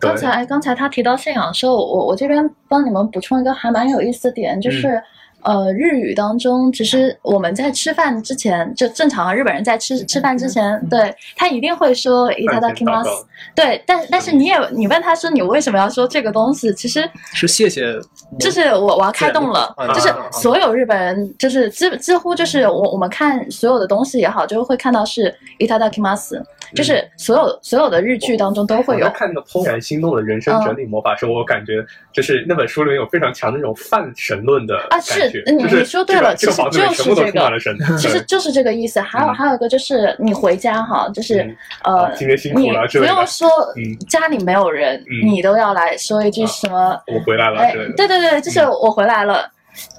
[SPEAKER 3] 对
[SPEAKER 1] 刚，才刚才他提到信仰的时候，我我这边帮你们补充一个还蛮有意思的点，
[SPEAKER 3] 嗯
[SPEAKER 1] 就是。呃，日语当中，其实我们在吃饭之前，就正常啊，日本人在吃吃饭之前，对他一定会说“いた
[SPEAKER 3] 嗯饭
[SPEAKER 1] だ
[SPEAKER 3] 前
[SPEAKER 1] き
[SPEAKER 3] 祷
[SPEAKER 1] ます”，
[SPEAKER 3] 告
[SPEAKER 1] 对，但但是你也你问他说你为什么要说这个东西，其实
[SPEAKER 3] 嗯
[SPEAKER 2] 是谢谢，
[SPEAKER 1] 就是我我要开动了
[SPEAKER 2] 啊，
[SPEAKER 1] 就是
[SPEAKER 3] 啊
[SPEAKER 1] 所有日本人就是几几乎就是我我们看所有的东西也好，就会看到是 i t a d a k i m a s
[SPEAKER 3] 嗯
[SPEAKER 1] 就是所有所有的日剧当中都会
[SPEAKER 3] 我
[SPEAKER 1] 有嗯
[SPEAKER 3] 在。看那个《怦然心动的人生整理魔法》的时候，我感觉就是那本书里面有非常强的那种泛神论的
[SPEAKER 1] 啊
[SPEAKER 3] 感
[SPEAKER 1] 是
[SPEAKER 3] 觉，
[SPEAKER 1] 你
[SPEAKER 3] 就是
[SPEAKER 1] 你说对
[SPEAKER 3] 这个
[SPEAKER 1] 了
[SPEAKER 3] 这个
[SPEAKER 1] 其实
[SPEAKER 3] 房子里面
[SPEAKER 1] 就是
[SPEAKER 3] 全部都
[SPEAKER 1] 这个
[SPEAKER 3] 充满了神。
[SPEAKER 1] 其实就是这个意思。还有
[SPEAKER 3] 嗯
[SPEAKER 1] 还有一个就是你回家哈，就是
[SPEAKER 3] 对
[SPEAKER 1] 呃
[SPEAKER 3] 啊，今天辛
[SPEAKER 1] 你
[SPEAKER 3] 苦了之
[SPEAKER 1] 不
[SPEAKER 3] 类的
[SPEAKER 1] 用，说
[SPEAKER 3] 嗯
[SPEAKER 1] 家里没有人，
[SPEAKER 3] 嗯
[SPEAKER 1] 你都要来说一句
[SPEAKER 3] 啊
[SPEAKER 1] 什么？
[SPEAKER 3] 我回来了
[SPEAKER 1] 哎
[SPEAKER 3] 之类，的。
[SPEAKER 1] 对对对，就是我回来了。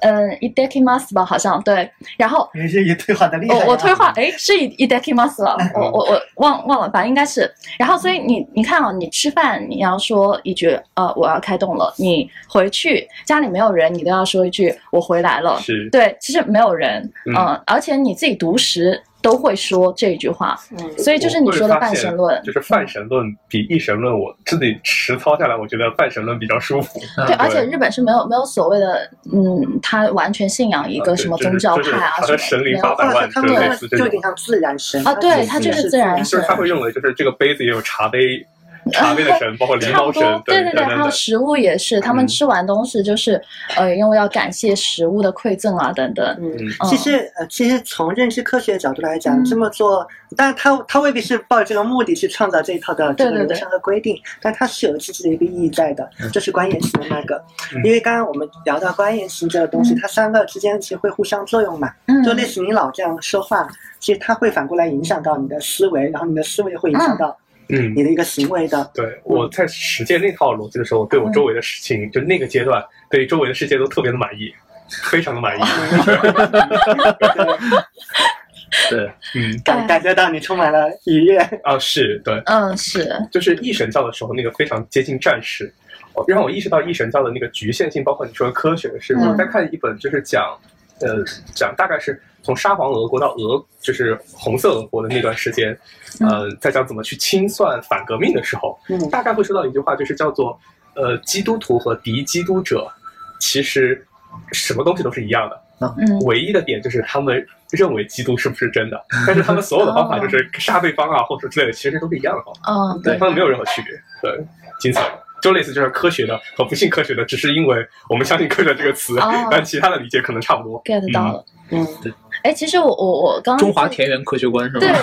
[SPEAKER 1] 嗯 i d e k i m a s 吧，好像对。然后
[SPEAKER 4] 也也也退化的厉害
[SPEAKER 1] 我
[SPEAKER 3] 哦
[SPEAKER 4] 呀、
[SPEAKER 1] 我退化，哎，是 i d e k i m a s
[SPEAKER 3] 嗯
[SPEAKER 1] 吧？我我我忘忘了，反正应该是。然后所以你你看啊，你吃饭你要说一句呃我要开动了，你回去家里没有人，你都要说一句我回来了。
[SPEAKER 3] 是
[SPEAKER 1] 对，其实没有人，
[SPEAKER 3] 嗯
[SPEAKER 1] 嗯、而且你自己读时都会说这一句话，
[SPEAKER 4] 嗯
[SPEAKER 1] 所以就是你说的半神论，
[SPEAKER 3] 就是泛神论比一神论，我自己实操下来，我觉得泛神论比较舒服。
[SPEAKER 1] 对，而且日本是没有没有所谓的，嗯，他完全信仰一
[SPEAKER 3] 一
[SPEAKER 1] 个什么宗教派啊
[SPEAKER 3] 他
[SPEAKER 1] 什么
[SPEAKER 3] 的神灵八
[SPEAKER 1] 的，
[SPEAKER 3] 百
[SPEAKER 4] 或者
[SPEAKER 3] 万，就
[SPEAKER 4] 哦他们
[SPEAKER 3] 类似这
[SPEAKER 4] 就
[SPEAKER 3] 种
[SPEAKER 4] 有点。像自然神
[SPEAKER 1] 啊对
[SPEAKER 3] 它
[SPEAKER 1] 就是自然神
[SPEAKER 3] 就是他会认为，就是这个杯子也有茶杯、茶杯的神， 包括
[SPEAKER 1] 没
[SPEAKER 3] 狸
[SPEAKER 1] 有嗯差不
[SPEAKER 3] 猫神
[SPEAKER 1] 多，，对
[SPEAKER 3] 对
[SPEAKER 1] 对，还有食物也是，他们
[SPEAKER 3] 嗯
[SPEAKER 1] 吃完东西就是，
[SPEAKER 2] 嗯
[SPEAKER 1] 呃，因为要感谢食物的馈赠啊等等，
[SPEAKER 4] 嗯
[SPEAKER 1] 嗯
[SPEAKER 4] 其实，呃，其实从认知科学的角度来讲，
[SPEAKER 1] 嗯
[SPEAKER 4] 这么做，但他他未必是抱着这个目的去创造这一套的这个
[SPEAKER 1] 对对
[SPEAKER 4] 流
[SPEAKER 1] 对
[SPEAKER 4] 程和规定，但他是有自己的一个意义在的，就是关联性的那个。
[SPEAKER 3] 嗯
[SPEAKER 4] 因为刚刚我们聊到关联性这个东西，
[SPEAKER 1] 嗯
[SPEAKER 4] 它三个之间其实会互相作用嘛，
[SPEAKER 1] 嗯
[SPEAKER 4] 就类似你老这样说话，其实它会反过来影响到你的思维，然后你的思维会影响到
[SPEAKER 3] 嗯，
[SPEAKER 4] 你的一个行为的。
[SPEAKER 3] 对，我在实践那套逻辑的时候，对我周围的事情，就那个阶段，对周围的世界都特别的满意，非常的满意。
[SPEAKER 2] 对，
[SPEAKER 3] 嗯，
[SPEAKER 4] 感感觉到你充满了愉悦，
[SPEAKER 3] 啊，是对，
[SPEAKER 1] 嗯是，
[SPEAKER 3] 就是一神教的时候，那个非常接近战士，哦让我意识到一神教的那个局限性，包括你说的科学是，
[SPEAKER 1] 嗯
[SPEAKER 3] 我在看一本就是讲，呃，讲大概是从沙皇俄国到俄，就是红色俄国的那段时间，
[SPEAKER 1] 嗯
[SPEAKER 3] 呃，在讲怎么去清算反革命的时候，
[SPEAKER 4] 嗯
[SPEAKER 3] 大概会说到一句话，就是叫做，呃，基督徒和敌基督者其实什么东西都是一样的，
[SPEAKER 1] 嗯
[SPEAKER 3] 唯一的点就是他们认为基督是不是真的，但是他们所有的方
[SPEAKER 1] 哦
[SPEAKER 3] 法就是杀对方啊，或者之类的，其实都是一样的方法。
[SPEAKER 1] 嗯
[SPEAKER 3] 对，他们没有任何区别。对，精彩，就类似就是科学的和不信科学的，只是因为我们相信科学这个词，
[SPEAKER 1] 哦
[SPEAKER 3] 但其他的理解可能差不多。
[SPEAKER 1] get 到了，
[SPEAKER 4] 嗯，
[SPEAKER 1] 哎，其实我我我刚
[SPEAKER 2] 中华田园科学观是
[SPEAKER 1] 对
[SPEAKER 2] 吗？，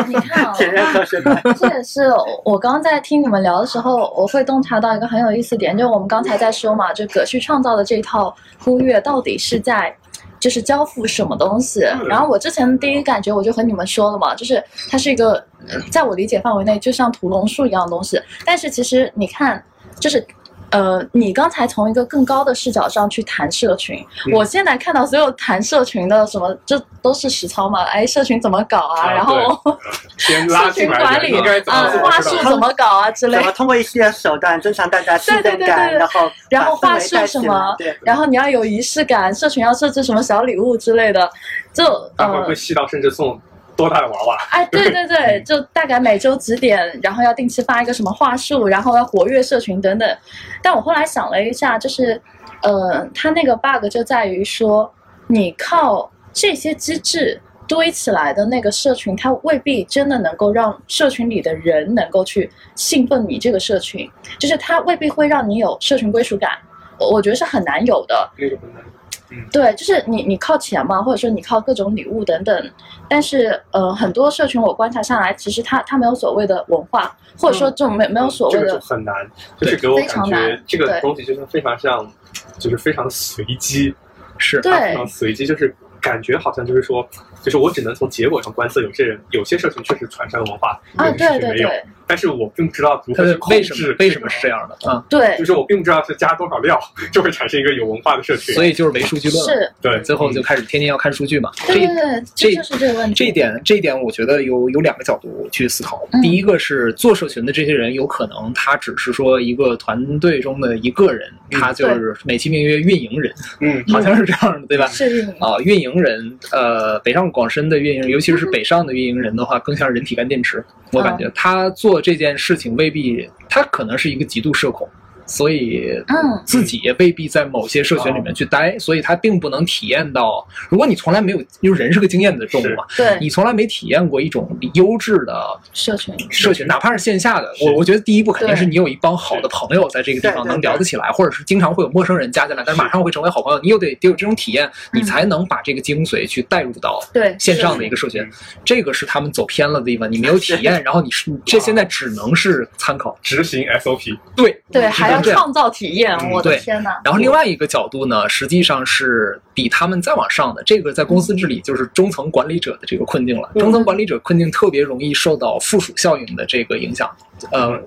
[SPEAKER 1] 你看啊，
[SPEAKER 4] 前任科学观，
[SPEAKER 1] 这也是我刚刚在听你们聊的时候，我会洞察到一个很有意思的点，就我们刚才在说嘛，就葛旭创造的这一套忽略到底是在。就是交付什么东西，
[SPEAKER 3] 嗯
[SPEAKER 1] 然后我之前第一感觉我就和你们说了嘛，就是它是一个，呃在我理解范围内就像屠龙术一样的东西。但是其实你看，就是，呃，你刚才从一个更高的视角上去谈社群，
[SPEAKER 3] 嗯
[SPEAKER 1] 我现在看到所有谈社群的什么，这都是实操嘛，哎，社群怎么搞啊？
[SPEAKER 3] 啊
[SPEAKER 1] 然后
[SPEAKER 3] 对
[SPEAKER 1] 我
[SPEAKER 3] 先 拉
[SPEAKER 1] 社
[SPEAKER 3] 进
[SPEAKER 1] 群
[SPEAKER 3] 来
[SPEAKER 1] 管
[SPEAKER 3] 人
[SPEAKER 1] 理
[SPEAKER 3] 应该怎么
[SPEAKER 1] 啊
[SPEAKER 3] 做？
[SPEAKER 4] 嗯
[SPEAKER 3] 我
[SPEAKER 1] 话
[SPEAKER 3] 知道
[SPEAKER 1] 术怎么搞啊之类
[SPEAKER 4] 怎。么通过一系列手段增强大家兴奋
[SPEAKER 1] 对对对
[SPEAKER 4] 感，
[SPEAKER 1] 对
[SPEAKER 4] 然后
[SPEAKER 1] 然后
[SPEAKER 4] 把氛
[SPEAKER 1] 话
[SPEAKER 4] 围
[SPEAKER 1] 术
[SPEAKER 4] 带
[SPEAKER 1] 什
[SPEAKER 4] 起来
[SPEAKER 1] 么
[SPEAKER 2] 啊
[SPEAKER 4] 对，
[SPEAKER 1] 然后你要有仪式感，社群要设置什么小礼物之类的，就
[SPEAKER 3] 大伙儿
[SPEAKER 1] 呃
[SPEAKER 3] 啊会，细到甚至送多大的娃娃？
[SPEAKER 1] 哎，对对对，就大概每周几点，然后要定期发一个什么话术，然后要活跃社群等等。但我后来想了一下，就是呃，它那个 bug 就在于说，你靠这些机制堆起来的那个社群，它未必真的能够让社群里的人能够去兴奋你这个社群，就是它未必会让你有社群归属感。我我觉得是很难有的，
[SPEAKER 3] 那个很难
[SPEAKER 1] 对，就是你你靠钱嘛，或者说你靠各种礼物等等，但是呃，很多社群我观察下来，其实它它没有所谓的文化，或者说这种没没有所谓
[SPEAKER 3] 这个
[SPEAKER 1] 的
[SPEAKER 3] 就，很难，就是给我
[SPEAKER 1] 非
[SPEAKER 3] 感
[SPEAKER 1] 常
[SPEAKER 3] 觉
[SPEAKER 1] 难
[SPEAKER 3] 这个
[SPEAKER 1] 对
[SPEAKER 3] 东西就是非常像，就是非常的随机，
[SPEAKER 2] 是
[SPEAKER 1] 对
[SPEAKER 3] 它非常随机，就是感觉好像就是说，就是我只能从结果上观测，有些人有些社群确实传山文化，
[SPEAKER 1] 啊，
[SPEAKER 3] 有些
[SPEAKER 1] 对
[SPEAKER 3] 社群
[SPEAKER 1] 对
[SPEAKER 3] 没有，
[SPEAKER 1] 对
[SPEAKER 3] 但是我并不知道如
[SPEAKER 2] 它
[SPEAKER 3] 何去
[SPEAKER 2] 的
[SPEAKER 3] 控
[SPEAKER 2] 为什么
[SPEAKER 3] 制
[SPEAKER 2] 为什么是这样的啊？
[SPEAKER 3] 就
[SPEAKER 1] 对，
[SPEAKER 3] 是我并不知道是加多少料 就会产生一个有文化的社群。
[SPEAKER 2] 所
[SPEAKER 3] 以
[SPEAKER 2] 以就是唯数据论了，
[SPEAKER 1] 是，
[SPEAKER 3] 对，
[SPEAKER 2] 最后就开始天天要看数据嘛。
[SPEAKER 1] 对
[SPEAKER 2] 这
[SPEAKER 1] 对对，
[SPEAKER 2] 这
[SPEAKER 1] 这就是这个问
[SPEAKER 2] 这一
[SPEAKER 1] 题，
[SPEAKER 2] 点，这一点我觉得有有两个角度去思考
[SPEAKER 1] 嗯。
[SPEAKER 2] 第一个是做社群的这些人，有可能他只是说一个团队中的一个人，
[SPEAKER 3] 嗯
[SPEAKER 2] 他就是美其名曰运营人，
[SPEAKER 3] 嗯
[SPEAKER 2] 好像是这样的，对吧？
[SPEAKER 1] 是运营，
[SPEAKER 2] 啊，运营人，呃，北上广深的运营，尤其是北上的运营人的话，更像人体
[SPEAKER 1] 嗯哦
[SPEAKER 2] 干电池。我感觉他做这件事情未必，他可能是一个极度社恐，所以
[SPEAKER 1] 嗯
[SPEAKER 2] 自己也未必在某些社群里面去待，所以他并不能体验到。如果你从来没有，因为人是个经验的动物嘛，
[SPEAKER 1] 对，
[SPEAKER 2] 你从来没体验过一种优质的
[SPEAKER 1] 社群
[SPEAKER 2] 社群，哪怕是线下的，
[SPEAKER 3] 是
[SPEAKER 2] 我我觉得第一步肯定
[SPEAKER 1] 对
[SPEAKER 2] 是你有一帮好的朋友在这个地方
[SPEAKER 4] 对对
[SPEAKER 2] 能聊得起来，或者是经常会有陌生人加进来，但是马上会成为好朋友，你又得得有这种体验，
[SPEAKER 4] 嗯
[SPEAKER 2] 你才能把这个精髓去带入到。
[SPEAKER 1] 对
[SPEAKER 2] 线上的一个社群，这个是他们走偏了的地方。你没有体验，然后你是这现在只能是参考。
[SPEAKER 3] 执行 SOP，
[SPEAKER 2] 对，
[SPEAKER 1] 对，
[SPEAKER 2] 只
[SPEAKER 1] 还
[SPEAKER 2] 能
[SPEAKER 1] 要
[SPEAKER 2] 这样
[SPEAKER 1] 创造体验，
[SPEAKER 3] 嗯
[SPEAKER 1] 我的
[SPEAKER 2] 对
[SPEAKER 1] 天哪！
[SPEAKER 2] 然后另外一个角度呢，实际上是比他们再往上的，这个在公司治理就是中层管理者的这个困境了。
[SPEAKER 4] 嗯
[SPEAKER 2] 中层管理者困境特别容易受到附属效应的这个影响，呃，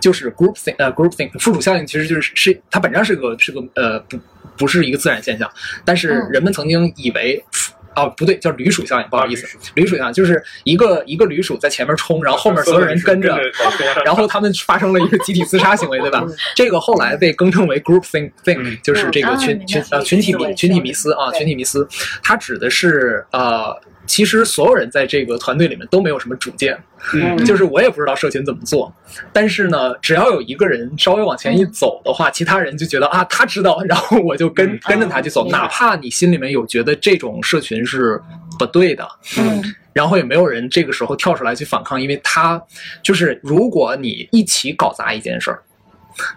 [SPEAKER 2] 就是 group think 呃 group think 附属效应其实就是是它本质上是个是个呃不不是一个自然现象，但是
[SPEAKER 1] 嗯
[SPEAKER 2] 人们曾经以为。啊，不对，叫驴鼠效应，不好
[SPEAKER 3] 啊
[SPEAKER 2] 意思，驴鼠效应就是一个一个驴鼠在前面冲，然后后面所有人跟着， 然后他们发生了一个集体自杀行为，对吧
[SPEAKER 4] 嗯？
[SPEAKER 2] 这个后来被更正为 group think think，、
[SPEAKER 3] 嗯
[SPEAKER 2] 就是这个
[SPEAKER 1] 嗯
[SPEAKER 2] 群、
[SPEAKER 1] 啊
[SPEAKER 2] 群
[SPEAKER 1] 明白
[SPEAKER 2] 呃群体迷群体迷思啊，
[SPEAKER 4] 对
[SPEAKER 2] 群体迷思，它指的是呃，其实所有人在这个团队里面都没有什么主见，
[SPEAKER 3] 嗯
[SPEAKER 2] 就是我也不知道社群怎么做，但是呢，只要有一个人稍微往前一走的话，其他人就觉得啊，他知道， 然后我就跟、
[SPEAKER 3] 嗯
[SPEAKER 2] 跟着他去走，
[SPEAKER 1] 明白
[SPEAKER 2] 哪怕你心里面有觉得这种社群是不对的，
[SPEAKER 1] 嗯，
[SPEAKER 2] 然后也没有人这个时候跳出来去反抗，因为他就是如果你一起搞砸一件事儿，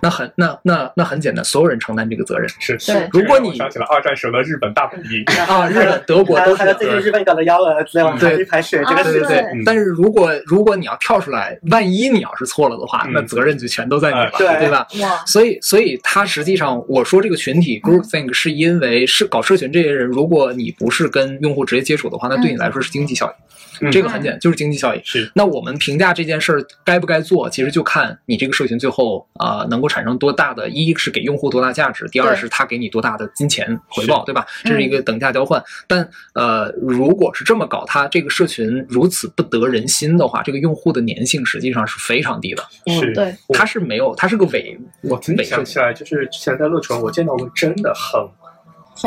[SPEAKER 2] 那很那那那很简单，所有人承担这个责任
[SPEAKER 3] 是
[SPEAKER 1] 对
[SPEAKER 2] 如果你
[SPEAKER 3] 这个让我想起了二战时候的日本大本 营，
[SPEAKER 2] 啊，日本、德国
[SPEAKER 4] 还有
[SPEAKER 2] 都是
[SPEAKER 4] 还有最近日本搞的幺蛾子，往
[SPEAKER 2] 对
[SPEAKER 4] 上一排水，这个
[SPEAKER 1] 啊
[SPEAKER 2] 对
[SPEAKER 4] 是
[SPEAKER 2] 对对
[SPEAKER 1] 嗯，
[SPEAKER 2] 但是如果如果你要跳出来，万一你要是错了的话，
[SPEAKER 3] 嗯
[SPEAKER 2] 那责任就全都在你了，
[SPEAKER 4] 哎对
[SPEAKER 2] 对吧？
[SPEAKER 1] 哇，
[SPEAKER 2] 所以，所以他实际上，我说这个群体 group think 是因为是搞社群这些人，如果你不是跟用户直接接触的话，那对你来说是经济效益，
[SPEAKER 3] 嗯
[SPEAKER 2] 这个很简单，就是经济效益。
[SPEAKER 3] 是
[SPEAKER 2] 那我们评价这件事儿该不该做，其实就看你这个社群最后啊、呃能够产生多大的，一是给用户多大价值，第二
[SPEAKER 1] 对
[SPEAKER 2] 是它给你多大的金钱回报，对吧？
[SPEAKER 1] 嗯
[SPEAKER 2] 这是一个等价交换。但呃，如果是这么搞，它这个社群如此不得人心的话，这个用户的粘性实际上是非常低的，
[SPEAKER 3] 是。
[SPEAKER 1] 对，
[SPEAKER 3] 我
[SPEAKER 2] 它是没有，它是个伪
[SPEAKER 3] 嗯我真
[SPEAKER 2] 伪社
[SPEAKER 3] 想
[SPEAKER 2] 群。
[SPEAKER 3] 起来，就是之前在乐城，我见到过真的很
[SPEAKER 1] 很会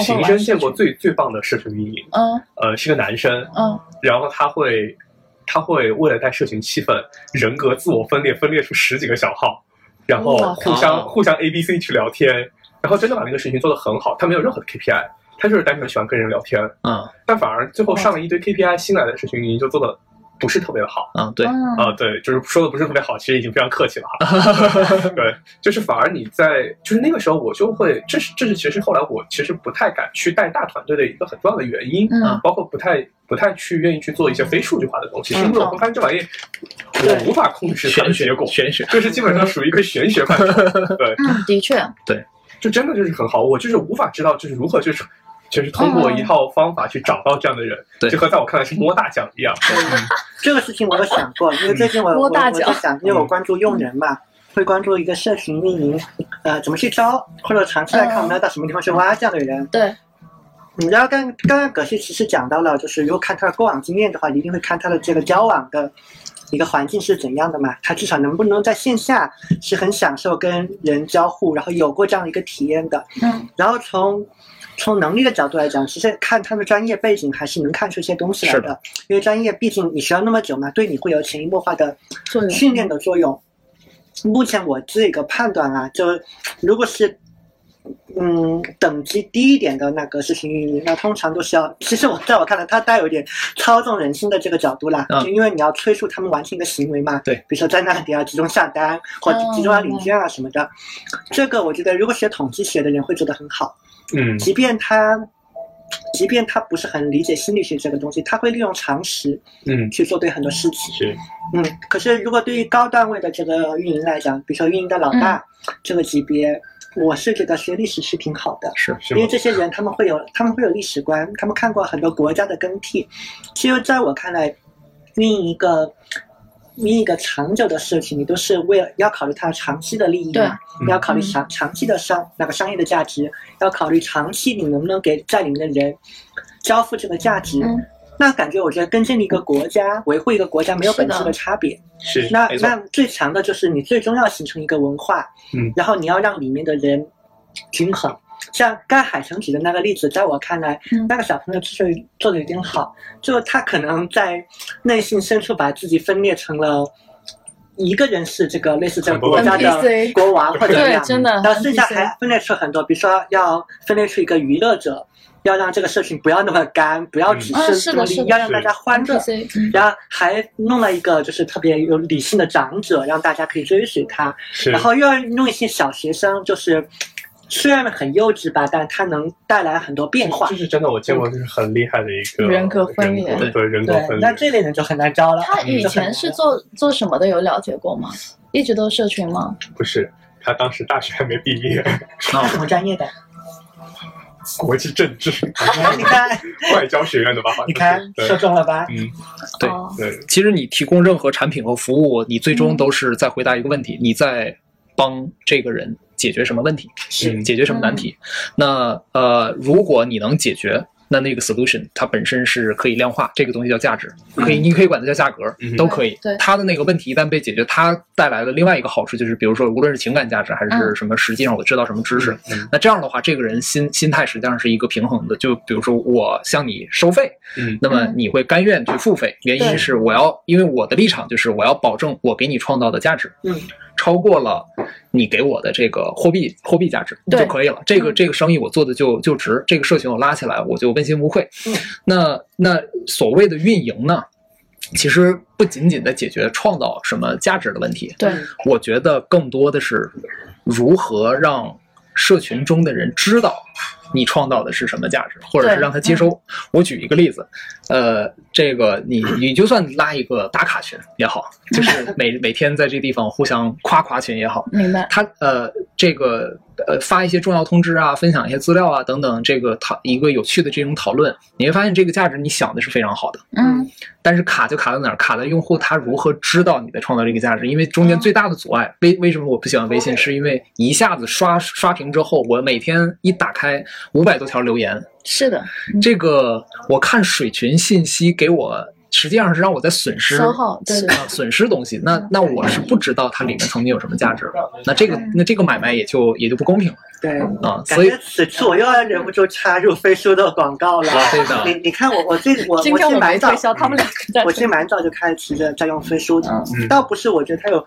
[SPEAKER 3] 亲
[SPEAKER 1] 玩
[SPEAKER 3] 身见过最最棒的社群运营。
[SPEAKER 1] 嗯
[SPEAKER 3] 呃，是个男生，
[SPEAKER 1] 嗯，
[SPEAKER 3] 然后他会他会为了带社群气氛，人格自我分裂，分裂出十几个小号，然后
[SPEAKER 1] 哇
[SPEAKER 3] 互相
[SPEAKER 2] 哦
[SPEAKER 3] 互相 A B C 去聊天，然后真的把那个事情做得很好。他没有任何的 KPI，他就是单纯喜欢跟人聊天，
[SPEAKER 2] 嗯
[SPEAKER 3] 但反而最后上了一堆 KPI，新来的社群运营就做的不是特别的好。
[SPEAKER 2] 嗯，对，
[SPEAKER 1] 嗯
[SPEAKER 3] 啊、对，就是说的不是特别好，其实已经非常客 气了哈。对，就是反而你在，就是那个时候我就会，这是这是其实后来我其实不太敢去带大团队的一个很重要的原因，
[SPEAKER 1] 嗯
[SPEAKER 3] 包括不太不太去愿意去做一些非数据化的东西，是因为我会发现这玩意
[SPEAKER 4] 嗯对
[SPEAKER 3] 我无法控制它的
[SPEAKER 2] 玄学
[SPEAKER 3] 结果，
[SPEAKER 2] 玄学。
[SPEAKER 3] 就是基本上属于一个玄学范畴。对，
[SPEAKER 1] 嗯，的确，
[SPEAKER 3] 就真的就是很好，我就是无法知道就是如何就是。就是通过一套方法去找到这样的人，
[SPEAKER 2] 对
[SPEAKER 3] 就和在我看来是摸大奖一样。
[SPEAKER 4] 这个事情我有想过，因为最近我
[SPEAKER 1] 多
[SPEAKER 4] 我我
[SPEAKER 1] 嗯大
[SPEAKER 4] 在
[SPEAKER 1] 脚
[SPEAKER 4] 想，因为我关注用人嘛，会关注一个社群运营，呃，怎么去招，或者长期来看我们要到什么地方去挖这样的人。
[SPEAKER 1] 对，
[SPEAKER 4] 你知道刚刚刚葛西其实讲到了，就是如果看他的过往经验的话，一定会看他的这个交往的一个环境是怎样的嘛，他至少能不能在线下是很享受跟人交互，然后有过这样的一个体验的。
[SPEAKER 1] 嗯，
[SPEAKER 4] 然后从从能力的角度来讲，其实看他们专业背景还是能看出一些东西来
[SPEAKER 2] 是
[SPEAKER 4] 的，因为专业毕竟你学了那么久嘛，对你会有潜移默化的
[SPEAKER 1] 作用
[SPEAKER 4] 训练的作用。目前我自己个判断啊，就如果是嗯等级低一点的那个事情运营，那通常都是要，其实我在我看来，它带有一点操纵人心的这个角度啦，
[SPEAKER 2] 嗯
[SPEAKER 4] 就因为你要催促他们完成一个行为嘛，
[SPEAKER 2] 对
[SPEAKER 4] 比如说在那里要集中下单或者
[SPEAKER 1] 嗯
[SPEAKER 4] 集中要领件啊什么的，这个我觉得如果学统计学的人会做得很好，
[SPEAKER 3] 嗯，
[SPEAKER 4] 即便他。即便他不是很理解心理学这个东西，他会利用常识
[SPEAKER 3] 嗯，
[SPEAKER 4] 去做对很多事情。
[SPEAKER 3] 是，
[SPEAKER 4] 嗯，可是如果对于高段位的这个运营来讲，比如说运营的老大、这个级别，我是觉得学历史是挺好的，
[SPEAKER 2] 是，
[SPEAKER 3] 是
[SPEAKER 4] 因
[SPEAKER 3] 吗
[SPEAKER 4] 为？这些人他们会有他们会有历史观，他们看过很多国家的更替。其实在我看来，运营一个运营一个长久的社群，你都是为了要考虑它长期的利益
[SPEAKER 1] 对
[SPEAKER 4] 嘛，你要考虑
[SPEAKER 1] 嗯
[SPEAKER 4] 长长期的商那个商业的价值，要考虑长期你能不能给在里面的人交付这个价值。
[SPEAKER 1] 嗯
[SPEAKER 4] 那感觉我觉得跟建立一个国家、维护一个国家没有
[SPEAKER 1] 是的
[SPEAKER 4] 本质的差别。
[SPEAKER 3] 是，
[SPEAKER 4] 那
[SPEAKER 2] 没错
[SPEAKER 4] 那最强的就是你最终要形成一个文化，
[SPEAKER 3] 嗯
[SPEAKER 4] 然后你要让里面的人均衡。像刚才海城举的那个例子，在我看来，
[SPEAKER 1] 嗯
[SPEAKER 4] 那个小朋友之所以做的有点好，就是他可能在内心深处把自己分裂成了一个人是这个类似这个国
[SPEAKER 3] 很多
[SPEAKER 4] 家的
[SPEAKER 1] NPC
[SPEAKER 4] 国王或者怎么
[SPEAKER 1] 对
[SPEAKER 4] 样，，
[SPEAKER 1] 真的
[SPEAKER 4] 然后剩下
[SPEAKER 1] NPC
[SPEAKER 4] 还分裂出很多，比如说要分裂出一个娱乐者，要让这个社群不要那么干，不要只
[SPEAKER 1] 嗯啊
[SPEAKER 4] 是
[SPEAKER 1] 是
[SPEAKER 4] 独
[SPEAKER 1] 的
[SPEAKER 4] 立，
[SPEAKER 1] 是的
[SPEAKER 4] 要让大家欢乐。
[SPEAKER 1] NPC，嗯
[SPEAKER 4] 然后还弄了一个就是特别有理性的长者，让大家可以追随他。
[SPEAKER 3] 是
[SPEAKER 4] 然后又要弄一些小学生，就是虽然很幼稚吧，但他能带来很多变化
[SPEAKER 3] 这。是真的，我见过就是很厉害的一个
[SPEAKER 1] 人格分裂
[SPEAKER 3] 人格对人格
[SPEAKER 4] 对
[SPEAKER 3] 分，裂
[SPEAKER 4] 那。这类人就很难招了。
[SPEAKER 1] 他以
[SPEAKER 4] 就很
[SPEAKER 1] 前
[SPEAKER 4] 难
[SPEAKER 1] 是
[SPEAKER 4] 了
[SPEAKER 1] 做做什么的？有了解过吗？一直都是社群吗？
[SPEAKER 3] 不是，他当时大学还没毕业，
[SPEAKER 2] 啊
[SPEAKER 4] 什么哦专业的？哎
[SPEAKER 3] 国际政 治
[SPEAKER 4] 你看，
[SPEAKER 3] 外交学院的吧？好像
[SPEAKER 4] 你
[SPEAKER 3] 是
[SPEAKER 4] 看，
[SPEAKER 3] 对
[SPEAKER 4] 说中了吧？
[SPEAKER 3] 嗯，
[SPEAKER 2] 对
[SPEAKER 1] 哦
[SPEAKER 3] 对，
[SPEAKER 2] 其实你提供任何产品和服务，你最终都是在回答一个问
[SPEAKER 3] 嗯
[SPEAKER 2] 题，你在帮这个人解决什么问题，
[SPEAKER 3] 是嗯
[SPEAKER 2] 解决什么难题。那呃，如果你能解决。那那个 solution 它本身是可以量化，这个东西叫价值，可以，你可以管它叫价格，
[SPEAKER 3] 嗯
[SPEAKER 2] 都可以
[SPEAKER 1] 对对。
[SPEAKER 2] 它的那个问题一旦被解决，它带来的另外一个好处就是，比如说，无论是情感价值还是
[SPEAKER 1] 嗯
[SPEAKER 2] 什么，实际上我知道什么知识，
[SPEAKER 3] 嗯
[SPEAKER 2] 那这样的话，这个人心心态实际上是一个平衡的。就比如说，我向你收费，
[SPEAKER 3] 嗯
[SPEAKER 2] 那么你会甘愿去付费，原因
[SPEAKER 1] 对
[SPEAKER 2] 是我要，因为我的立场就是我要保证我给你创造的价值，
[SPEAKER 4] 嗯，
[SPEAKER 2] 超过了你给我的这个货币货币价值
[SPEAKER 1] 对
[SPEAKER 2] 就可以了。这个
[SPEAKER 1] 嗯
[SPEAKER 2] 这个生意我做的就就值，这个社群我拉起来我就问心无愧。
[SPEAKER 1] 嗯
[SPEAKER 2] 那那所谓的运营呢，其实不仅仅在解决创造什么价值的问题，
[SPEAKER 1] 对，
[SPEAKER 2] 我觉得更多的是如何让社群中的人知道你创造的是什么价值，或者是
[SPEAKER 1] 对嗯
[SPEAKER 2] 让他接收。我举一个例子，呃，这个你你就算拉一个打卡群也好，
[SPEAKER 1] 嗯
[SPEAKER 2] 就是每每天在这地方互相夸夸群也好，
[SPEAKER 1] 明白。
[SPEAKER 2] 他呃，这个呃，发一些重要通知啊，分享一些资料啊，等等，这个讨一个有趣的这种讨论，你会发现这个价值你想的是非常好的，
[SPEAKER 1] 嗯，
[SPEAKER 2] 但是卡就卡在哪儿？卡在用户他如何知道你在创造这个价值？因为中间最大的阻
[SPEAKER 4] 嗯
[SPEAKER 2] 碍，为为什么我不喜欢微信？是因为一下子刷刷屏之后，我每天一打开五百多条留言，
[SPEAKER 1] 是的，
[SPEAKER 4] 嗯
[SPEAKER 2] 这个我看水群信息给我，实际上是让我在损失
[SPEAKER 1] 消耗对
[SPEAKER 2] 呃损失东西。那
[SPEAKER 4] 嗯
[SPEAKER 2] 那我是不知道它里面曾经有什么价值的，那这个那这个买卖也就也就不公平了
[SPEAKER 4] 对。
[SPEAKER 2] 啊。
[SPEAKER 4] 嗯感
[SPEAKER 2] 所以
[SPEAKER 4] 觉此处我又要忍不住插入飞书的广告了。
[SPEAKER 2] 对的
[SPEAKER 4] 你你看我我最我
[SPEAKER 1] 今
[SPEAKER 4] 我
[SPEAKER 1] 天
[SPEAKER 4] 是
[SPEAKER 1] 我
[SPEAKER 4] 蛮
[SPEAKER 1] 没
[SPEAKER 4] 早
[SPEAKER 1] 推，销，他们两个在
[SPEAKER 4] 嗯 我是蛮早就开始着在用飞书的，
[SPEAKER 1] 嗯
[SPEAKER 4] 倒不是我觉得它有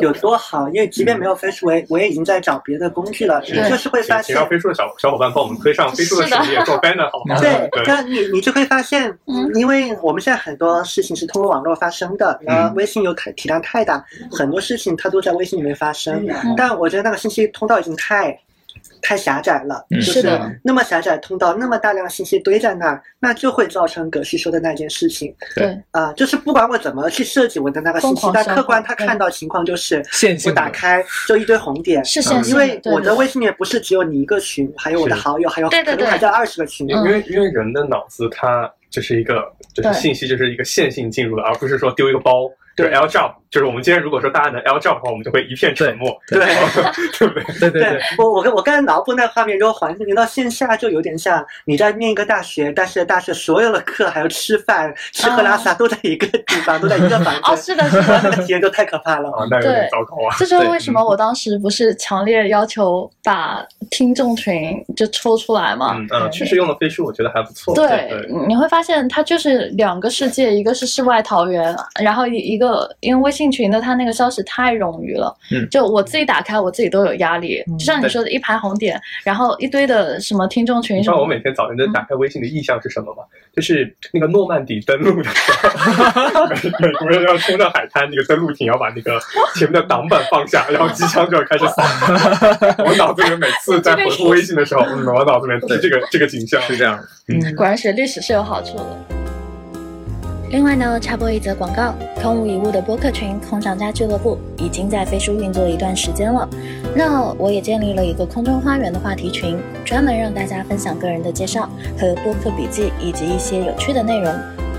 [SPEAKER 4] 有多好，因为即便没有飞书，我也我也已经在找别的工具了，
[SPEAKER 3] 是
[SPEAKER 4] 你就是会发
[SPEAKER 3] 请请
[SPEAKER 4] 现
[SPEAKER 3] 让。飞书的小小伙伴帮我们推上飞书的首页做 banner 好吗？
[SPEAKER 4] 对，这
[SPEAKER 3] 对，
[SPEAKER 4] 样你你就会发现
[SPEAKER 1] 嗯，
[SPEAKER 4] 因为我们现在很多事情是通过网络发生的，那
[SPEAKER 3] 嗯
[SPEAKER 4] 微信又太体量太大，很多事情它都在微信里面发生
[SPEAKER 1] 嗯。
[SPEAKER 4] 但我觉得那个信息通道已经太太狭窄了，
[SPEAKER 2] 嗯
[SPEAKER 4] 就是
[SPEAKER 1] 的
[SPEAKER 4] 那么狭窄的通道，那么大量信息堆在那儿，那就会造成葛西说的那件事情
[SPEAKER 1] 对，
[SPEAKER 4] 啊、就是不管我怎么去设计我的那个信息
[SPEAKER 1] 疯，狂
[SPEAKER 4] 但
[SPEAKER 1] 消耗
[SPEAKER 4] 客观他
[SPEAKER 1] 对
[SPEAKER 4] 看到情况就是，
[SPEAKER 2] 线
[SPEAKER 4] 我
[SPEAKER 2] 性的
[SPEAKER 4] 打开就一堆红点，
[SPEAKER 1] 是线
[SPEAKER 4] 嗯因
[SPEAKER 1] 性的，
[SPEAKER 4] 为
[SPEAKER 1] 对
[SPEAKER 4] 我的微信里面不是只有你一个群，还有我的
[SPEAKER 3] 是
[SPEAKER 4] 好友，还有
[SPEAKER 1] 对对
[SPEAKER 4] 可能还
[SPEAKER 1] 对
[SPEAKER 4] 在二十个群。
[SPEAKER 2] 嗯
[SPEAKER 3] 因为因为人的脑子它就是一个就是
[SPEAKER 1] 对
[SPEAKER 3] 信息就是一个线性进入的，而不是说丢一个包。就是 L job，就是我们今天如果说大家能 L job 的话，我们就会一片沉默，
[SPEAKER 4] 对对
[SPEAKER 3] 对不对？
[SPEAKER 2] 对对对，
[SPEAKER 4] 我我我刚才脑补那个画面，之后环境到线下就有点像你在念一个大学，但是大学所有的课还有吃饭、吃喝拉撒都在一个地方，都在一个房
[SPEAKER 1] 啊哦，
[SPEAKER 4] 间，
[SPEAKER 1] 是的，是
[SPEAKER 4] 哇那
[SPEAKER 1] 的。
[SPEAKER 4] 个体验就太可怕了。
[SPEAKER 3] 啊，那有点糟糕啊。
[SPEAKER 1] 这就是为什么我当时不是强烈要求把听众群就抽出来嘛？
[SPEAKER 3] 嗯嗯，确实用的飞书我觉得还不错。
[SPEAKER 1] 对
[SPEAKER 3] 对，
[SPEAKER 1] 你你会发现它就是两个世界，一个是世外桃源，然后一一个因为微信群的它那个消息太冗余了，
[SPEAKER 2] 嗯
[SPEAKER 1] 就我自己打开我自己都有压力，就像你说的一排红点，然后一堆的什么听众群
[SPEAKER 3] 你知
[SPEAKER 1] 什
[SPEAKER 3] 道我
[SPEAKER 1] 么，
[SPEAKER 3] 每天早晨在打开微信的意向是什么吗？就是那个诺曼底登陆的时候， 美美国人要冲到海滩，那个登陆艇要把那个前面的挡板放下，然后机枪就要开始撒。我脑子里面每次在回复微信的时候，嗯，我脑子里面是这个这个景象。
[SPEAKER 2] 是这样的。
[SPEAKER 1] 果然学历史是有好处的。另外呢，插播一则广告，空无一物的播客群“空想家俱乐部”已经在飞书运作一段时间了。那我也建立了一个空中花园的话题群，专门让大家分享个人的介绍和播客笔记，以及一些有趣的内容。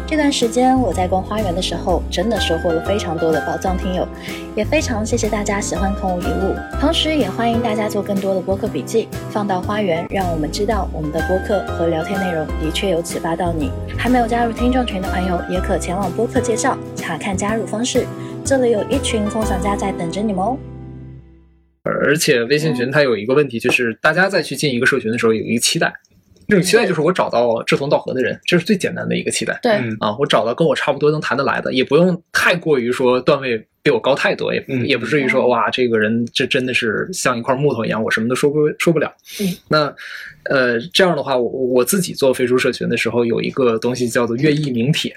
[SPEAKER 1] 这段时间我在逛花园的时候，真的收获了非常多的宝藏听友，也非常谢谢大家喜欢空无一物，同时也欢迎大家做更多的播客笔记，放到花园，让我们知道我们的播客和聊天内容的确有启发到你。还没有加入听众群的朋友，也可前往播客介绍查看加入方式，这里有一群空想家在等着你们哦。
[SPEAKER 3] 嗯
[SPEAKER 2] 而且微信群它有一个问题，就是大家在去进一个社群的时候有一个期待，这种期待就是我找到志同道合的人，这是最简单的一个期待
[SPEAKER 1] 对，
[SPEAKER 3] 嗯
[SPEAKER 2] 啊。我找到跟我差不多能谈得来的，也不用太过于说段位比我高太多，也、
[SPEAKER 3] 嗯
[SPEAKER 2] 也不至于说哇，这个人这真的是像一块木头一样，我什么都说不说不了。
[SPEAKER 1] 嗯
[SPEAKER 2] 那呃，这样的话，我我自己做飞书社群的时候，有一个东西叫做乐意名帖，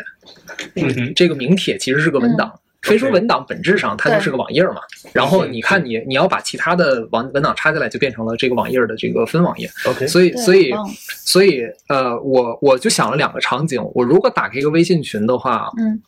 [SPEAKER 3] 嗯哼，
[SPEAKER 2] 这个名帖其实是个文
[SPEAKER 1] 嗯
[SPEAKER 2] 档。飞书文档本质上它就是个网页嘛，然后你看你你要把其他的网文档插进来，就变成了这个网页的这个分网页。
[SPEAKER 3] OK，
[SPEAKER 2] 所以
[SPEAKER 1] 对
[SPEAKER 2] 所以
[SPEAKER 1] 很棒
[SPEAKER 2] 所以呃，我我就想了两个场景，我如果打开一个微信群的话，
[SPEAKER 1] 嗯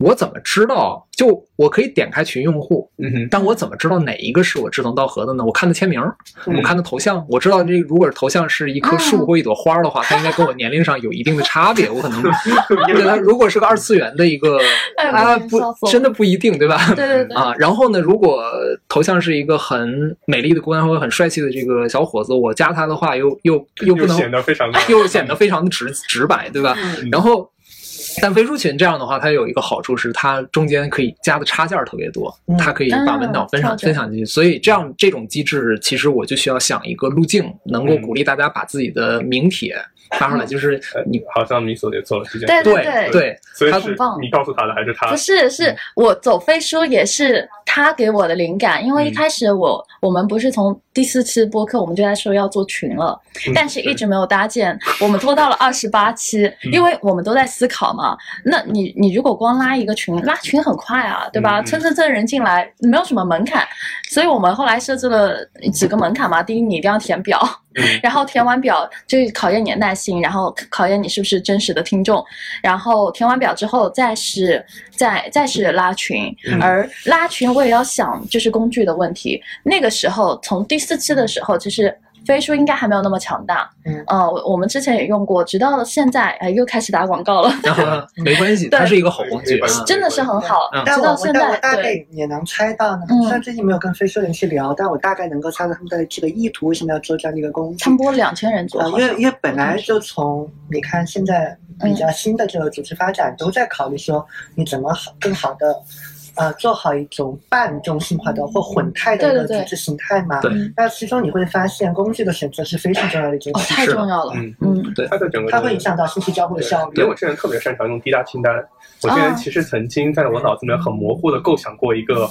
[SPEAKER 2] 我怎么知道？就我可以点开群用户，
[SPEAKER 3] 嗯哼，
[SPEAKER 2] 但我怎么知道哪一个是我志同道合的呢？我看他签名，
[SPEAKER 3] 嗯
[SPEAKER 2] 我看他头像，我知道这如果是头像是一棵
[SPEAKER 1] 嗯
[SPEAKER 2] 树或一朵花的话，他应该跟我年龄上有一定的差别，我可 能对他如果是个二次元的一个
[SPEAKER 1] 哎
[SPEAKER 2] 啊
[SPEAKER 1] 我
[SPEAKER 2] 不
[SPEAKER 1] 笑死我
[SPEAKER 2] 真的不一定对吧？
[SPEAKER 1] 对对 对，
[SPEAKER 2] 啊，然后呢，如果头像是一个很美丽的姑娘或者很帅气的这个小伙子，我加他的话又又又不
[SPEAKER 3] 又
[SPEAKER 2] 能
[SPEAKER 3] 显得非常的
[SPEAKER 2] 又显得非常的直直白，对吧？
[SPEAKER 1] 嗯
[SPEAKER 2] 然后。但飞书群这样的话，它有一个好处是，它中间可以加的插件儿特别多，
[SPEAKER 4] 嗯
[SPEAKER 2] 它可以把文档分享、
[SPEAKER 1] 嗯跳着
[SPEAKER 2] 分享进去。所以这样这种机制，其实我就需要想一个路径，能够
[SPEAKER 3] 嗯
[SPEAKER 2] 鼓励大家把自己的名帖发上来，就是你
[SPEAKER 3] 呃好像米索也做了这件事，
[SPEAKER 1] 嗯对
[SPEAKER 2] 对
[SPEAKER 1] 对
[SPEAKER 2] 对，
[SPEAKER 3] 所以
[SPEAKER 2] 他
[SPEAKER 3] 是
[SPEAKER 1] 很棒
[SPEAKER 3] 你告诉他的还是他嗯
[SPEAKER 1] 不？是，是我走飞书也是他给我的灵感，因为一
[SPEAKER 3] 嗯
[SPEAKER 1] 开始我、我们不是从第四期播客我们就在说要做群了，
[SPEAKER 3] 嗯
[SPEAKER 1] 但是一直没有搭建，我们拖到了二十八期，
[SPEAKER 3] 嗯
[SPEAKER 1] 因为我们都在思考嘛。那你你如果光拉一个群，拉群很快啊，对吧？
[SPEAKER 3] 嗯嗯
[SPEAKER 1] 蹭蹭蹭人进来，没有什么门槛，所以我们后来设置了几个门槛嘛。第一，你一定要填表，
[SPEAKER 3] 嗯
[SPEAKER 1] 然后填完表就是考验你的耐心，然后考验你是不是真实的听众，然后填完表之后再是再再是拉群，
[SPEAKER 3] 嗯
[SPEAKER 1] 而拉群我也要想就是工具的问题。那个时候从第四期的时候，其实飞书应该还没有那么强大，
[SPEAKER 4] 嗯
[SPEAKER 1] 呃，我我们之前也用过，直到现在哎又开始打广告了，
[SPEAKER 3] 哎
[SPEAKER 2] 然后
[SPEAKER 1] 嗯
[SPEAKER 2] 没关系，
[SPEAKER 1] 对
[SPEAKER 2] 它是一个好工具
[SPEAKER 3] 没关
[SPEAKER 2] 啊
[SPEAKER 3] 系。
[SPEAKER 1] 真的是很好，
[SPEAKER 2] 嗯
[SPEAKER 4] 但
[SPEAKER 1] 直
[SPEAKER 4] 我
[SPEAKER 1] 到
[SPEAKER 4] 我
[SPEAKER 1] 现
[SPEAKER 4] 但我
[SPEAKER 1] 在
[SPEAKER 4] 大概
[SPEAKER 1] 对。
[SPEAKER 4] 也能猜到呢
[SPEAKER 1] 嗯，
[SPEAKER 4] 虽然最近没有跟非洲人去聊，但我大概能够猜到他们的这个意图，为什么要做这样的一个工具
[SPEAKER 1] 他。们播两千人左
[SPEAKER 4] 呃，
[SPEAKER 1] 右，
[SPEAKER 4] 因为因为本来
[SPEAKER 1] 嗯
[SPEAKER 4] 就从你看现在比较新的这个组织发展，都在考虑说你怎么好更好的，呃，做好一种半中心化的或混态的一个
[SPEAKER 1] 对对对
[SPEAKER 4] 组织形态嘛。
[SPEAKER 2] 对
[SPEAKER 4] 那其中你会发现，工具的选择是非常重要的一件
[SPEAKER 1] 哦
[SPEAKER 4] 事，
[SPEAKER 1] 太
[SPEAKER 2] 是的
[SPEAKER 1] 重要了，
[SPEAKER 3] 嗯
[SPEAKER 1] 嗯，
[SPEAKER 3] 他的整个
[SPEAKER 4] 它会影响到信息交互的效率
[SPEAKER 3] 因为。我之前特别擅长用滴答清单，我之
[SPEAKER 1] 啊
[SPEAKER 3] 前其实曾经在我脑子里面很模糊的构想过一个，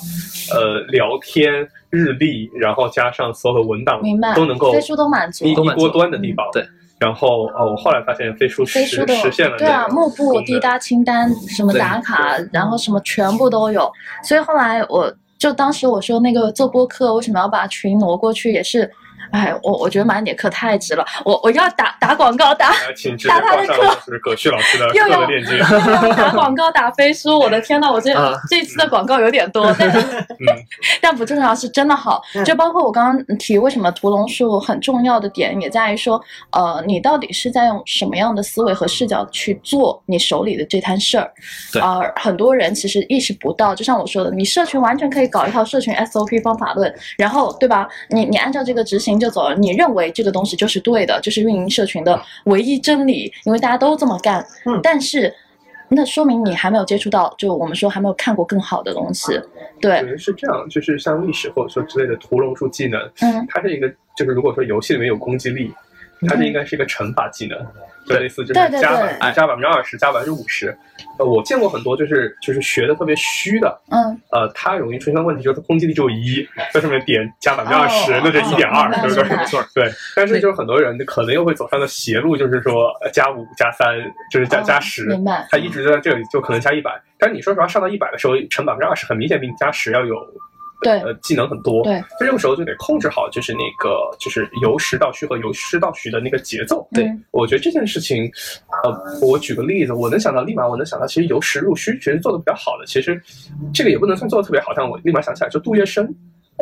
[SPEAKER 3] 呃，聊天日历，然后加上所有的文档
[SPEAKER 1] 明白，
[SPEAKER 3] 都能够
[SPEAKER 1] 飞书都满足嗯
[SPEAKER 3] 一一
[SPEAKER 2] 都满
[SPEAKER 3] 锅
[SPEAKER 2] 足
[SPEAKER 3] 端的地方。
[SPEAKER 2] 对。
[SPEAKER 3] 然后呃，我后来发现飞书实
[SPEAKER 1] 飞书的
[SPEAKER 3] 实现了这
[SPEAKER 1] 对啊，
[SPEAKER 3] 个
[SPEAKER 1] 幕布、
[SPEAKER 3] 功
[SPEAKER 1] 滴
[SPEAKER 3] 能。
[SPEAKER 1] 答清单、什么打卡，然后什么全部都有。所以后来我就当时我说那个做播客为什么要把群挪过去，也是，哎，我我觉得买你的课太值了，我我要打打广告打。
[SPEAKER 3] 呃请直接挂上就是葛旭老师的课
[SPEAKER 1] 又
[SPEAKER 3] 的
[SPEAKER 1] 有
[SPEAKER 3] 链接。
[SPEAKER 1] 打广告打飞书，我的天呐，我这、
[SPEAKER 2] 啊
[SPEAKER 1] 这次的广告有点多，但是
[SPEAKER 3] 嗯，
[SPEAKER 1] 但不重要，是真的好。
[SPEAKER 4] 嗯
[SPEAKER 1] 就包括我刚刚提为什么屠龙术很重要的点，也在于说，呃，你到底是在用什么样的思维和视角去做你手里的这摊事儿？
[SPEAKER 2] 对
[SPEAKER 1] 啊、很多人其实意识不到，就像我说的，你社群完全可以搞一套社群 SOP 方法论，然后对吧？你你按照这个执行就走了，你认为这个东西就是对的，就是运营社群的唯一真理，因为大家都这么干。
[SPEAKER 4] 嗯
[SPEAKER 1] 但是。那说明你还没有接触到，就我们说还没有看过更好的东西，对
[SPEAKER 3] 可，能是这样，就是像历史或者说之类的屠龙术技能，
[SPEAKER 1] 嗯，
[SPEAKER 3] 它是一个就是如果说游戏里面有攻击力，它这应该是一个乘法技能，就
[SPEAKER 2] 嗯对
[SPEAKER 3] 类似就是
[SPEAKER 1] 对对
[SPEAKER 3] 加
[SPEAKER 1] 对
[SPEAKER 3] 百分
[SPEAKER 2] 哎
[SPEAKER 3] 加百分之二十，加百分之五十。呃，我见过很多就是就是学的特别虚的，
[SPEAKER 1] 嗯，
[SPEAKER 3] 呃，它容易出现问题就是攻击力只有一，在上面点加百分之二十
[SPEAKER 1] 哦，
[SPEAKER 3] 那就
[SPEAKER 1] 哦
[SPEAKER 3] 一点二，
[SPEAKER 1] 明白
[SPEAKER 3] 对不
[SPEAKER 1] 明白
[SPEAKER 3] 对？
[SPEAKER 2] 没错，
[SPEAKER 3] 对，但是就是很多人可能又会走上的邪路，就是说呃加五加三，就是加
[SPEAKER 1] 哦
[SPEAKER 3] 加十，
[SPEAKER 1] 明白，
[SPEAKER 3] 它一直在这里，就可能加一百。但是你说实话，上到一百的时候，乘百分之二十，很明显比你加十要有，
[SPEAKER 1] 对
[SPEAKER 3] 呃，技能很多。
[SPEAKER 1] 对，
[SPEAKER 3] 所以这个时候就得控制好，就是那个就是由实到虚和由虚到虚的那个节奏。
[SPEAKER 2] 对
[SPEAKER 1] 嗯
[SPEAKER 3] 我觉得这件事情，呃，我举个例子，我能想到，立马我能想到，其实由实入虚，其实做的比较好的，其实这个也不能算做的特别好，但我立马想起来，就杜月笙。呃
[SPEAKER 2] 嗯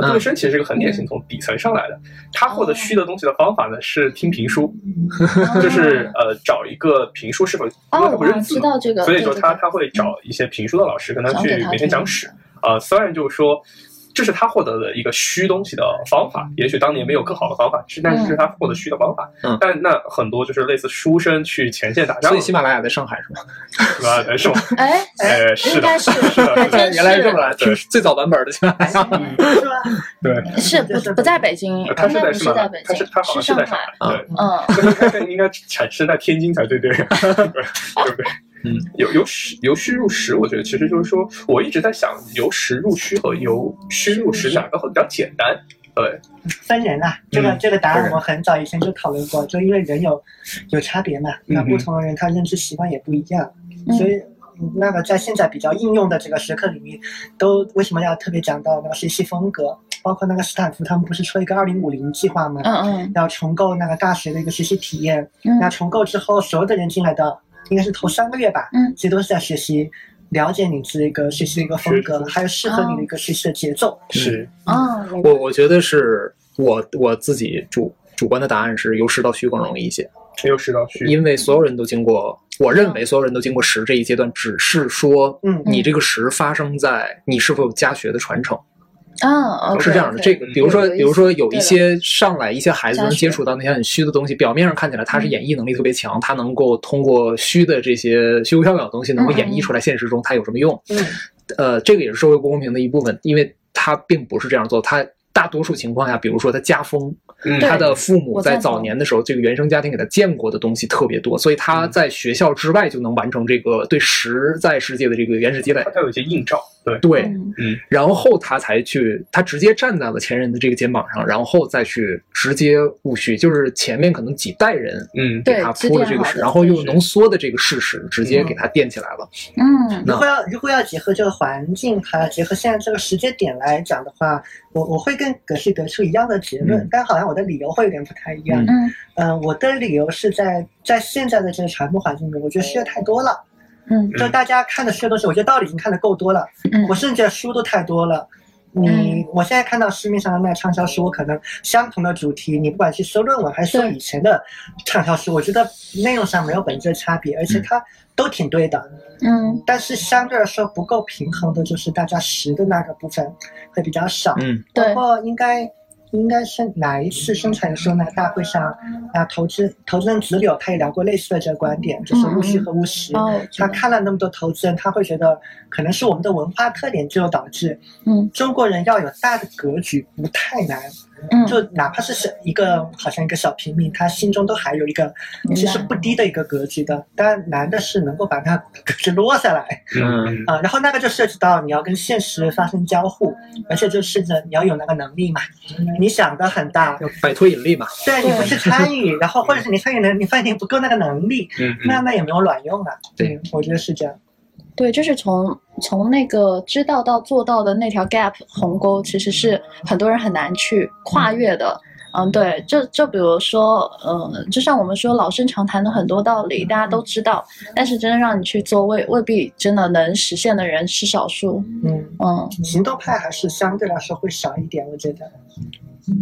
[SPEAKER 3] 杜月笙其实是个很典型从底层上来的，他获得虚的东西的方法呢是听评书，就是呃找一个评书是否因为
[SPEAKER 1] 嗯哦，
[SPEAKER 3] 他不
[SPEAKER 1] 我
[SPEAKER 3] 认
[SPEAKER 1] 好像
[SPEAKER 3] 字
[SPEAKER 1] 知
[SPEAKER 3] 嘛，
[SPEAKER 1] 道这个，
[SPEAKER 3] 所以
[SPEAKER 1] 对
[SPEAKER 3] 说
[SPEAKER 1] 对
[SPEAKER 3] 他
[SPEAKER 1] 对
[SPEAKER 3] 他会找一些评书的老师跟他
[SPEAKER 1] 讲
[SPEAKER 3] 去
[SPEAKER 1] 给他
[SPEAKER 3] 每天讲啊
[SPEAKER 1] 听
[SPEAKER 3] 史。呃，虽然就是说这是他获得的一个虚东西的方法。也许当年没有更好的方法，是
[SPEAKER 1] 嗯
[SPEAKER 3] 但是是他获得虚的方法。
[SPEAKER 2] 嗯
[SPEAKER 3] 但那很多就是类似书生去前线打仗
[SPEAKER 2] 所
[SPEAKER 3] 的，
[SPEAKER 2] 以喜马拉雅在上海是吗？
[SPEAKER 3] 呃是吗？
[SPEAKER 1] 哎，
[SPEAKER 3] 呃，是
[SPEAKER 1] 应
[SPEAKER 3] 的，
[SPEAKER 1] 该是
[SPEAKER 3] 是的
[SPEAKER 1] 还真
[SPEAKER 2] 原来是这么来，
[SPEAKER 3] 对
[SPEAKER 2] 听最早版本的喜马拉雅。
[SPEAKER 4] 是吧？
[SPEAKER 3] 对，
[SPEAKER 1] 是不不在北京，应
[SPEAKER 3] 呃他
[SPEAKER 1] 该
[SPEAKER 3] 是在什
[SPEAKER 1] 不嗯是在
[SPEAKER 3] 么
[SPEAKER 1] 北？
[SPEAKER 3] 他
[SPEAKER 1] 京
[SPEAKER 3] 是，他好像
[SPEAKER 1] 是
[SPEAKER 3] 是
[SPEAKER 1] 上
[SPEAKER 3] 在上
[SPEAKER 1] 海。
[SPEAKER 3] 海，对，
[SPEAKER 1] 嗯，
[SPEAKER 3] 他他应该产生在天津才对，对， 对不对？
[SPEAKER 2] 嗯，
[SPEAKER 3] 由由实由虚入实，我觉得其实就是说，我一直在想由实入虚和由虚入实哪个会比较简单？对，
[SPEAKER 4] 分人啊，这个、
[SPEAKER 2] 嗯
[SPEAKER 4] 这个答
[SPEAKER 3] 分
[SPEAKER 4] 案
[SPEAKER 3] 人
[SPEAKER 4] 我们很早以前就讨论过，就因为人有有差别嘛，那
[SPEAKER 3] 嗯嗯
[SPEAKER 4] 不同的人他认知习惯也不一样，
[SPEAKER 1] 嗯
[SPEAKER 4] 所以。嗯那么在现在比较应用的这个学科领域，都为什么要特别讲到那个学习风格？包括那个斯坦福，他们不是出了一个二零五零计划吗？
[SPEAKER 1] 嗯
[SPEAKER 4] 要重构那个大学的一个学习体验。
[SPEAKER 1] 嗯
[SPEAKER 4] 那
[SPEAKER 1] 嗯
[SPEAKER 4] 重构之后，所有的人进来的应该是头三个月吧，
[SPEAKER 1] 嗯
[SPEAKER 4] 其实都是在学习，了解你这个学习的一个风格，
[SPEAKER 3] 是
[SPEAKER 4] 还有适合你的一个学习的节奏。
[SPEAKER 3] 是
[SPEAKER 1] 哦，
[SPEAKER 2] 我我觉得是我我自己主主观的答案是由实到虚更容易一些，
[SPEAKER 3] 由实到虚，
[SPEAKER 2] 因为所有人都经过，我认为所有人都经过实这一阶段，只是说
[SPEAKER 4] 嗯，
[SPEAKER 2] 你这个实发生在你是否有家学的传承，
[SPEAKER 1] 嗯，
[SPEAKER 2] 是这样的。这个比如说，
[SPEAKER 1] 有意思
[SPEAKER 2] 比如说有一
[SPEAKER 1] 对
[SPEAKER 2] 些上来一些孩子能
[SPEAKER 1] 家学嗯
[SPEAKER 2] 接触到那些很虚的东西，表面上看起来他是演绎能力特别强，他能够通过虚的这些虚无缥缈的东西，
[SPEAKER 1] 嗯
[SPEAKER 2] 能够演绎出来现实中他有什么用。
[SPEAKER 4] 嗯，
[SPEAKER 2] 呃，这个也是社会不公平的一部分，因为他并不是这样做，他大多数情况下，比如说他家风，
[SPEAKER 3] 嗯
[SPEAKER 1] 对
[SPEAKER 2] 他的父母
[SPEAKER 1] 我赞
[SPEAKER 2] 在
[SPEAKER 1] 同
[SPEAKER 2] 早年的时候，这个原生家庭给他建过的东西特别多，所以
[SPEAKER 1] 嗯
[SPEAKER 2] 他在学校之外就能完成这个对实在世界的这个原始积累
[SPEAKER 3] 它。它有一些映照，对，
[SPEAKER 2] 对，
[SPEAKER 1] 嗯
[SPEAKER 2] 然后他才去，他直接站在了前人的这个肩膀上，然后再去直接务虚，就是前面可能几代人
[SPEAKER 3] 嗯，
[SPEAKER 2] 给
[SPEAKER 1] 对
[SPEAKER 2] 他
[SPEAKER 1] 指
[SPEAKER 2] 铺的
[SPEAKER 1] 点
[SPEAKER 2] 这个
[SPEAKER 1] 好
[SPEAKER 2] 实，
[SPEAKER 1] 的
[SPEAKER 2] 然后
[SPEAKER 3] 知
[SPEAKER 2] 又
[SPEAKER 3] 识
[SPEAKER 2] 浓缩的这个事实，直接给他垫起来了。
[SPEAKER 1] 嗯，
[SPEAKER 2] 那
[SPEAKER 4] 如果要如果要结合这个环境，还有结合现在这个时间点来讲的话，我我会跟葛旭得出一样的结论，
[SPEAKER 2] 嗯
[SPEAKER 4] 但好像我的理由会有点不太一样。
[SPEAKER 2] 嗯
[SPEAKER 1] 嗯
[SPEAKER 4] 嗯、我的理由是在在现在的这个传播环境里，我觉得需要太多了。
[SPEAKER 1] 嗯
[SPEAKER 4] 就大家看的书的东西，我觉得道理已经看的够多了。
[SPEAKER 1] 嗯
[SPEAKER 4] 我甚至觉得书都太多了。你、
[SPEAKER 1] 嗯
[SPEAKER 4] 我现在看到市面上的卖畅销书，我可能相同的主题，你不管去搜论文还是搜
[SPEAKER 1] 对
[SPEAKER 4] 以前的畅销书，我觉得内容上没有本质的差别，而且它都挺对的。
[SPEAKER 1] 嗯
[SPEAKER 4] 但是相对来说不够平衡的，就是大家实的那个部分会比较少。
[SPEAKER 2] 嗯
[SPEAKER 4] 包
[SPEAKER 1] 对
[SPEAKER 4] 括应该应该是哪一次生产的时候，那个大会上啊，投资投资人子柳他也聊过类似的这个观点，就是务虚和务实。
[SPEAKER 1] 哦，
[SPEAKER 4] 他看了那么多投资人，他会觉得可能是我们的文化特点，就导致
[SPEAKER 1] 嗯
[SPEAKER 4] 中国人要有大的格局不太难。
[SPEAKER 1] 嗯
[SPEAKER 4] 就哪怕是小一个好像一个小平民，他心中都还有一个
[SPEAKER 1] 明白
[SPEAKER 4] 其实不低的一个格局的，但难的是能够把它格局落下来
[SPEAKER 3] 嗯，
[SPEAKER 4] 啊、然后那个就涉及到你要跟现实发生交互，而且就涉及到你要有那个能力嘛，
[SPEAKER 1] 嗯
[SPEAKER 4] 你想的很大，
[SPEAKER 2] 摆脱引力嘛，
[SPEAKER 4] 对你不去参与，然后或者是你参与能，你发现你不够那个能力，
[SPEAKER 3] 嗯
[SPEAKER 4] 那
[SPEAKER 3] 嗯，
[SPEAKER 4] 那也没有卵用啊。
[SPEAKER 2] 对
[SPEAKER 4] 嗯，我觉得是这样。
[SPEAKER 1] 对，就是从从那个知道到做到的那条 gap 鸿沟，其实是很多人很难去跨越的。嗯，对，就就比如说，嗯，就像我们说老生常谈的很多道
[SPEAKER 4] 嗯
[SPEAKER 1] 理，大家都知道，但是真的让你去做，未未必真的能实现的人是少数。
[SPEAKER 4] 嗯，
[SPEAKER 1] 嗯，
[SPEAKER 4] 行动派还是相对来说会少一点，我觉得。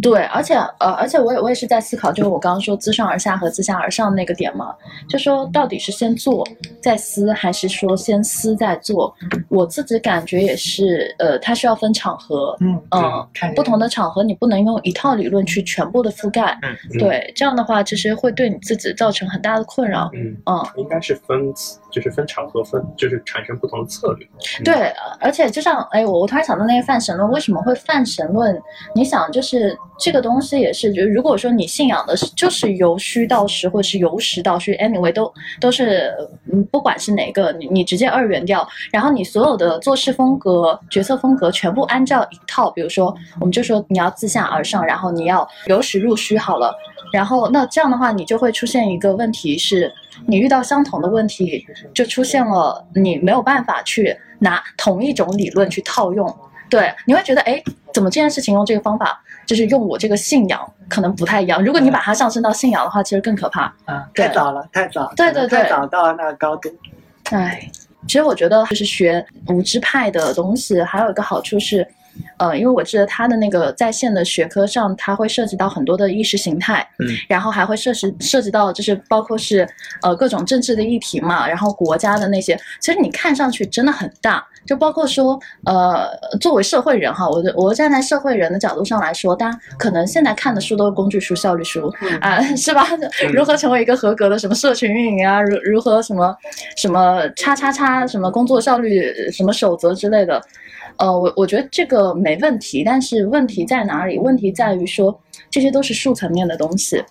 [SPEAKER 1] 对，而且呃，而且我也我也是在思考，就是我刚刚说自上而下和自下而上那个点嘛，就说到底是先做再思，还是说先思再做？我自己感觉也是，呃，它需要分场合，
[SPEAKER 4] 嗯，
[SPEAKER 1] 嗯，
[SPEAKER 4] 看人
[SPEAKER 1] 不同的场合你不能用一套理论去全部的覆盖，
[SPEAKER 2] 嗯
[SPEAKER 3] 嗯
[SPEAKER 1] 对，这样的话其实会对你自己造成很大的困扰，
[SPEAKER 3] 嗯，
[SPEAKER 1] 嗯，
[SPEAKER 3] 应该是分就是分场合分，就是产生不同的策略，
[SPEAKER 1] 对，呃而且就像哎，我我突然想到那个泛神论，为什么会泛神论？你想，就是这个东西也是，就如果说你信仰的是就是由虚到实，或者是由实到虚，anyway 都都是，嗯，不管是哪个，你你直接二元掉，然后你所有的做事风格、决策风格全部按照一套，比如说，我们就说你要自下而上，然后你要由实入虚好了。然后，那这样的话，你就会出现一个问题是，你遇到相同的问题，就出现了你没有办法去拿同一种理论去套用。对，你会觉得，哎，怎么这件事情用这个方法，就是用我这个信仰可能不太一样。如果你把它上升到信仰的话，其实更可怕。
[SPEAKER 4] 啊，
[SPEAKER 1] 对
[SPEAKER 4] 太早了，太早，
[SPEAKER 1] 对对对
[SPEAKER 4] 太早到那个高度。
[SPEAKER 1] 唉，其实我觉得就是学无知派的东西，还有一个好处是，呃，因为我记得他的那个在线的学科上，它会涉及到很多的意识形态，
[SPEAKER 2] 嗯，
[SPEAKER 1] 然后还会涉及涉及到就是包括是呃各种政治的议题嘛，然后国家的那些，其实你看上去真的很大，就包括说，呃，作为社会人哈，我的我站在社会人的角度上来说，大家可能现在看的书都是工具书、效率书
[SPEAKER 4] 嗯
[SPEAKER 1] 啊、 是吧？如何成为一个合格的什么社群运营啊，如如何什么什么叉叉叉什么工作效率什么守则之类的，呃，我我觉得这个没问题，但是问题在哪里？问题在于说，这些都是数层面的东西，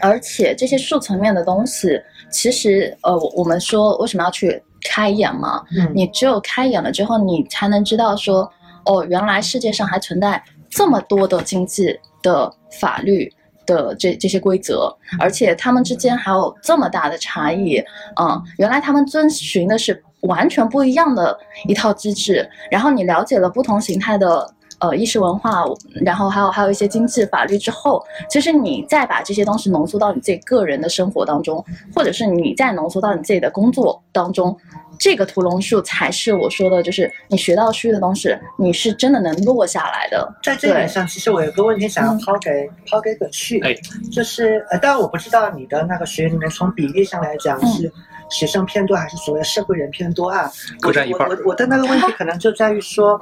[SPEAKER 1] 而且这些数层面的东西，其实呃，我我们说为什么要去开眼嘛？
[SPEAKER 4] 嗯
[SPEAKER 1] 你只有开眼了之后，你才能知道说，哦，原来世界上还存在这么多的经济的法律的这这些规则，而且他们之间还有这么大的差异，嗯，原来他们遵循的是完全不一样的一套机制，然后你了解了不同形态的。呃，意识文化，然后还有还有一些经济法律之后，其实你再把这些东西浓缩到你自己个人的生活当中，或者是你再浓缩到你自己的工作当中，这个屠龙术才是我说的，就是你学到虚的东西，你是真的能落下来的。
[SPEAKER 4] 在这一点上，其实我有个问题想要
[SPEAKER 1] 嗯
[SPEAKER 4] 抛给、抛给葛旭，
[SPEAKER 2] 哎
[SPEAKER 4] 就是呃，当然我不知道你的那个学里面从比例上来讲
[SPEAKER 1] 嗯
[SPEAKER 4] 是学生偏多还是所谓社会人偏多啊？
[SPEAKER 2] 各占一半
[SPEAKER 4] 我我我我的那个问题可能就在于说，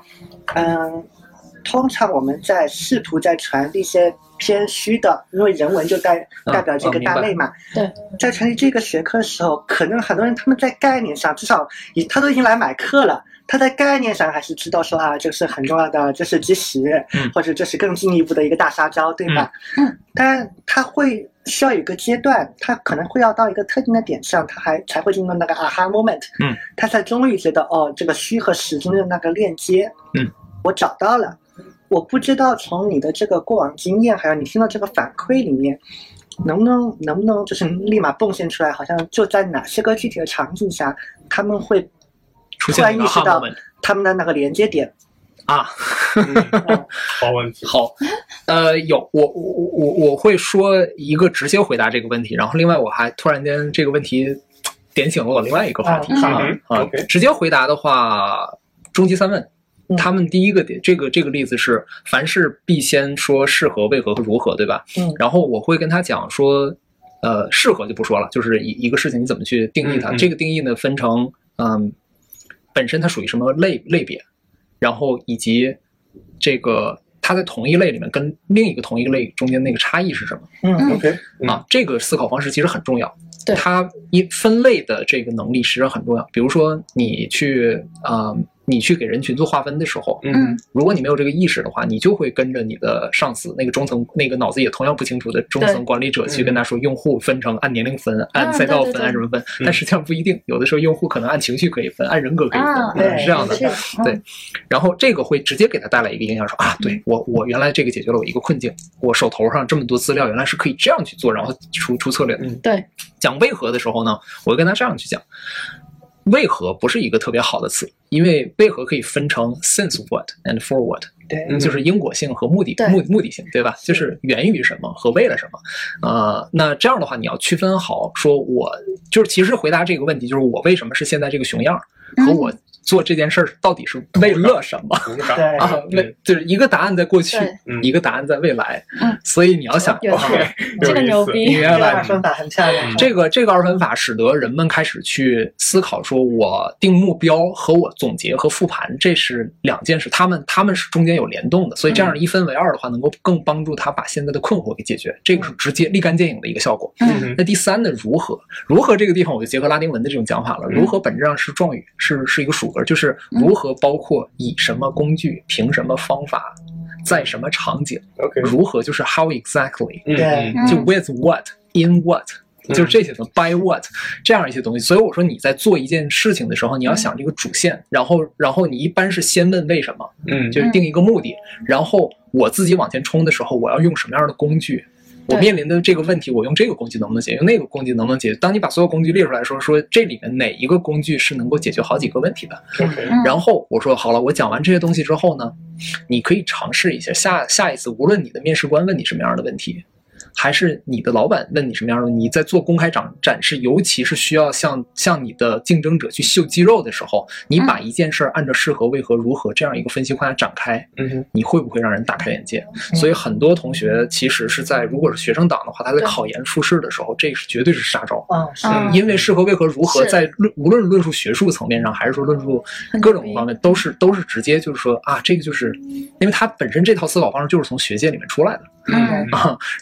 [SPEAKER 4] 嗯，通常我们在试图在传递一些偏虚的，因为人文就代
[SPEAKER 2] 嗯
[SPEAKER 4] 代表这
[SPEAKER 2] 嗯
[SPEAKER 4] 个
[SPEAKER 2] 明
[SPEAKER 4] 大
[SPEAKER 2] 白
[SPEAKER 4] 类嘛。
[SPEAKER 1] 对，
[SPEAKER 4] 在传递这个学科的时候，可能很多人他们在概念上，至少已他都已经来买课了。他在概念上还是知道说啊，这是很重要的，这是基石，
[SPEAKER 2] 嗯
[SPEAKER 4] 或者这是更进一步的一个大杀招，对吧？
[SPEAKER 1] 嗯嗯。
[SPEAKER 4] 但他会需要有一个阶段，他可能会要到一个特定的点上，他还才会进入那个 aha moment，
[SPEAKER 2] 嗯，
[SPEAKER 4] 他才终于觉得哦，这个虚和实中间的那个链接，
[SPEAKER 2] 嗯，
[SPEAKER 4] 我找到了。我不知道从你的这个过往经验，还有你听到这个反馈里面，能不能能不能就是立马蹦现出来，好像就在哪些个具体的场景下，他们会
[SPEAKER 2] 出
[SPEAKER 4] 突
[SPEAKER 2] 现
[SPEAKER 4] 然
[SPEAKER 2] 一
[SPEAKER 4] 意
[SPEAKER 2] 个
[SPEAKER 4] 识
[SPEAKER 2] 哈
[SPEAKER 4] 到
[SPEAKER 2] 们
[SPEAKER 4] 他们的那个连接点。
[SPEAKER 2] 啊，
[SPEAKER 4] 嗯
[SPEAKER 3] 好问题。
[SPEAKER 2] 好，呃，有我我我我我会说一个直接回答这个问题，然后另外我还突然间这个问题点醒了我另外一个话题
[SPEAKER 1] 嗯
[SPEAKER 2] 啊
[SPEAKER 3] 嗯
[SPEAKER 2] 啊
[SPEAKER 3] OK，
[SPEAKER 2] 直接回答的话，终极三问
[SPEAKER 4] 嗯。
[SPEAKER 2] 他们第一个点，这个这个例子是，凡事必先说适合、为何和如何，对吧？
[SPEAKER 4] 嗯
[SPEAKER 2] 然后我会跟他讲说，呃，适合就不说了，就是一一个事情你怎么去定义它。
[SPEAKER 3] 嗯嗯
[SPEAKER 2] 这个定义呢，分成嗯，本身它属于什么类类别，然后以及这个它在同一类里面跟另一个同一类中间那个差异是什么。
[SPEAKER 4] 嗯
[SPEAKER 3] OK，嗯
[SPEAKER 2] 啊，这个思考方式其实很重要。
[SPEAKER 1] 对
[SPEAKER 2] 它一分类的这个能力实际上很重要。比如说，你去啊、呃你去给人群做划分的时候，
[SPEAKER 1] 嗯
[SPEAKER 2] 如果你没有这个意识的话，你就会跟着你的上司那个中层那个脑子也同样不清楚的中层
[SPEAKER 1] 对
[SPEAKER 2] 管理者去跟他说，用户分成按年龄分、按
[SPEAKER 1] 嗯
[SPEAKER 2] 赛道
[SPEAKER 1] 对对
[SPEAKER 2] 分、按
[SPEAKER 1] 对嗯
[SPEAKER 2] 什么分，但实际上不一定。有的时候用户可能按情绪可以分，按人格可以
[SPEAKER 1] 啊，
[SPEAKER 2] 分，是这样的。
[SPEAKER 1] 是嗯
[SPEAKER 2] 对然后这个会直接给他带来一个影响，说啊，对我我原来这个解决了我一个困境，我手头上这么多资料，原来是可以这样去做，然后出出策略的
[SPEAKER 3] 嗯。
[SPEAKER 1] 对，
[SPEAKER 2] 讲为何的时候呢，我会跟他这样去讲，为何不是一个特别好的词，因为为何可以分成 since what and for what，
[SPEAKER 4] 对，
[SPEAKER 3] 嗯
[SPEAKER 2] 就是因果性和目的
[SPEAKER 1] 对
[SPEAKER 2] 目目的性，对吧？就是源于什么和为了什么，呃，那这样的话你要区分好，说我就是其实回答这个问题，就是我为什么是现在这个熊样儿，和
[SPEAKER 1] 嗯
[SPEAKER 2] 我做这件事儿到底是为了什么？
[SPEAKER 3] 同感
[SPEAKER 4] 对
[SPEAKER 2] 啊， 为就是一个答案在过去
[SPEAKER 1] 对，
[SPEAKER 3] 嗯
[SPEAKER 2] 一个答案在未来
[SPEAKER 1] 嗯，
[SPEAKER 2] 所以你要想
[SPEAKER 1] 有趣，这个牛逼
[SPEAKER 2] 你原
[SPEAKER 4] 这个
[SPEAKER 2] 来
[SPEAKER 4] 二分法很漂亮。
[SPEAKER 2] 这个这个二分法使得人们开始去思考，说我定目标和我总结和复盘，这是两件事，他们他们是中间有联动的，所以这样一分为二的话，能够更帮助他把现在的困惑给解决，这个是直接立竿见影的一个效果。
[SPEAKER 1] 嗯
[SPEAKER 3] 嗯
[SPEAKER 2] 那第三呢？如何？如何这个地方我就结合拉丁文的这种讲法了。
[SPEAKER 3] 嗯
[SPEAKER 2] 如何本质上是状语，是是一个属格，就是如何包括以什么工具、凭什么方法、在什么场景，
[SPEAKER 3] 嗯，OK，
[SPEAKER 2] 如何就是 how exactly，
[SPEAKER 3] 嗯嗯
[SPEAKER 1] 嗯
[SPEAKER 2] 就 with what in what。
[SPEAKER 3] 嗯
[SPEAKER 2] 就是这些东西，by what 这样一些东西，所以我说你在做一件事情的时候，
[SPEAKER 1] 嗯
[SPEAKER 2] 你要想这个主线，然后，然后你一般是先问为什么，
[SPEAKER 3] 嗯，
[SPEAKER 2] 就是定一个目的，然后我自己往前冲的时候，我要用什么样的工具？我
[SPEAKER 1] 对
[SPEAKER 2] 面临的这个问题，我用这个工具能不能解决？用那个工具能不能解决？当你把所有工具列出来的时候，说这里面哪一个工具是能够解决好几个问题的？
[SPEAKER 3] OK，
[SPEAKER 1] 嗯
[SPEAKER 2] 然后我说好了，我讲完这些东西之后呢，你可以尝试一下下下一次，无论你的面试官问你什么样的问题，还是你的老板问你什么样的问题？你在做公开展展示，尤其是需要向向你的竞争者去秀肌肉的时候，
[SPEAKER 1] 嗯
[SPEAKER 2] 你把一件事儿按照适合、为何、如何这样一个分析框架展开，
[SPEAKER 3] 嗯哼，
[SPEAKER 2] 你会不会让人大开眼界？
[SPEAKER 1] 嗯
[SPEAKER 2] 所以很多同学其实是在，如果是学生党的话，他在
[SPEAKER 1] 对
[SPEAKER 2] 考研复试的时候，这是绝对是杀招。
[SPEAKER 4] 嗯，是
[SPEAKER 1] 嗯
[SPEAKER 2] 因为适合为何如何，
[SPEAKER 1] 是
[SPEAKER 2] 在论无论论述学术层面上，还是说论述
[SPEAKER 1] 很
[SPEAKER 2] 各
[SPEAKER 1] 容
[SPEAKER 2] 种
[SPEAKER 1] 易
[SPEAKER 2] 方面，都是都是直接就是说啊，这个就是，因为它本身这套思考方式就是从学界里面出来的。
[SPEAKER 1] 嗯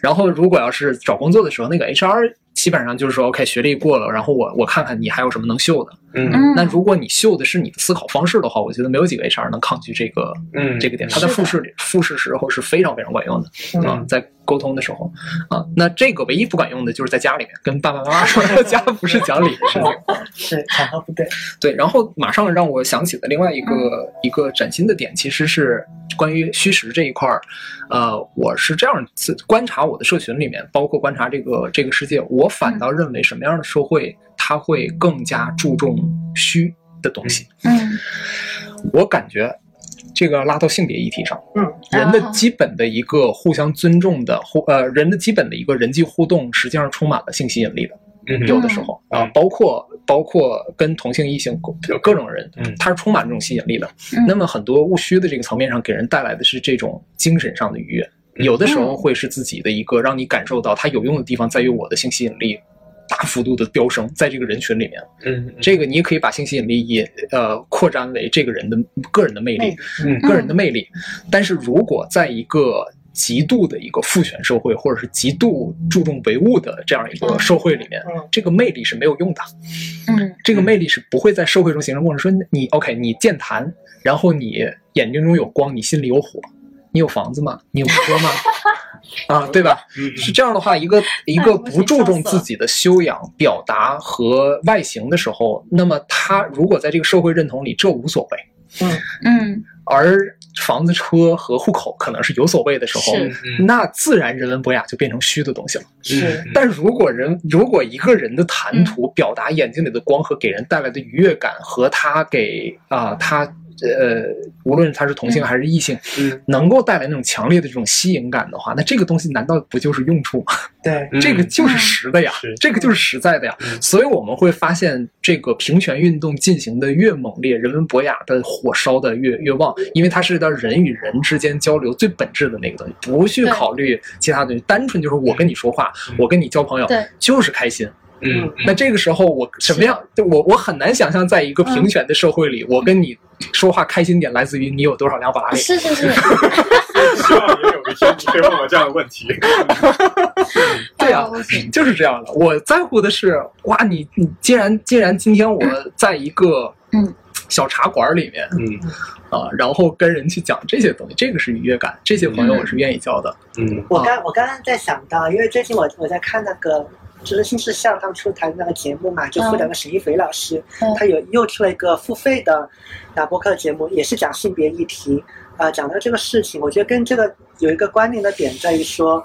[SPEAKER 2] 然后如果要是找工作的时候，那个 HR 基本上就是说 OK，学历过了，然后我我看看你还有什么能秀的。
[SPEAKER 3] 嗯
[SPEAKER 1] 嗯，
[SPEAKER 2] 那如果你秀的是你的思考方式的话，我觉得没有几个 HR 能抗拒这个
[SPEAKER 3] 嗯，
[SPEAKER 2] 这个点，它在
[SPEAKER 1] 是的
[SPEAKER 2] 复试里复试时候是非常非常管用的。
[SPEAKER 3] 嗯
[SPEAKER 2] 啊，在沟通的时候啊，那这个唯一不管用的就是在家里面跟爸爸妈妈说 要家不是讲理的事情。
[SPEAKER 4] 是场合不对，
[SPEAKER 2] 对，然后马上让我想起的另外一个、一个崭新的点，其实是关于虚实这一块儿。呃，我是这样子观察我的社群里面，包括观察这个这个世界，我反倒认为什么样的社会它会更加注重虚的东西。
[SPEAKER 1] 嗯
[SPEAKER 2] 我感觉这个拉到性别议题上，
[SPEAKER 4] 嗯，
[SPEAKER 2] 人的
[SPEAKER 1] 啊
[SPEAKER 2] 基本的一个互相尊重的互呃人的基本的一个人际互动，实际上充满了性吸引力的。
[SPEAKER 3] 嗯
[SPEAKER 2] 有的时候
[SPEAKER 3] 嗯
[SPEAKER 2] 啊，包括包括跟同性异性各各种人
[SPEAKER 3] 嗯，
[SPEAKER 2] 它是充满这种吸引力的。
[SPEAKER 1] 嗯
[SPEAKER 2] 那么很多务虚的这个层面上，给人带来的是这种精神上的愉悦，
[SPEAKER 3] 嗯
[SPEAKER 2] 有的时候会是自己的一个让你感受到它有用的地方，在于我的性吸引力。大幅度的飙升，在这个人群里面，
[SPEAKER 3] 嗯，
[SPEAKER 2] 这个你也可以把性吸引力也呃扩展为这个人的个人的魅力
[SPEAKER 4] 那，
[SPEAKER 3] 嗯
[SPEAKER 2] 个人的魅力。但是如果在一个极度的一个父权社会，或者是极度注重唯物的这样一个社会里面，
[SPEAKER 4] 嗯
[SPEAKER 2] 这个魅力是没有用的。
[SPEAKER 1] 嗯
[SPEAKER 2] 这个魅力是不会在社会中形成过程。说你 OK，你健谈，然后你眼睛中有光，你心里有火，你有房子吗？你有车吗？ 啊，对吧？
[SPEAKER 3] 嗯
[SPEAKER 2] 是这样的话，一个一个
[SPEAKER 1] 哎不
[SPEAKER 2] 不
[SPEAKER 1] 行
[SPEAKER 2] 注
[SPEAKER 1] 笑
[SPEAKER 2] 重
[SPEAKER 1] 死
[SPEAKER 2] 自
[SPEAKER 1] 了
[SPEAKER 2] 己的修养、表达和外形的时候，那么他如果在这个社会认同里，这无所谓。
[SPEAKER 1] 嗯，
[SPEAKER 2] 而房子、车和户口可能是有所谓的时候，
[SPEAKER 1] 是
[SPEAKER 3] 嗯
[SPEAKER 2] 那自然人文博雅就变成虚的东西了。
[SPEAKER 4] 是
[SPEAKER 2] 但如果人如果一个人的
[SPEAKER 3] 嗯
[SPEAKER 2] 谈吐、表达眼睛里的光和给人带来的愉悦感，和他给啊、他呃，无论他是同性还是异性，
[SPEAKER 3] 嗯
[SPEAKER 2] 能够带来那种强烈的这种吸引感的话，那这个东西难道不就是用处吗？
[SPEAKER 4] 对，
[SPEAKER 3] 嗯
[SPEAKER 2] 这个就是实的呀，
[SPEAKER 3] 是
[SPEAKER 2] 这个就是实在的呀。
[SPEAKER 3] 嗯
[SPEAKER 2] 所以我们会发现，这个平权运动进行的越猛烈，人文博雅的火烧的越越旺，因为它涉及到人与人之间交流最本质的那个东西，不去
[SPEAKER 1] 对
[SPEAKER 2] 考虑其他东西，单纯就是我跟你说话
[SPEAKER 3] 嗯，
[SPEAKER 2] 我跟你交朋友
[SPEAKER 1] 对，
[SPEAKER 2] 就是开心。
[SPEAKER 3] 嗯
[SPEAKER 2] 那这个时候我什么样？就我我很难想象，在一个
[SPEAKER 1] 嗯
[SPEAKER 2] 平权的社会里，我跟你说话开心点来自于你有多少辆法拉利。
[SPEAKER 1] 是是是，
[SPEAKER 3] 希望也有一天你可以问我这样的问题。
[SPEAKER 2] 对呀、
[SPEAKER 1] 哦不行
[SPEAKER 2] 就是这样的。我在乎的是，哇，你你既然既然今天我在一个
[SPEAKER 1] 嗯
[SPEAKER 2] 小茶馆里面
[SPEAKER 3] 嗯
[SPEAKER 2] 啊，然后跟人去讲这些东西，这个是愉悦感，这些朋友我是愿意交的。
[SPEAKER 3] 嗯
[SPEAKER 4] 我刚我刚刚在想到，因为最近我我在看那个。就是新世相他们出台的那个节目嘛，就
[SPEAKER 1] 嗯
[SPEAKER 4] 付两个沈一菲老师，
[SPEAKER 1] 嗯
[SPEAKER 4] 他有又出了一个付费的打播客节目，也是讲性别议题。啊，讲到这个事情，我觉得跟这个有一个关联的点在于说，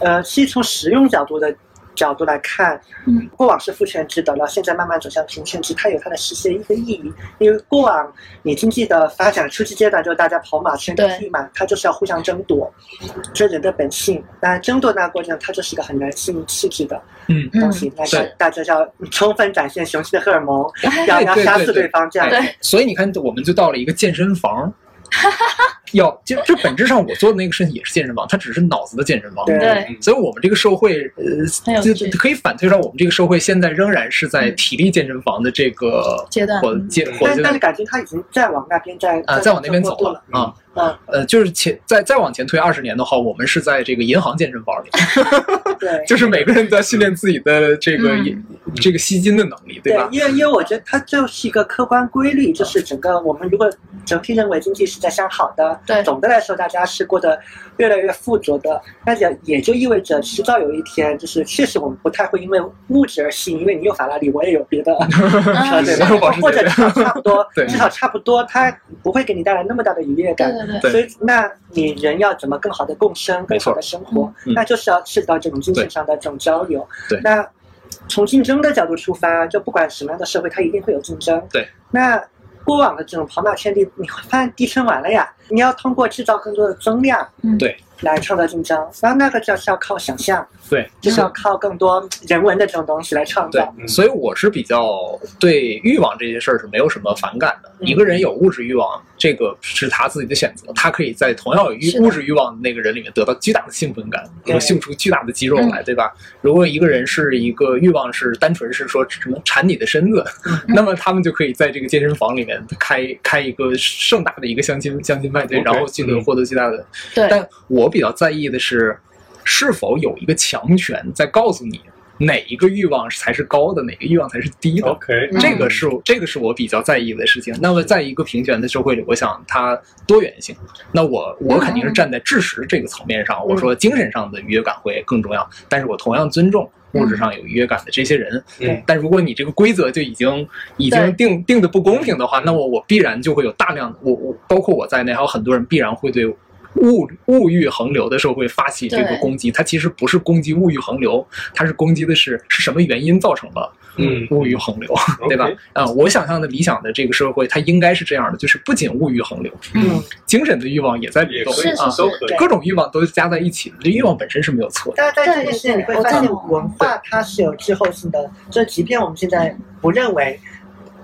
[SPEAKER 4] 呃，其实从实用角度的角度来看，
[SPEAKER 1] 嗯，
[SPEAKER 4] 过往是父权制的，然后现在慢慢走向平权制，它有它的实现一个意义。因为过往你经济的发展初期阶段，就是大家跑马圈
[SPEAKER 1] 对
[SPEAKER 4] 地嘛，它就是要互相争夺，这是人的本性。那争夺那个过程，它就是一个很男性气质的
[SPEAKER 2] 嗯，
[SPEAKER 4] 东西，那大
[SPEAKER 2] 对
[SPEAKER 4] 大家要充分展现雄性的荷尔蒙，要
[SPEAKER 2] 对
[SPEAKER 4] 要
[SPEAKER 2] 对
[SPEAKER 4] 杀
[SPEAKER 2] 对
[SPEAKER 4] 死
[SPEAKER 2] 对哎
[SPEAKER 4] 对方这样。
[SPEAKER 1] 对
[SPEAKER 2] 所以你看，我们就到了一个健身房。 要就就本质上我做的那个事情也是健身房，它只是脑子的健身房。嗯
[SPEAKER 4] 对
[SPEAKER 1] 对，
[SPEAKER 2] 所以我们这个社会，
[SPEAKER 1] 很
[SPEAKER 2] 呃，
[SPEAKER 1] 有
[SPEAKER 2] 就
[SPEAKER 1] 趣嗯
[SPEAKER 2] 可以反推上，我们这个社会现在仍然是在体力健身房的这个
[SPEAKER 1] 阶段
[SPEAKER 2] 火
[SPEAKER 1] 嗯
[SPEAKER 2] 阶火
[SPEAKER 4] 但
[SPEAKER 2] 阶
[SPEAKER 4] 但
[SPEAKER 2] 段
[SPEAKER 4] 是感觉他已经在往那边在
[SPEAKER 2] 啊，再往那边走
[SPEAKER 4] 过渡
[SPEAKER 2] 了
[SPEAKER 4] 了。
[SPEAKER 2] 啊。
[SPEAKER 4] 嗯，
[SPEAKER 2] 呃，就是前再再往前推二十年的话，我们是在这个银行健身房里，
[SPEAKER 4] 对。
[SPEAKER 2] 就是每个人都在训练自己的这个、
[SPEAKER 1] 嗯
[SPEAKER 2] 也这个吸金的能力，对吧？
[SPEAKER 4] 因为因为我觉得它就是一个客观规律，就是整个我们如果整体认为经济是在向好的，
[SPEAKER 1] 对
[SPEAKER 4] 总的来说大家是过得越来越富足的，那也也就意味着迟早有一天，就是确实我们不太会因为物质而吸引，因为你有法拉利，我也有别的 车，
[SPEAKER 1] 嗯
[SPEAKER 4] 对
[SPEAKER 1] 是
[SPEAKER 2] 我有保
[SPEAKER 4] 吧
[SPEAKER 2] 时？捷
[SPEAKER 4] 或者至少差 不多
[SPEAKER 2] 对，
[SPEAKER 4] 至少差不多，它不会给你带来那么大的愉悦
[SPEAKER 1] 对
[SPEAKER 4] 感。
[SPEAKER 1] 对
[SPEAKER 2] 对
[SPEAKER 1] 对，
[SPEAKER 4] 所以，那你人要怎么更好的共生、
[SPEAKER 2] 没
[SPEAKER 4] 更
[SPEAKER 2] 错
[SPEAKER 4] 好的生活，
[SPEAKER 2] 嗯
[SPEAKER 4] 那就是要涉及到这种精神上的这种交流。
[SPEAKER 2] 对
[SPEAKER 4] 那从竞争的角度出发，就不管什么样的社会，它一定会有竞争。
[SPEAKER 2] 对，
[SPEAKER 4] 那过往的这种跑马圈地，你会发现地深完了呀。你要通过制造更多的增量，
[SPEAKER 1] 嗯
[SPEAKER 2] 对，
[SPEAKER 4] 来创造竞争。然后那个就是要靠想象，
[SPEAKER 2] 对，
[SPEAKER 4] 就是要靠更多人文的这种东西来创
[SPEAKER 2] 对
[SPEAKER 4] 造。，
[SPEAKER 3] 嗯
[SPEAKER 2] 所以我是比较对欲望这些事儿是没有什么反感的。
[SPEAKER 4] 嗯
[SPEAKER 2] 一个人有物质欲望，这个是他自己的选择，他可以在同样有欲
[SPEAKER 1] 是的
[SPEAKER 2] 物质欲望的那个人里面得到巨大的兴奋感，
[SPEAKER 4] 对
[SPEAKER 2] 能兴出巨大的肌肉来，
[SPEAKER 1] 嗯
[SPEAKER 2] 对吧？如果一个人是一个欲望是单纯是说什么馋你的身子，
[SPEAKER 1] 嗯
[SPEAKER 2] 那么他们就可以在这个健身房里面开开一个盛大的一个相亲相亲派对，
[SPEAKER 3] OK，
[SPEAKER 2] 然后就能获得巨大的
[SPEAKER 1] 对，
[SPEAKER 2] 但我比较在意的是，是否有一个强权在告诉你哪一个欲望才是高的，哪个欲望才是低的。
[SPEAKER 3] OK，
[SPEAKER 1] 嗯
[SPEAKER 2] 这个是这个是我比较在意的事情。那么，在一个平权的社会里，我想它多元性。那我我肯定
[SPEAKER 1] 嗯
[SPEAKER 2] 是站在知识这个层面上，我说精神上的愉悦感会更重要，但是我同样尊重物
[SPEAKER 1] 嗯
[SPEAKER 2] 质上有愉悦感的这些人。
[SPEAKER 3] 嗯
[SPEAKER 2] 但如果你这个规则就已经已
[SPEAKER 1] 对
[SPEAKER 2] 经定定的不公平的话，那我我必然就会有大量的我我包括我在内，还有很多人必然会对。物物欲横流的社会发起这个
[SPEAKER 1] 对
[SPEAKER 2] 攻击，它其实不是攻击物欲横流，它是攻击的是是什么原因造成了
[SPEAKER 3] 嗯
[SPEAKER 2] 物欲横流。
[SPEAKER 3] ，OK，
[SPEAKER 2] 对吧？啊、我想象的理想的这个社会，它应该是这样的，就是不仅物欲横流，
[SPEAKER 1] 嗯，
[SPEAKER 2] 精神的欲望也在里
[SPEAKER 3] 也
[SPEAKER 2] 头
[SPEAKER 3] 可以
[SPEAKER 1] 是
[SPEAKER 2] 啊，
[SPEAKER 1] 是
[SPEAKER 3] 都可以
[SPEAKER 2] 各种欲望都加在一起，这欲望本身是没有错的。
[SPEAKER 4] 但是在这件事情，你会
[SPEAKER 1] 对
[SPEAKER 4] 发
[SPEAKER 1] 对对我赞
[SPEAKER 4] 现
[SPEAKER 1] 同
[SPEAKER 4] 文化它是有滞后性的。就即便我们现在不认为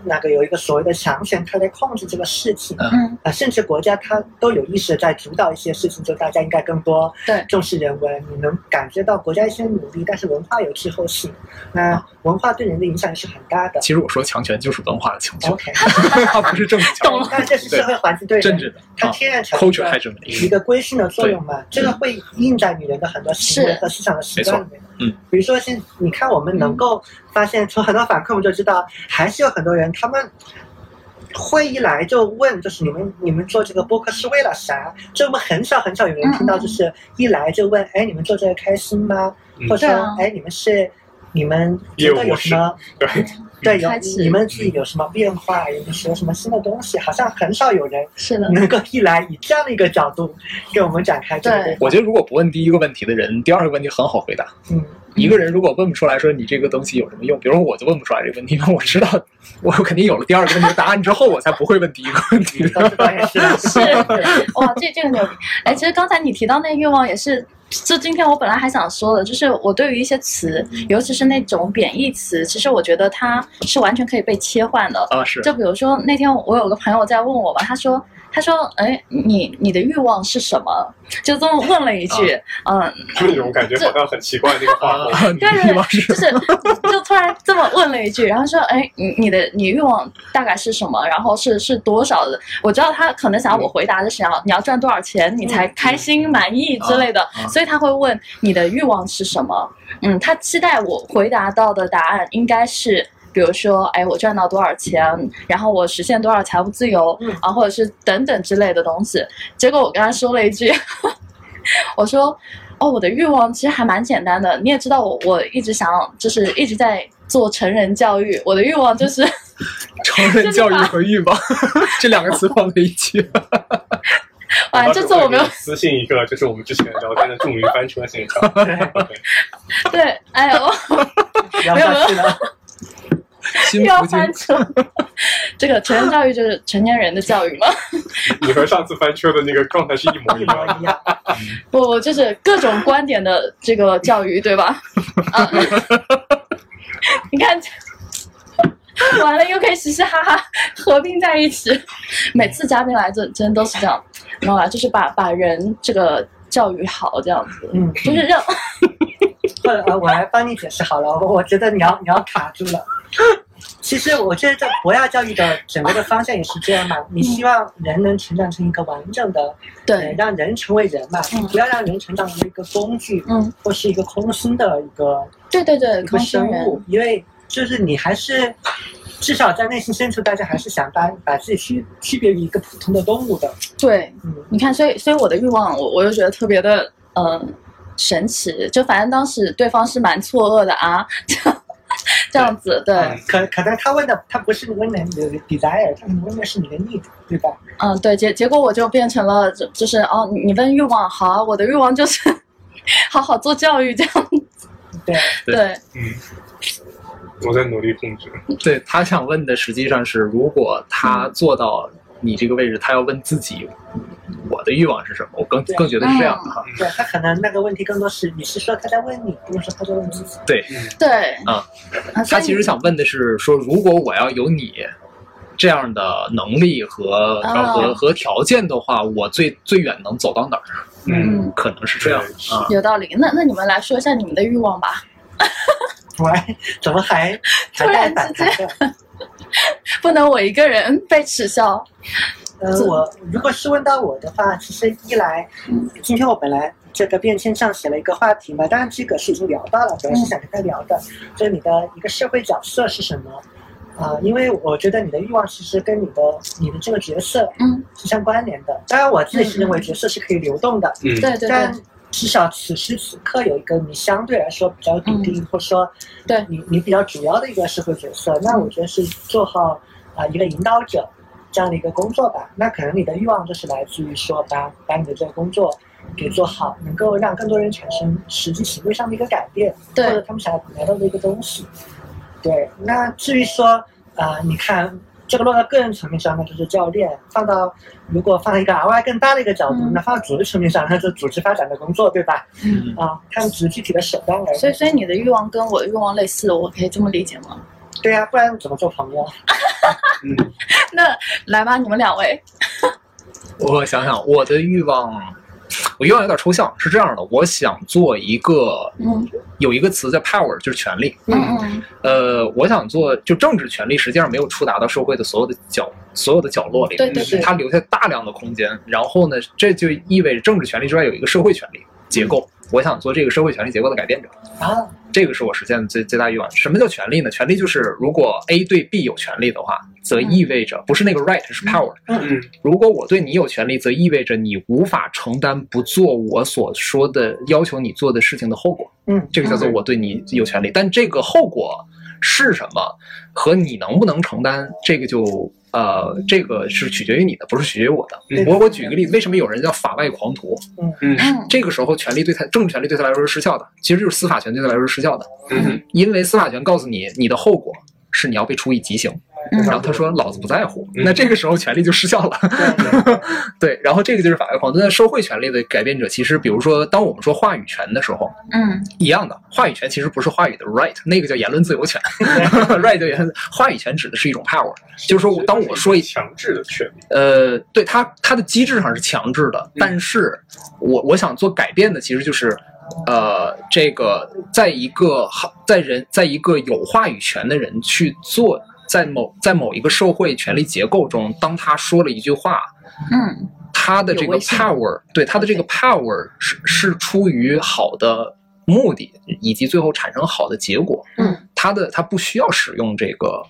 [SPEAKER 4] 那个有一个所谓的强权，它在控制这个事情，
[SPEAKER 2] 嗯
[SPEAKER 1] 嗯，
[SPEAKER 4] 啊，甚至国家它都有意识地在主导一些事情，就大家应该更多
[SPEAKER 1] 对
[SPEAKER 4] 重视人文。你能感觉到国家一些努力，但是文化有滞后性，
[SPEAKER 2] 啊
[SPEAKER 4] 那文化对人的影响是很大的。
[SPEAKER 2] 其实我说强权就是文化的强权，
[SPEAKER 4] OK，
[SPEAKER 2] 它不是政治强
[SPEAKER 1] 懂了
[SPEAKER 2] 权，
[SPEAKER 4] 哦但这是社会环境对
[SPEAKER 2] 对政
[SPEAKER 4] 人
[SPEAKER 2] 治的
[SPEAKER 4] 它
[SPEAKER 2] 啊
[SPEAKER 4] 天然产生
[SPEAKER 2] ，culture 还
[SPEAKER 4] 的
[SPEAKER 2] 是没
[SPEAKER 4] 一个规训的作用
[SPEAKER 3] 嗯
[SPEAKER 4] 嘛，这个会印在你人的很多行为
[SPEAKER 1] 是
[SPEAKER 4] 和思想的习惯里面。
[SPEAKER 2] 嗯，
[SPEAKER 4] 比如说现你看，我们
[SPEAKER 1] 嗯
[SPEAKER 4] 能够发现从很多反馈，我们就知道还是有很多人他们。会一来就问，就是你们你们做这个播客是为了啥？就我们很少很少有人听
[SPEAKER 1] 嗯
[SPEAKER 4] 到，就是一来就问，哎，你们做这个开心吗？
[SPEAKER 3] 嗯
[SPEAKER 4] 或者
[SPEAKER 1] 对
[SPEAKER 4] 说
[SPEAKER 1] 啊，
[SPEAKER 4] 哎，你们是你们
[SPEAKER 3] 业
[SPEAKER 4] 觉
[SPEAKER 3] 务
[SPEAKER 4] 得有
[SPEAKER 3] 模式嗯
[SPEAKER 4] 什么
[SPEAKER 3] 对，
[SPEAKER 4] 对有
[SPEAKER 1] 开始
[SPEAKER 4] 你们自己有什么变化，有没有什么新的东西？好像很少有人
[SPEAKER 1] 是的，
[SPEAKER 4] 能够一来以这样的一个角度给我们展开这个
[SPEAKER 1] 对
[SPEAKER 4] 话
[SPEAKER 2] 我觉得如果不问第一个问题的人，第二个问题很好回答。
[SPEAKER 4] 嗯，
[SPEAKER 2] 一个人如果问不出来说你这个东西有什么用，比如说我就问不出来这个问题，因为我知道我肯定有了第二个问题的答案之后，我才不会问第一个问题。
[SPEAKER 4] 当时导演是老师
[SPEAKER 1] 是， 哇，这这个牛逼！哎，其实刚才你提到那欲望也是，就今天我本来还想说的，就是我对于一些词，尤其是那种贬义词，其实我觉得它是完全可以被切换的。
[SPEAKER 2] 啊，是
[SPEAKER 1] 就比如说那天我有个朋友在问我吧，他说。他说：“哎，你你的欲望是什么？”就这么问了一句，嗯，
[SPEAKER 3] 就那种感觉好像很奇怪那个画风。
[SPEAKER 2] 啊，你的欲望
[SPEAKER 1] 就是是就突然这么问了一句，然后说：“哎，你你的你欲望大概是什么？然后是是多少的？我知道他可能想要我回答的是要、你要赚多少钱你才开心、满意之类的，
[SPEAKER 2] 啊啊
[SPEAKER 1] 所以他会问你的欲望是什么？嗯，他期待我回答到的答案应该是。”比如说，哎，我赚到多少钱，然后我实现多少财务自由，
[SPEAKER 4] 嗯
[SPEAKER 1] 啊，或者是等等之类的东西。结果我跟他说了一句， 我说，哦，我的欲望其实还蛮简单的。你也知道我，我一直想就是一直在做成人教育，我的欲望就是
[SPEAKER 2] 成人教育和欲望 这两个词放在一 起。
[SPEAKER 1] 啊，这次我没有
[SPEAKER 3] 私信一个，就是我们之前聊天的著名翻车现象。OK，
[SPEAKER 1] 对，哎呦，
[SPEAKER 4] 聊不下去了。
[SPEAKER 2] 心
[SPEAKER 1] 要
[SPEAKER 2] 不惊
[SPEAKER 1] 翻车。 这个成人教育就是成年人的教育嘛，
[SPEAKER 3] 你和上次翻车的那个状态是一模一
[SPEAKER 4] 一
[SPEAKER 3] 样
[SPEAKER 4] 模
[SPEAKER 3] 的。
[SPEAKER 4] 一样，
[SPEAKER 1] 不不，就是各种观点的这个教育，对吧？啊，你看。完了，又可以嘻嘻哈哈合并在一起。每次嘉宾来，真真都是这样，没有啦，就是把把人这个教育好，这样子，
[SPEAKER 4] 嗯，
[SPEAKER 1] 就是 让
[SPEAKER 4] 或者呃我来帮你解释好了，我我觉得你要你要卡住了。其实我觉得这博雅教育的整个的方向也是这样嘛，你希望人能成长成一个完整的，呃
[SPEAKER 1] 嗯对，
[SPEAKER 4] 让人成为人嘛
[SPEAKER 1] 嗯，
[SPEAKER 4] 不要让人成长为一个工具
[SPEAKER 1] 嗯，
[SPEAKER 4] 或是一个空心的一个
[SPEAKER 1] 对对对，
[SPEAKER 4] 一个
[SPEAKER 1] 康
[SPEAKER 4] 生
[SPEAKER 1] 生
[SPEAKER 4] 物
[SPEAKER 1] 人，，
[SPEAKER 4] 因为就是你还是至少在内心深处，大家还是想把把自己区区别于一个普通的动物的。
[SPEAKER 1] 对，
[SPEAKER 4] 嗯，
[SPEAKER 1] 你看，所以所以我的欲望，我我就觉得特别的，呃，神奇。就反正当时对方是蛮错愕的啊，这样子，对，
[SPEAKER 3] 嗯
[SPEAKER 4] 可可能他问的他不是问的你的 desire，他可能问的是你的 need，对吧？
[SPEAKER 1] 嗯，对，结结果我就变成了，就就是哦，你你问欲望，好啊，我的欲望就是好好做教育这样。
[SPEAKER 4] 对，
[SPEAKER 2] 对
[SPEAKER 1] 对，
[SPEAKER 3] 嗯，我在努力控制。
[SPEAKER 2] 对他想问的实际上是，如果他坐到你这个位置，他要问自己，我的欲望是什么？我更
[SPEAKER 4] 对
[SPEAKER 2] 更觉得是这样的哈。
[SPEAKER 1] 嗯
[SPEAKER 4] 对他可能那个问题更多是你是说他在问你，不是说他在问自己。
[SPEAKER 3] 嗯，
[SPEAKER 1] 对，
[SPEAKER 2] 啊
[SPEAKER 1] 啊，所
[SPEAKER 2] 他
[SPEAKER 1] 以
[SPEAKER 2] 其实想问的是说，如果我要有你这样的能力和
[SPEAKER 1] 哦
[SPEAKER 2] 和和条件的话，我最最远能走到哪儿？
[SPEAKER 3] 嗯
[SPEAKER 1] 嗯，
[SPEAKER 2] 可能是这样啊。
[SPEAKER 1] 有道理。那那你们来说一下你们的欲望吧，
[SPEAKER 4] 喂，怎么还还
[SPEAKER 1] 突然
[SPEAKER 4] 带
[SPEAKER 1] 之
[SPEAKER 4] 反弹的？
[SPEAKER 1] 不能我一个人 被耻笑。
[SPEAKER 4] 呃，我如果是问到我的话，其实一来，今天我本来这个便签上写了一个话题嘛，当然这个是已经聊到了，主要是想跟他聊的，就是你的一个社会角色是什么。啊、因为我觉得你的欲望其实跟你的你的这个角色
[SPEAKER 1] 嗯，
[SPEAKER 4] 是相关联的。当然，我自己是认为角色是可以流动的，
[SPEAKER 3] 嗯，
[SPEAKER 1] 对对对
[SPEAKER 4] 但至少此时此刻有一个你相对来说比较笃定，或者说
[SPEAKER 1] 嗯对
[SPEAKER 4] 你你比较主要的一个社会角色，那我觉得是做好啊、一个引导者这样的一个工作吧。那可能你的欲望就是来自于说把把你的这个工作给做好，能够让更多人产生实际行为上的一个改变，或者
[SPEAKER 1] 对，
[SPEAKER 4] 他们想要拿到的一个东西。对，那至于说啊、你看这个落到个人层面上，那就是教练；放到如果放到一个额外更大的一个角度，
[SPEAKER 1] 嗯
[SPEAKER 4] 那放到组织层面上，那就是组织发展的工作，对吧？
[SPEAKER 1] 嗯。
[SPEAKER 4] 啊，看只具体的手段而已。
[SPEAKER 1] 所以，所以你的欲望跟我的欲望类似，我可以这么理解吗？
[SPEAKER 4] 对呀、不然怎么做朋友？
[SPEAKER 3] 嗯
[SPEAKER 1] 那来吧，你们两位。
[SPEAKER 2] 我想想，我的欲望，我欲望有点抽象，是这样的，我想做一个
[SPEAKER 1] 嗯
[SPEAKER 2] 有一个词叫 power，就是权力。
[SPEAKER 1] 嗯嗯
[SPEAKER 2] 呃，我想做就政治权力，实际上没有触达到社会的所有的角所有的角落里，
[SPEAKER 1] 对对对
[SPEAKER 2] 它留下大量的空间。然后呢，这就意味着政治权利之外有一个社会权利结构。我想做这个社会权利结构的改变者，
[SPEAKER 4] 啊，
[SPEAKER 2] 这个是我实现的最最大欲望。什么叫权利呢？权利就是如果 A 对 B 有权利的话，则意味着不是那个 right 是 power。
[SPEAKER 3] 嗯
[SPEAKER 2] 如果我对你有权利，则意味着你无法承担不做我所说的要求你做的事情的后果。
[SPEAKER 4] 嗯，
[SPEAKER 2] 这个叫做我对你有权利，但这个后果是什么和你能不能承担，这个就呃，这个是取决于你的，不是取决于我的。
[SPEAKER 3] 嗯
[SPEAKER 2] 我我举个例子，为什么有人叫法外狂徒？
[SPEAKER 3] 嗯
[SPEAKER 1] 嗯，
[SPEAKER 2] 这个时候权利对他，政治权利对他来说是失效的，其实就是司法权对他来说是失效的，
[SPEAKER 3] 嗯
[SPEAKER 2] 因为司法权告诉你，你的后果是你要被处以极刑。
[SPEAKER 1] 嗯
[SPEAKER 2] 然后他说：“老子不在乎。”
[SPEAKER 3] 嗯
[SPEAKER 2] 那这个时候权利就失效了。 对，然后这个就是法外狂徒。那社会权利的改变者，其实比如说，当我们说话语权的时候，
[SPEAKER 1] 嗯
[SPEAKER 2] 一样的，话语权其实不是话语的 right，那个叫言论自由权 ，right 叫言论，话语权指的是一种 power，就是说我当我说一
[SPEAKER 3] 强制的权利，
[SPEAKER 2] 呃，对它它的机制上是强制
[SPEAKER 1] 嗯
[SPEAKER 2] 的，但是我我想做改变的其实就是，呃，这个在一个好在人在一个有话语权的人去做，在某在某一个社会权力结构中，当他说了一句话，
[SPEAKER 1] 嗯
[SPEAKER 2] 他的这
[SPEAKER 1] 有
[SPEAKER 2] 个
[SPEAKER 1] 威信
[SPEAKER 2] power，对他的这个 power 是是出于好的目的，以及最后产生好的结果。
[SPEAKER 1] 嗯，
[SPEAKER 2] 他的他不需要使用这个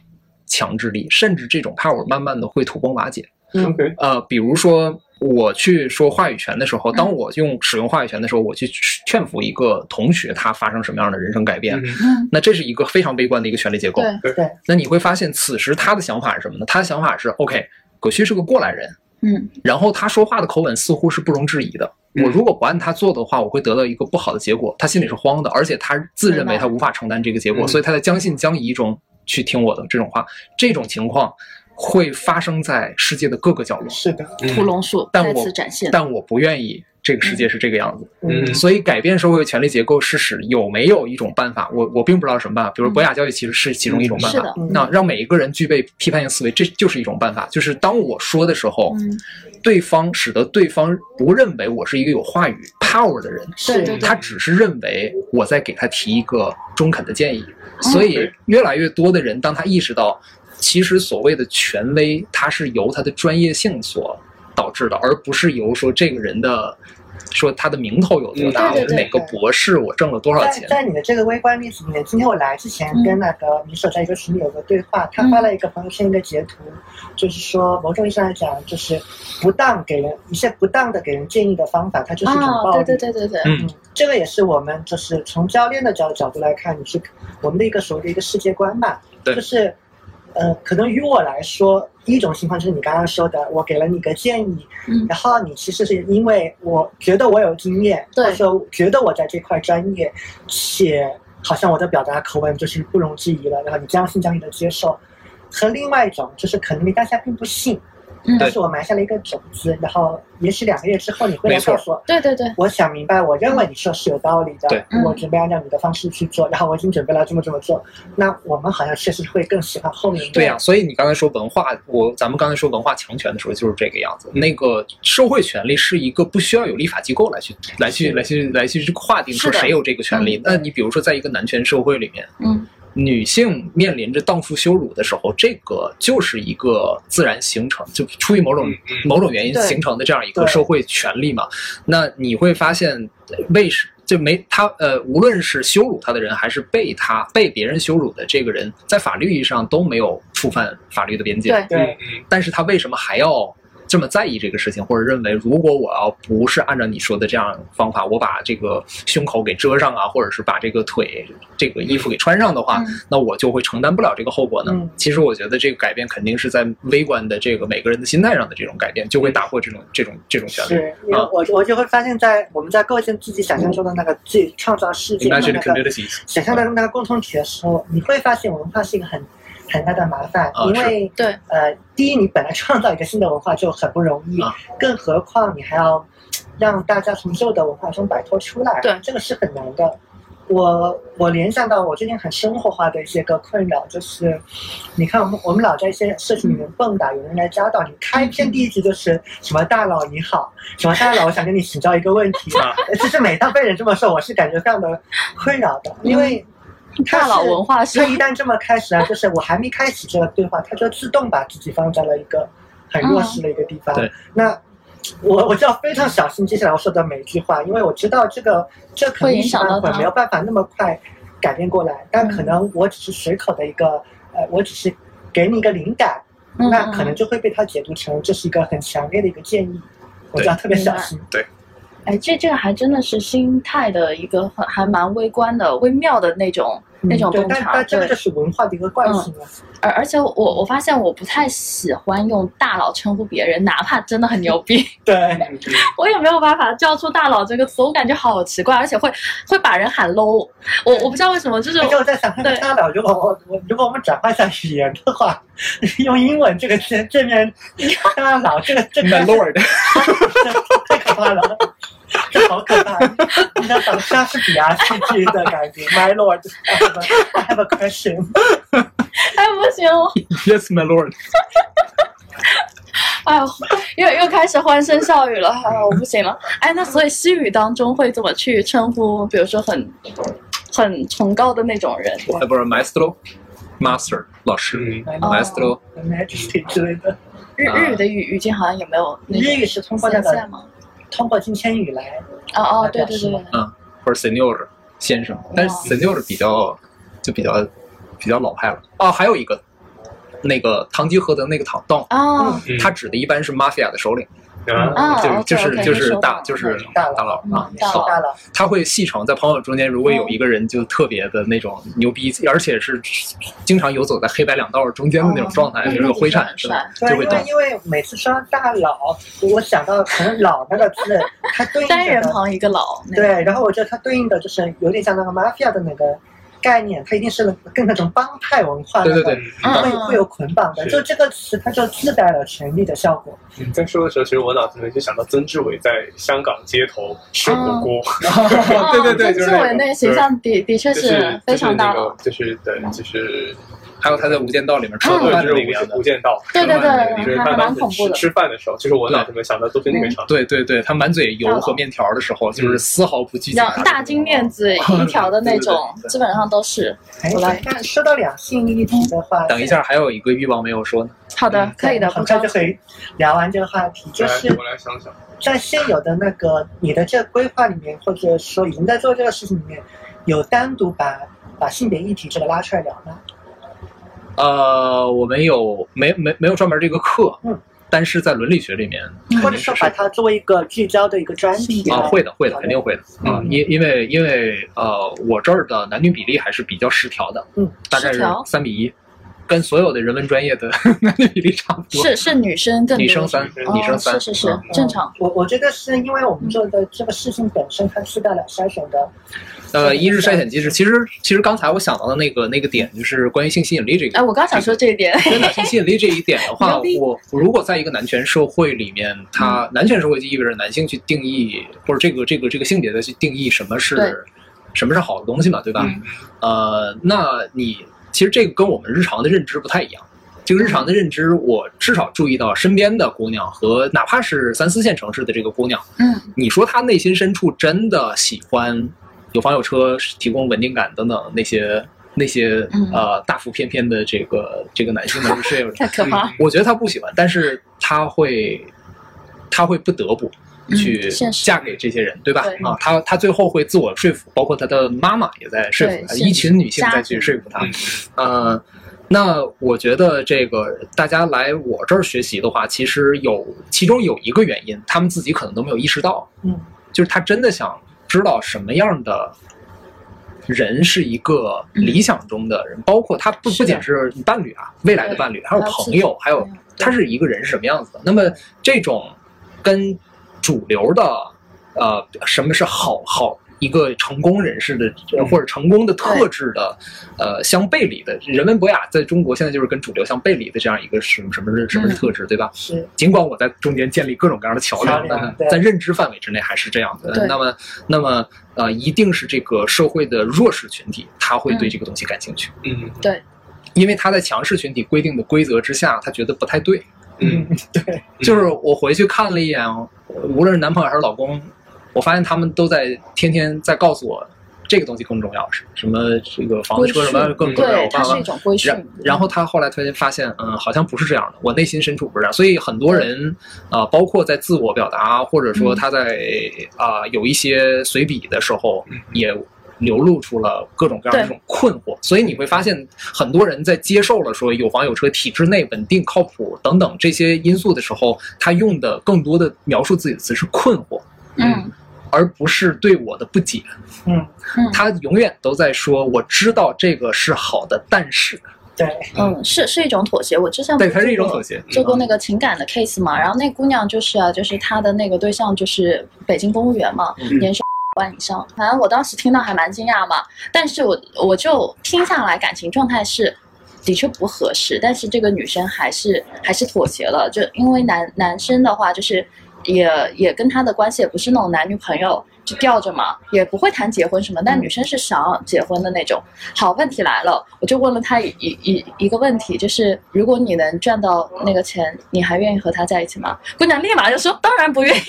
[SPEAKER 2] 强制力，甚至这种 power 慢慢的会土崩瓦解。
[SPEAKER 1] 嗯
[SPEAKER 3] OK，
[SPEAKER 2] 呃，比如说我去说话语权的时候，
[SPEAKER 3] 嗯
[SPEAKER 2] 当我用使用话语权的时候，我去劝服一个同学他发生什么样的人生改变，
[SPEAKER 3] 嗯
[SPEAKER 1] 嗯，
[SPEAKER 2] 那这是一个非常悲观的一个权力结构。
[SPEAKER 1] 对，
[SPEAKER 4] 对，
[SPEAKER 2] 那你会发现，此时他的想法是什么呢？他的想法是，OK，葛旭是个过来人，
[SPEAKER 1] 嗯
[SPEAKER 2] 然后他说话的口吻似乎是不容置疑的。
[SPEAKER 3] 嗯
[SPEAKER 2] 我如果不按他做的话，我会得到一个不好的结果。他心里是慌的，而且他自认为他无法承担这个结果，
[SPEAKER 3] 嗯
[SPEAKER 2] 所以他在将信将疑中去听我的这种话。这种情况会发生在世界的各个角落，
[SPEAKER 4] 是的，
[SPEAKER 1] 嗯屠龙术
[SPEAKER 2] 但
[SPEAKER 1] 再
[SPEAKER 2] 我
[SPEAKER 1] 次展现。
[SPEAKER 2] 但我不愿意这个世界是这个样子。
[SPEAKER 3] 嗯
[SPEAKER 4] 嗯，
[SPEAKER 2] 所以改变社会权力结构是使有没有一种办法？我我并不知道什么办法，比如说博雅教育其实是其中一种办
[SPEAKER 1] 嗯是
[SPEAKER 2] 法
[SPEAKER 4] 嗯
[SPEAKER 1] 的。
[SPEAKER 2] 那让每一个人具备批判性思维，这就是一种办法。就是当我说的时候，
[SPEAKER 1] 嗯，
[SPEAKER 2] 对方使得对方不认为我是一个有话语 power 的人，
[SPEAKER 1] 对对对，
[SPEAKER 2] 他只是认为我在给他提一个中肯的建议。
[SPEAKER 1] 嗯
[SPEAKER 2] 所以越来越多的人，当他意识到，其实所谓的权威，它是由他的专业性所导致的，而不是由说这个人的。说他的名头有多大？
[SPEAKER 1] 嗯对
[SPEAKER 2] 我
[SPEAKER 1] 对对
[SPEAKER 2] 哪个博士？我挣了多少
[SPEAKER 4] 在
[SPEAKER 2] 钱？
[SPEAKER 4] 在你的这个微观例子里面，今天我来之前
[SPEAKER 1] 嗯
[SPEAKER 4] 跟那个米索在一个群里有个对话，他发了一个朋友圈一个截图，就是说某种意义上来讲，就是不当给人一些不当的给人建议的方法，它就是一种
[SPEAKER 1] 哦，
[SPEAKER 4] 暴
[SPEAKER 1] 对
[SPEAKER 4] 力
[SPEAKER 1] 对。对对对，
[SPEAKER 2] 嗯
[SPEAKER 4] 嗯，这个也是我们就是从教练的角角度来看，你是我们的一个所谓的一个世界观吧。
[SPEAKER 2] 对
[SPEAKER 4] 就是呃，可能于我来说，一种情况就是你刚刚说的，我给了你一个建议，
[SPEAKER 1] 嗯
[SPEAKER 4] 然后你其实是因为我觉得我有经验，
[SPEAKER 1] 对
[SPEAKER 4] 或者说觉得我在这块专业，且好像我的表达口吻就是不容置疑了，然后你将信将疑的接受。和另外一种就是可能你当下并不信，
[SPEAKER 1] 嗯
[SPEAKER 4] 但是我埋下了一个种子，然后也许两个月之后你会来
[SPEAKER 2] 没错
[SPEAKER 4] 告诉我，
[SPEAKER 1] 对对对，
[SPEAKER 4] 我想明白，我认为你说是有道理的，
[SPEAKER 2] 对
[SPEAKER 1] 嗯
[SPEAKER 4] 我准备按照你的方式去做， 然后我已经准备了这么这么做，那我们好像确实会更喜欢后面一个
[SPEAKER 2] 对呀、所以你刚才说文化，我咱们刚才说文化强权的时候就是这个样子。那个社会权利是一个不需要有立法机构来去来去来去来去划定说
[SPEAKER 1] 是的
[SPEAKER 2] 谁有这个权利
[SPEAKER 1] 嗯。
[SPEAKER 2] 那你比如说，在一个男权社会里面，
[SPEAKER 1] 嗯
[SPEAKER 2] 女性面临着荡妇羞辱的时候，这个就是一个自然形成，就出于某种
[SPEAKER 3] 嗯嗯
[SPEAKER 2] 某种原因
[SPEAKER 1] 对
[SPEAKER 2] 形成的这样一个
[SPEAKER 4] 对
[SPEAKER 2] 社会权利嘛。那你会发现，呃为什就没他呃，无论是羞辱他的人，还是被他被别人羞辱的这个人，在法律意义上都没有触犯法律的边界。
[SPEAKER 1] 对，
[SPEAKER 4] 对，
[SPEAKER 3] 嗯
[SPEAKER 2] 但是他为什么还要这么在意这个事情，或者认为如果我要不是按照你说的这样方法，我把这个胸口给遮上啊，或者是把这个腿这个衣服给穿上的话，
[SPEAKER 1] 嗯
[SPEAKER 2] 那我就会承担不了这个后果呢？
[SPEAKER 4] 嗯
[SPEAKER 2] 其实我觉得这个改变肯定是在微观的这个每个人的心态上的这种改变，就会打破这种这种这种权利。
[SPEAKER 4] 是，因为
[SPEAKER 2] 啊
[SPEAKER 4] 我我就会发现在，我们在构建自己想象中的那个自己创造世界的那
[SPEAKER 2] 嗯 Imagine
[SPEAKER 4] 个
[SPEAKER 2] communities，
[SPEAKER 4] 想象当中那个共同体的时候，你会发现文化是一个很很大的麻烦，
[SPEAKER 2] 啊
[SPEAKER 4] 因为
[SPEAKER 1] 对
[SPEAKER 4] 呃，第一，你本来创造一个新的文化就很不容易，
[SPEAKER 2] 啊
[SPEAKER 4] 更何况你还要让大家从旧的文化中摆脱出来，
[SPEAKER 1] 对
[SPEAKER 4] 这个是很难的。我我联想到我最近很生活化的一些个困扰，就是你看我们我们老在一些社群里面蹦跶，有人来教导你，开篇第一句就是什么大佬你好，什么大佬，我想跟你请教一个问题
[SPEAKER 2] 啊。
[SPEAKER 4] 其实每当被人这么说，我是感觉非常的困扰的，因为他
[SPEAKER 1] 嗯大佬
[SPEAKER 4] 是
[SPEAKER 1] 文化是
[SPEAKER 4] 他一旦这么开始 啊，就是我还没开启这个对话，他就自动把自己放在了一个很弱势的一个地方。
[SPEAKER 2] 嗯对
[SPEAKER 4] 那我我就要非常小心接下来我说的每一句话，因为我知道这个这可能
[SPEAKER 1] 会影
[SPEAKER 4] 一时
[SPEAKER 1] 响到
[SPEAKER 4] 半会
[SPEAKER 1] 他嗯
[SPEAKER 4] 没有办法那么快改变过来，但可能我只是随口的一个，呃，我只是给你一个灵感，
[SPEAKER 1] 嗯
[SPEAKER 4] 那可能就会被他解读成这是一个很强烈的一个建议，我就要特别小心。
[SPEAKER 1] 哎，这这个还真的是心态的一个很还蛮微观的、微妙的那种那种
[SPEAKER 4] 对
[SPEAKER 1] 洞，
[SPEAKER 4] 但
[SPEAKER 1] 察。
[SPEAKER 4] 但这个
[SPEAKER 1] 对嗯
[SPEAKER 4] 就，是文化的一个惯性啊了。
[SPEAKER 1] 而而且我我发现我不太喜欢用大佬称呼别人，哪怕真的很牛逼，
[SPEAKER 4] 对
[SPEAKER 3] 嗯，嗯
[SPEAKER 1] 我也没有办法叫出“大佬”这个词，我感觉好奇怪，而且会会把人喊 low。我我不知道为什么，就是
[SPEAKER 4] 而且我在想，那个
[SPEAKER 1] 对
[SPEAKER 4] 大佬，如果我我如果我们转换一下语言的话， 用英文这个字正面大佬这个这 个
[SPEAKER 2] Lord，
[SPEAKER 4] 太可怕了，这好可怕！你想找莎士比亚戏剧的感觉，My Lord，I have a- I have a question。
[SPEAKER 1] 哎不行，我
[SPEAKER 2] Yes, my lord。
[SPEAKER 1] 哎呦，又又开始欢声笑语了，哎呦，我不行了。哎，那所以西语当中会怎么去称呼？比如说很很崇高的那种人，
[SPEAKER 2] 我还不是 maestro，master 老师
[SPEAKER 3] 嗯，
[SPEAKER 1] 哦
[SPEAKER 2] maestro。
[SPEAKER 4] The Majesty 之类的，
[SPEAKER 1] 日
[SPEAKER 2] 啊
[SPEAKER 1] 日语的语语境好像也没有那
[SPEAKER 4] 日
[SPEAKER 1] 种
[SPEAKER 4] 语是通过那
[SPEAKER 1] 现在
[SPEAKER 4] 个
[SPEAKER 1] 吗？
[SPEAKER 4] 通过金签语来，
[SPEAKER 1] 哦哦，对对对，对
[SPEAKER 2] 或者 senior 先生，但
[SPEAKER 1] 哦
[SPEAKER 2] 是 senior 比较就比较比较老派了。哦，还有一个，那个堂吉诃德那个堂洞，
[SPEAKER 1] 哦，
[SPEAKER 3] 嗯
[SPEAKER 2] 他指的一般是 mafia 的首领，
[SPEAKER 3] 啊
[SPEAKER 1] 哦
[SPEAKER 2] 就
[SPEAKER 1] OK，
[SPEAKER 2] 就是就
[SPEAKER 1] OK，
[SPEAKER 2] 是
[SPEAKER 1] 那
[SPEAKER 2] 大
[SPEAKER 1] 首
[SPEAKER 2] 就
[SPEAKER 1] 领
[SPEAKER 2] 是
[SPEAKER 4] 大佬
[SPEAKER 2] 大佬
[SPEAKER 1] 嗯
[SPEAKER 2] 啊，
[SPEAKER 4] 也是大佬，
[SPEAKER 2] 他会戏称在朋友中间，如果有一个人就特别的那种牛逼，而且是经常游走在黑白两道中间的那种状态，
[SPEAKER 1] 嗯
[SPEAKER 2] 比如有灰产是吧？
[SPEAKER 4] 对，
[SPEAKER 2] 就
[SPEAKER 4] 因
[SPEAKER 2] 会
[SPEAKER 4] 为
[SPEAKER 2] 动。
[SPEAKER 4] 因为每次说到大佬，我想到可能“老”那个字，它对应着
[SPEAKER 1] 单人
[SPEAKER 4] 的
[SPEAKER 1] 旁一个老，那个，
[SPEAKER 4] 对，然后我觉得它对应的就是有点像那个 mafia 的那个概念，它一定是更那种帮派文化
[SPEAKER 2] 对
[SPEAKER 4] 那种，
[SPEAKER 2] 对
[SPEAKER 3] 嗯
[SPEAKER 2] 对，
[SPEAKER 1] 嗯
[SPEAKER 4] 会会有捆绑的。
[SPEAKER 3] 是
[SPEAKER 4] 就这个词，它就自带了权力的效果。
[SPEAKER 3] 你在说的时候，其实我脑子里面就想到曾志伟在香港街头吃火锅，
[SPEAKER 1] 嗯 哦
[SPEAKER 2] 对对对，就是
[SPEAKER 1] 曾志伟
[SPEAKER 2] 那
[SPEAKER 1] 那
[SPEAKER 2] 种。
[SPEAKER 1] 个形象的的确
[SPEAKER 3] 就是是就
[SPEAKER 1] 非
[SPEAKER 3] 是
[SPEAKER 1] 常
[SPEAKER 3] 那
[SPEAKER 1] 大嗯
[SPEAKER 3] 个
[SPEAKER 1] 佬，
[SPEAKER 3] 就是对就是
[SPEAKER 2] 还有他在《无间道》里面
[SPEAKER 3] 对
[SPEAKER 2] 穿
[SPEAKER 1] 嗯
[SPEAKER 2] 的
[SPEAKER 3] 就
[SPEAKER 2] 那
[SPEAKER 3] 是
[SPEAKER 2] 个样
[SPEAKER 3] 无无
[SPEAKER 2] 子。
[SPEAKER 3] 间道，
[SPEAKER 1] 对对
[SPEAKER 2] 对
[SPEAKER 3] 就是他
[SPEAKER 1] 还蛮
[SPEAKER 3] 当时
[SPEAKER 1] 恐怖
[SPEAKER 3] 吃
[SPEAKER 1] 的
[SPEAKER 3] 吃饭的时候，就是我脑子里面想到都是那个场景，
[SPEAKER 2] 对对对，他满嘴油和面条的时候，就是丝毫不拘谨
[SPEAKER 1] 两。嗯大金链子一条的那种
[SPEAKER 2] 对对对，对
[SPEAKER 1] 基本上都是。
[SPEAKER 4] 哎
[SPEAKER 1] 我来，
[SPEAKER 4] 但说到两性议题的话，
[SPEAKER 2] 嗯等一下，还有一个欲望没有说呢。
[SPEAKER 1] 好的
[SPEAKER 3] 嗯，
[SPEAKER 1] 可以的，不
[SPEAKER 4] 很
[SPEAKER 1] 着
[SPEAKER 4] 快
[SPEAKER 1] 急
[SPEAKER 4] 就。可以聊完这个话题，就
[SPEAKER 3] 来
[SPEAKER 4] 是
[SPEAKER 3] 我来想想，
[SPEAKER 4] 在现有的那个你的这个规划里面，或者说已经在做这个事情里面，有单独把把性别议题这个拉出来聊吗？
[SPEAKER 2] 呃，我们有没没没有专门这个课，
[SPEAKER 4] 嗯
[SPEAKER 2] 但是在伦理学里面
[SPEAKER 1] 嗯
[SPEAKER 4] 或者说把它作为一个聚焦的一个专题
[SPEAKER 2] 啊，
[SPEAKER 4] 来
[SPEAKER 2] 会的，会的，
[SPEAKER 4] 好的
[SPEAKER 2] 肯定会的啊，
[SPEAKER 4] 嗯
[SPEAKER 2] 因因为因为呃，我这儿的男女比例还是比较失调的，
[SPEAKER 4] 嗯，
[SPEAKER 2] 大概
[SPEAKER 1] 失
[SPEAKER 2] 是
[SPEAKER 1] 调
[SPEAKER 2] 三比一，跟所有的人文专业的 男女比例差不多。
[SPEAKER 1] 是是女生更多
[SPEAKER 2] 女生三
[SPEAKER 3] 女，生
[SPEAKER 1] 哦
[SPEAKER 2] 女生三，
[SPEAKER 1] 是是是
[SPEAKER 2] 嗯
[SPEAKER 1] 正常。
[SPEAKER 4] 我我觉得是因为我们做的这个事情本身，它是带了筛选的。
[SPEAKER 2] 呃，一是筛选机制，其实其实刚才我想到的那个那个点，就是关于性吸引力这个。
[SPEAKER 1] 哎，我刚想说这一点，
[SPEAKER 2] 真的性吸引力这一点的话
[SPEAKER 1] 牛逼，
[SPEAKER 2] 我我如果在一个男权社会里面，它男权社会就意味着男性去定义或者这个这个这个性别的去定义什么
[SPEAKER 1] 对
[SPEAKER 2] 是什么是好的东西嘛，对吧？
[SPEAKER 1] 嗯
[SPEAKER 2] 呃，那你其实这个跟我们日常的认知不太一样。这个日常的认知，我至少注意到身边的姑娘和哪怕是三四线城市的这个姑娘，
[SPEAKER 1] 嗯，
[SPEAKER 2] 你说她内心深处真的喜欢有房有车、提供稳定感等等那些那些、
[SPEAKER 1] 嗯
[SPEAKER 2] 呃大腹便便的这个这个男性的是有
[SPEAKER 1] 太可怕了。
[SPEAKER 2] 我觉得她不喜欢，但是她会她会不得不去
[SPEAKER 1] 嗯现实
[SPEAKER 2] 嫁给这些人，对吧？
[SPEAKER 1] 对
[SPEAKER 2] 啊，她她最后会自我说服，包括她的妈妈也在说
[SPEAKER 1] 对
[SPEAKER 2] 服她，
[SPEAKER 1] 现
[SPEAKER 2] 一群女性
[SPEAKER 1] 家
[SPEAKER 2] 在去
[SPEAKER 1] 庭
[SPEAKER 2] 说服她。
[SPEAKER 3] 嗯
[SPEAKER 2] 呃，那我觉得这个大家来我这儿学习的话，其实有其中有一个原因，他们自己可能都没有意识到，
[SPEAKER 4] 嗯，
[SPEAKER 2] 就是他真的想知道什么样的人是一个理想中的人，包括他不
[SPEAKER 1] 嗯是的
[SPEAKER 2] 不仅是你伴侣啊，未来的伴侣，还有
[SPEAKER 1] 还有
[SPEAKER 2] 朋友，还有
[SPEAKER 1] 朋友
[SPEAKER 2] 他是一个人是什么样子的。那么这种跟主流的呃什么是好好一个成功人士的呃
[SPEAKER 3] 嗯
[SPEAKER 2] 或者成功的特质的呃相背离的人文博雅，在中国现在就是跟主流相背离的这样一个什么什么是什么是
[SPEAKER 1] 嗯
[SPEAKER 2] 特质，对吧？
[SPEAKER 4] 是，
[SPEAKER 2] 尽管我在中间建立各种各样的桥梁，
[SPEAKER 4] 桥梁
[SPEAKER 2] 但
[SPEAKER 4] 对
[SPEAKER 2] 在认知范围之内还是这样
[SPEAKER 1] 对
[SPEAKER 2] 的。那么，那么呃，一定是这个社会的弱势群体，他会对这个东西感兴趣，
[SPEAKER 3] 嗯
[SPEAKER 2] 因为他在强势群体规定的规则之下，他觉得不太对。
[SPEAKER 3] 嗯，
[SPEAKER 2] 就是我回去看了一眼，无论是男朋友还是老公，我发现他们都在天天在告诉我，这个东西更重要，是什么这个房子、车什么更重要。
[SPEAKER 1] 对
[SPEAKER 2] 我，爸
[SPEAKER 1] 它
[SPEAKER 2] 妈
[SPEAKER 1] 是一种规训
[SPEAKER 2] 然。然后他后来突然发现，嗯，好像不是这样的，我内心深处不是这样，所以很多人，呃，包括在自我表达，或者说
[SPEAKER 1] 嗯
[SPEAKER 2] 他在啊、有一些随笔的时候
[SPEAKER 3] 嗯，
[SPEAKER 2] 也流露出了各种各样的这
[SPEAKER 1] 对
[SPEAKER 2] 种困惑，所以你会发现，很多人在接受了说有房有车、体制内稳定、靠谱等等这些因素的时候，他用的更多的描述自己的词是困惑，
[SPEAKER 1] 嗯
[SPEAKER 2] 而不是对我的不解，
[SPEAKER 4] 嗯，
[SPEAKER 1] 嗯
[SPEAKER 2] 他永远都在说我知道这个是好的，但是
[SPEAKER 4] 对，
[SPEAKER 1] 嗯，是是一种妥协。我之前不
[SPEAKER 2] 对，
[SPEAKER 1] 是
[SPEAKER 2] 它是一
[SPEAKER 1] 做
[SPEAKER 2] 种
[SPEAKER 1] 过
[SPEAKER 2] 妥协，
[SPEAKER 1] 做过那个情感的 case 嘛，然后那姑娘就是啊，就是她的那个对象就是北京公务员嘛，
[SPEAKER 2] 嗯
[SPEAKER 1] 年收100万以上，反正我当时听到还蛮惊讶嘛，但是我我就听下来感情状态是。的确不合适，但是这个女生还是还是妥协了，就因为男男生的话就是也也跟他的关系也不是那种男女朋友就吊着嘛，也不会谈结婚什么，但女生是想要结婚的那种，好，问题来了，我就问了他一一一一个问题，就是如果你能赚到那个钱，你还愿意和他在一起吗？姑娘立马就说当然不 愿意，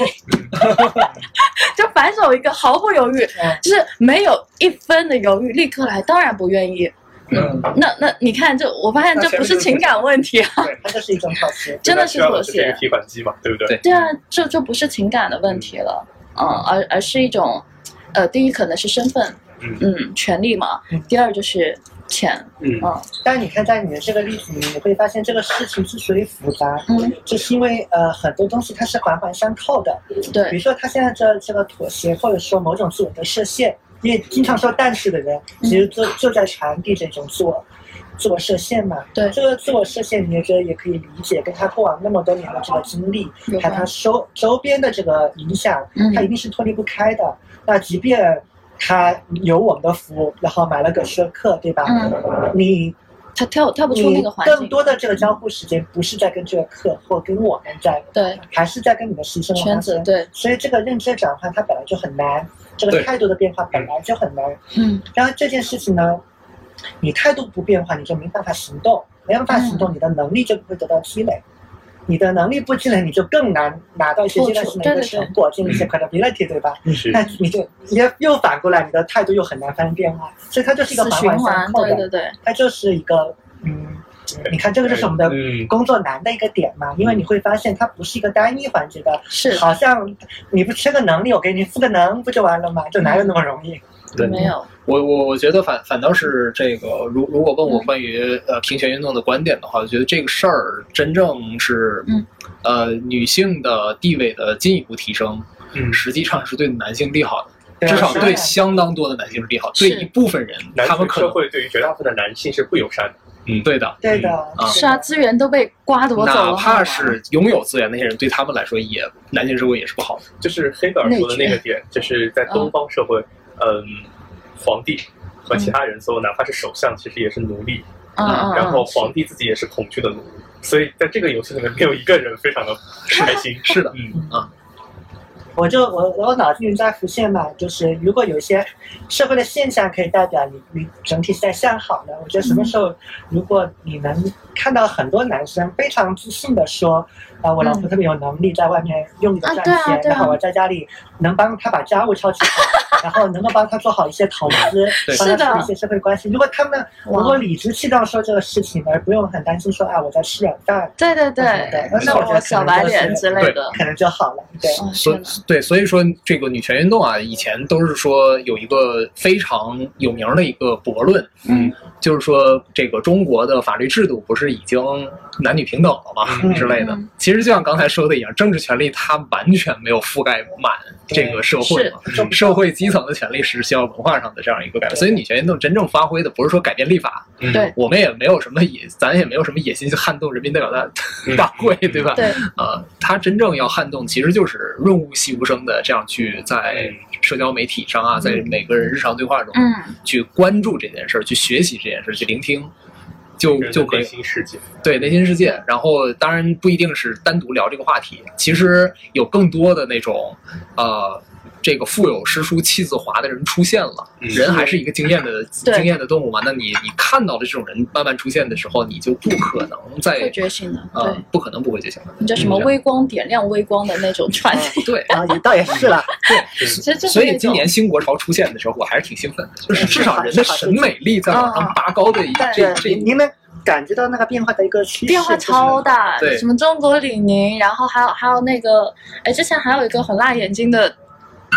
[SPEAKER 1] 就反手一个毫不犹豫
[SPEAKER 4] 嗯，
[SPEAKER 1] 就是没有一分的犹豫，立刻来，当然不愿意。
[SPEAKER 2] 嗯
[SPEAKER 1] 那那你看，就我发现这不是情感问题啊，
[SPEAKER 4] 它就是一种好奇。
[SPEAKER 1] 真的是妥
[SPEAKER 3] 这个
[SPEAKER 1] 协。
[SPEAKER 3] 提款机嘛，对不对？
[SPEAKER 2] 嗯对
[SPEAKER 1] 对啊，这就不是情感的问题了，嗯，而而是一种，呃，第一可能是身份，
[SPEAKER 3] 嗯
[SPEAKER 1] 嗯，权利嘛
[SPEAKER 4] 嗯，
[SPEAKER 1] 第二就是钱，
[SPEAKER 3] 嗯
[SPEAKER 1] 嗯
[SPEAKER 4] 但你看，在你的这个例子里，你会发现这个事情之所以复杂，
[SPEAKER 1] 嗯，
[SPEAKER 4] 就是因为呃很多东西它是环环相扣的。比
[SPEAKER 1] 对，
[SPEAKER 4] 如说他现在这这个妥协，或者说某种自我的设限，因为经常说但是的人，
[SPEAKER 1] 嗯
[SPEAKER 4] 其实就就在传递这种自我。自我设限嘛，
[SPEAKER 1] 对
[SPEAKER 4] 这个自我设限，你也觉得也可以理解，跟他过往那么多年的这个经历，
[SPEAKER 1] 有
[SPEAKER 4] 还有
[SPEAKER 1] 关
[SPEAKER 4] 他周周边的这个影响，
[SPEAKER 1] 嗯
[SPEAKER 4] 他一定是脱离不开的。那即便他有我们的服务，然后买了个奢课，对吧？
[SPEAKER 1] 嗯
[SPEAKER 4] 你
[SPEAKER 1] 他跳跳不出那
[SPEAKER 4] 你
[SPEAKER 1] 个环境，
[SPEAKER 4] 更多的这个交互时间不是在跟这个课或跟我们在，
[SPEAKER 1] 对
[SPEAKER 4] 还是在跟你的实习生活
[SPEAKER 1] 圈
[SPEAKER 4] 当
[SPEAKER 1] 子
[SPEAKER 4] 中，
[SPEAKER 1] 对，
[SPEAKER 4] 所以这个认知的转换它本来就很难，这个
[SPEAKER 3] 对
[SPEAKER 4] 态度的变化本来就很难。
[SPEAKER 1] 嗯
[SPEAKER 4] 然后这件事情呢，你态度不变化，你就没办法行动，没办法行
[SPEAKER 1] 嗯
[SPEAKER 4] 动，你的能力就不会得到积累。你的能力不积累，你就更难拿到一些阶段性的一个
[SPEAKER 1] 付出对对对
[SPEAKER 4] 成果，建立一些 credibility，对
[SPEAKER 2] 嗯
[SPEAKER 4] 吧？
[SPEAKER 1] 哦
[SPEAKER 3] 是
[SPEAKER 4] 那你就也又反过来，你的态度又很难发生变化，所以它就是一个
[SPEAKER 1] 死
[SPEAKER 4] 环
[SPEAKER 1] 循
[SPEAKER 4] 环相
[SPEAKER 1] 环，啊
[SPEAKER 4] 扣
[SPEAKER 1] 对
[SPEAKER 4] 的，
[SPEAKER 1] 对对，
[SPEAKER 4] 它就是一个嗯，你看这个就是我们的
[SPEAKER 3] 嗯
[SPEAKER 4] 工作难的一个点
[SPEAKER 2] 嗯
[SPEAKER 4] 嘛，因为你会发现它不是一个单一环节的，
[SPEAKER 1] 是
[SPEAKER 4] 好像你不缺个能力，我给你赋个能不就完了吗？这哪有那么容易？
[SPEAKER 2] 对
[SPEAKER 1] 没有，
[SPEAKER 2] 我我我觉得反反倒是这个，如如果问
[SPEAKER 1] 嗯
[SPEAKER 2] 我关于呃平权运动的观点的话，我觉得这个事儿真正是，
[SPEAKER 1] 嗯
[SPEAKER 2] 呃，女性的地位的进一步提升，
[SPEAKER 3] 嗯，啊
[SPEAKER 2] 实际上是对男性利好的，
[SPEAKER 4] 对
[SPEAKER 2] 至少
[SPEAKER 4] 是啊
[SPEAKER 2] 对相当多的男性是利好，
[SPEAKER 1] 是
[SPEAKER 2] 对一部分人，
[SPEAKER 3] 男
[SPEAKER 2] 他们
[SPEAKER 3] 权
[SPEAKER 2] 可
[SPEAKER 3] 社
[SPEAKER 2] 能
[SPEAKER 3] 会对于绝大部分的男性是不友善的，嗯
[SPEAKER 2] 对的，
[SPEAKER 4] 对的，
[SPEAKER 2] 啊
[SPEAKER 1] 是啊，资源都被刮夺走了，
[SPEAKER 2] 哪
[SPEAKER 1] 好吗
[SPEAKER 2] 怕是拥有资源那些人，对他们来说也男性社会也是不好的。。
[SPEAKER 3] 就是黑格尔说的那个点，就是在东方社会，嗯，皇帝和其他人所有，哪怕是首相，其实也是奴隶，
[SPEAKER 1] 嗯嗯，
[SPEAKER 3] 然后皇帝自己也是恐惧的奴隶，所以在这个游戏里面，没有一个人非 常的开心
[SPEAKER 2] 是的，
[SPEAKER 3] 嗯，
[SPEAKER 4] 我就我我脑子里在浮现嘛，就是如果有一些社会的现象可以代表你你整体是在向好的，我觉得
[SPEAKER 1] 嗯
[SPEAKER 4] 什么时候如果你能看到很多男生非常自信的说，啊，我老婆特别有能力，在外面用力的赚
[SPEAKER 1] 嗯啊对啊
[SPEAKER 4] 钱，
[SPEAKER 1] 对啊
[SPEAKER 4] 然后我在家里能帮她把家务操起来，然后能够帮她做好一些投资
[SPEAKER 2] 对，
[SPEAKER 4] 帮她
[SPEAKER 1] 是的
[SPEAKER 4] 处理一些社会关系。如果他们
[SPEAKER 1] 哇
[SPEAKER 4] 能够理直气壮说这个事情，而不用很担心说啊我在吃软饭，
[SPEAKER 1] 对对对
[SPEAKER 4] 对，
[SPEAKER 1] 那我小白脸之类的，
[SPEAKER 4] 可能就好了。对，
[SPEAKER 1] 哦，
[SPEAKER 2] 所以
[SPEAKER 1] 天哪
[SPEAKER 2] 对，所以说这个女权运动啊，以前都是说有一个非常有名的一个驳论，
[SPEAKER 1] 嗯，
[SPEAKER 2] 就是说这个中国的法律制度不是已经男女平等了吗、
[SPEAKER 4] 嗯
[SPEAKER 2] 之类的
[SPEAKER 1] 嗯。
[SPEAKER 2] 其实就像刚才说的一样，政治权利它完全没有覆盖满这个社会嘛。
[SPEAKER 4] 是
[SPEAKER 2] 嗯社会基层的权利是需要文化上的这样一个改变，所以女权运动真正发挥的不是说改变立法，
[SPEAKER 3] 嗯
[SPEAKER 1] 对
[SPEAKER 2] 我们也没有什么野，咱也没有什么野心去撼动人民代表大
[SPEAKER 3] 嗯
[SPEAKER 2] 大会，对吧？
[SPEAKER 1] 对，
[SPEAKER 2] 呃，他真正要撼动，其实就是润物细无声的这样去
[SPEAKER 3] 嗯
[SPEAKER 2] 在社交媒体上啊，在每个人日常对话中
[SPEAKER 1] 嗯，
[SPEAKER 2] 去关注这件事儿，去学习这件事儿，去聆听，就
[SPEAKER 3] 人的
[SPEAKER 2] 就可
[SPEAKER 3] 内
[SPEAKER 2] 以
[SPEAKER 3] 心世界，
[SPEAKER 2] 对内心世界。然后当然不一定是单独聊这个话题，其实有更多的那种呃。这个腹有诗书气自华的人出现了，
[SPEAKER 3] 嗯
[SPEAKER 2] 人还是一个经验的
[SPEAKER 1] 对
[SPEAKER 2] 经验的动物嘛？那你你看到了这种人慢慢出现的时候，你就不可能再
[SPEAKER 1] 会觉醒的，
[SPEAKER 2] 呃
[SPEAKER 1] 对，
[SPEAKER 2] 不可能不会觉醒的。
[SPEAKER 1] 你叫什么微光点亮微光的那种传递，
[SPEAKER 2] 对，
[SPEAKER 4] 然啊后也倒也是啦，
[SPEAKER 1] 其实就是
[SPEAKER 2] 嗯所以
[SPEAKER 1] 那
[SPEAKER 2] 今
[SPEAKER 1] 种
[SPEAKER 2] 年新国潮出现的时候，我还是挺兴奋的，就是至少人的审美力在往上拔高的一
[SPEAKER 1] 嗯
[SPEAKER 2] 这
[SPEAKER 1] 对
[SPEAKER 2] 这
[SPEAKER 4] 你
[SPEAKER 2] 一
[SPEAKER 4] 你们感觉到那个变化的一个趋势？
[SPEAKER 1] 变化超大，
[SPEAKER 2] 对
[SPEAKER 1] 什么中国李宁，然后还有还有那个，哎，之前还有一个很辣眼睛的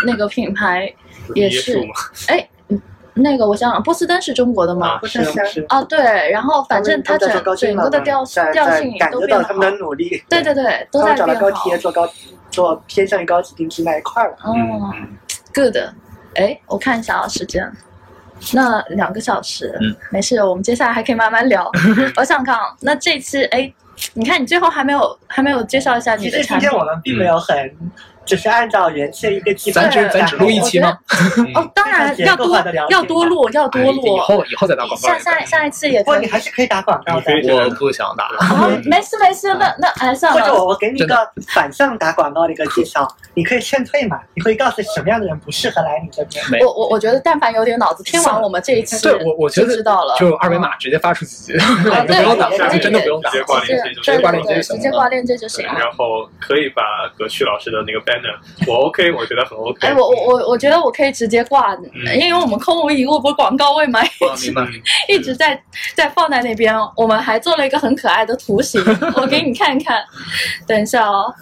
[SPEAKER 1] 那个品牌，也是
[SPEAKER 3] 椰树嘛，
[SPEAKER 1] 哎，嗯那个我想想，波司登是中国的吗
[SPEAKER 3] 啊？
[SPEAKER 4] 就是不是是，
[SPEAKER 1] 啊，对，然后反正它整
[SPEAKER 4] 他们都在做
[SPEAKER 1] 整
[SPEAKER 4] 高
[SPEAKER 1] 个的
[SPEAKER 4] 阶
[SPEAKER 1] 调
[SPEAKER 4] 在
[SPEAKER 1] 调
[SPEAKER 4] 在
[SPEAKER 1] 性也
[SPEAKER 4] 感
[SPEAKER 1] 都
[SPEAKER 4] 觉
[SPEAKER 1] 变
[SPEAKER 4] 到
[SPEAKER 1] 得
[SPEAKER 4] 他
[SPEAKER 1] 好
[SPEAKER 4] 们，的努力，
[SPEAKER 1] 对对对，
[SPEAKER 4] 他
[SPEAKER 1] 都在
[SPEAKER 4] 们找到
[SPEAKER 1] 变
[SPEAKER 4] 高
[SPEAKER 1] 好
[SPEAKER 4] 铁，做高做偏向于高级定制那一块了。
[SPEAKER 1] 哦
[SPEAKER 3] 嗯嗯
[SPEAKER 1] ，good，哎，我看一下啊时间。那两个小时，
[SPEAKER 2] 嗯
[SPEAKER 1] 没事，我们接下来还可以慢慢聊。我想看啊，那这期哎，你看你最后还没有还没有介绍一下你
[SPEAKER 4] 其
[SPEAKER 1] 的
[SPEAKER 4] 实今
[SPEAKER 1] 产
[SPEAKER 4] 天
[SPEAKER 1] 品，
[SPEAKER 4] 我们并没有很，只是按照原先一个计划
[SPEAKER 2] 咱
[SPEAKER 4] 来
[SPEAKER 2] 只
[SPEAKER 4] 讲，
[SPEAKER 1] 对
[SPEAKER 2] 咱只录一期吗？
[SPEAKER 1] 哦，当然
[SPEAKER 4] 非常
[SPEAKER 1] 要
[SPEAKER 4] 结构
[SPEAKER 1] 多
[SPEAKER 4] 化地了解
[SPEAKER 1] 要多录，要多
[SPEAKER 2] 哎以
[SPEAKER 1] 录。
[SPEAKER 2] 后以后再打广告
[SPEAKER 1] 下。下下一次也
[SPEAKER 4] 不过
[SPEAKER 1] 可
[SPEAKER 4] 你
[SPEAKER 1] 以。
[SPEAKER 4] 还是可以打广告的。
[SPEAKER 3] 你可以
[SPEAKER 2] 我不想打，
[SPEAKER 1] 啊
[SPEAKER 3] 嗯，
[SPEAKER 1] 没事没事，那那哎算
[SPEAKER 4] 或者
[SPEAKER 1] 了。
[SPEAKER 4] 我我给你一个反向打广告的一个介绍，你可以劝退嘛，你会告诉什么样的人不适合来你这 边。
[SPEAKER 2] 没
[SPEAKER 1] 我我我觉得，但凡有点脑子，听
[SPEAKER 2] 算
[SPEAKER 1] 完
[SPEAKER 2] 了
[SPEAKER 1] 我们这一期，
[SPEAKER 2] 对我我觉得
[SPEAKER 1] 就知道了，
[SPEAKER 2] 就二维码直接发出去，
[SPEAKER 1] 嗯。
[SPEAKER 2] 就
[SPEAKER 1] 对，
[SPEAKER 2] 不用打
[SPEAKER 1] 对
[SPEAKER 3] 了
[SPEAKER 1] 对
[SPEAKER 2] 就真的不用打
[SPEAKER 3] 直接挂链接就行了
[SPEAKER 1] 直接对对对直接挂链接就
[SPEAKER 3] 对
[SPEAKER 1] 行了。
[SPEAKER 3] 然后可以把葛旭老师的那个 banner，我 OK，我觉得很 OK。
[SPEAKER 1] 哎，我我我我觉得我可以直接挂，
[SPEAKER 3] 嗯
[SPEAKER 1] 因为我们空无一物不是广告位吗？
[SPEAKER 2] 啊明白？
[SPEAKER 1] 一直在在放在那边。我们还做了一个很可爱的图形，我给你看看。等一下哦，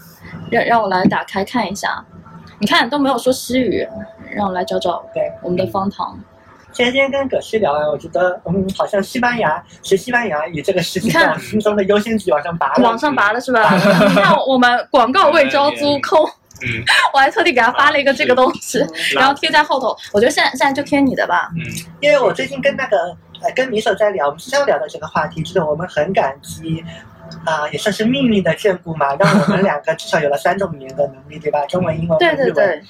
[SPEAKER 1] 让让我来打开看一下。你看都没有说西语，让我来找找
[SPEAKER 4] 对
[SPEAKER 1] 我们的方糖。
[SPEAKER 4] 前天跟葛旭聊完，我觉得嗯，好像西班牙学西班牙语这个事情，
[SPEAKER 1] 你看
[SPEAKER 4] 在我心中的优先级往上嗯拔了
[SPEAKER 1] 往。上拔了是吧？ 你看我们广告位招租空，
[SPEAKER 3] 嗯
[SPEAKER 1] 我还特地给他发了一个这个东西，然后贴在后头。我觉得现在现在就贴你的吧。
[SPEAKER 3] 嗯，
[SPEAKER 4] 因为我最近跟那个呃跟米手在聊，我们经常聊到这个话题，就是我们很感激。啊、也算是命运的眷顾 嘛，让我们两个至少有了三种语言的能力，对吧？中文、英文、
[SPEAKER 1] 对对
[SPEAKER 4] 日文。
[SPEAKER 1] 对，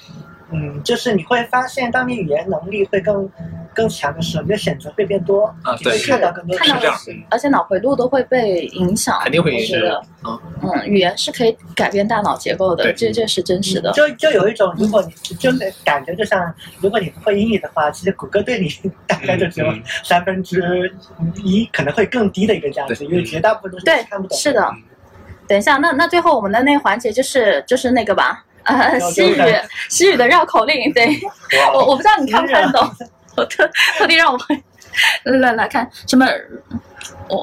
[SPEAKER 4] 嗯，就是你会发现，当你语言能力会更更强的时候，你的选择会变多，
[SPEAKER 2] 啊
[SPEAKER 4] 你
[SPEAKER 2] 对
[SPEAKER 4] 会看到更多
[SPEAKER 1] 看到
[SPEAKER 2] 是这样
[SPEAKER 1] 而且脑回路都会被影响，
[SPEAKER 2] 肯定会
[SPEAKER 1] 我觉
[SPEAKER 2] 是
[SPEAKER 1] 得
[SPEAKER 2] 嗯，
[SPEAKER 1] 嗯，语言是可以改变大脑结构的，
[SPEAKER 2] 对
[SPEAKER 1] 这这是真实的。
[SPEAKER 4] 就就有一种，如果你就是感觉，就像如果你不会英语的话，其实谷歌对你大概就只有
[SPEAKER 3] 嗯
[SPEAKER 4] 三分之一，可能会更低的一个价值，
[SPEAKER 2] 对
[SPEAKER 4] 因为绝大部分都是
[SPEAKER 1] 对
[SPEAKER 4] 看不，懂。
[SPEAKER 1] 是的
[SPEAKER 3] 嗯。
[SPEAKER 1] 等一下，那那最后我们的那个环节就是就是那个吧，呃，
[SPEAKER 4] 绕
[SPEAKER 1] 西语
[SPEAKER 4] 口令
[SPEAKER 1] 西语的绕口令，对我我不知道你看不看得懂，我特特地让我们 来来看什么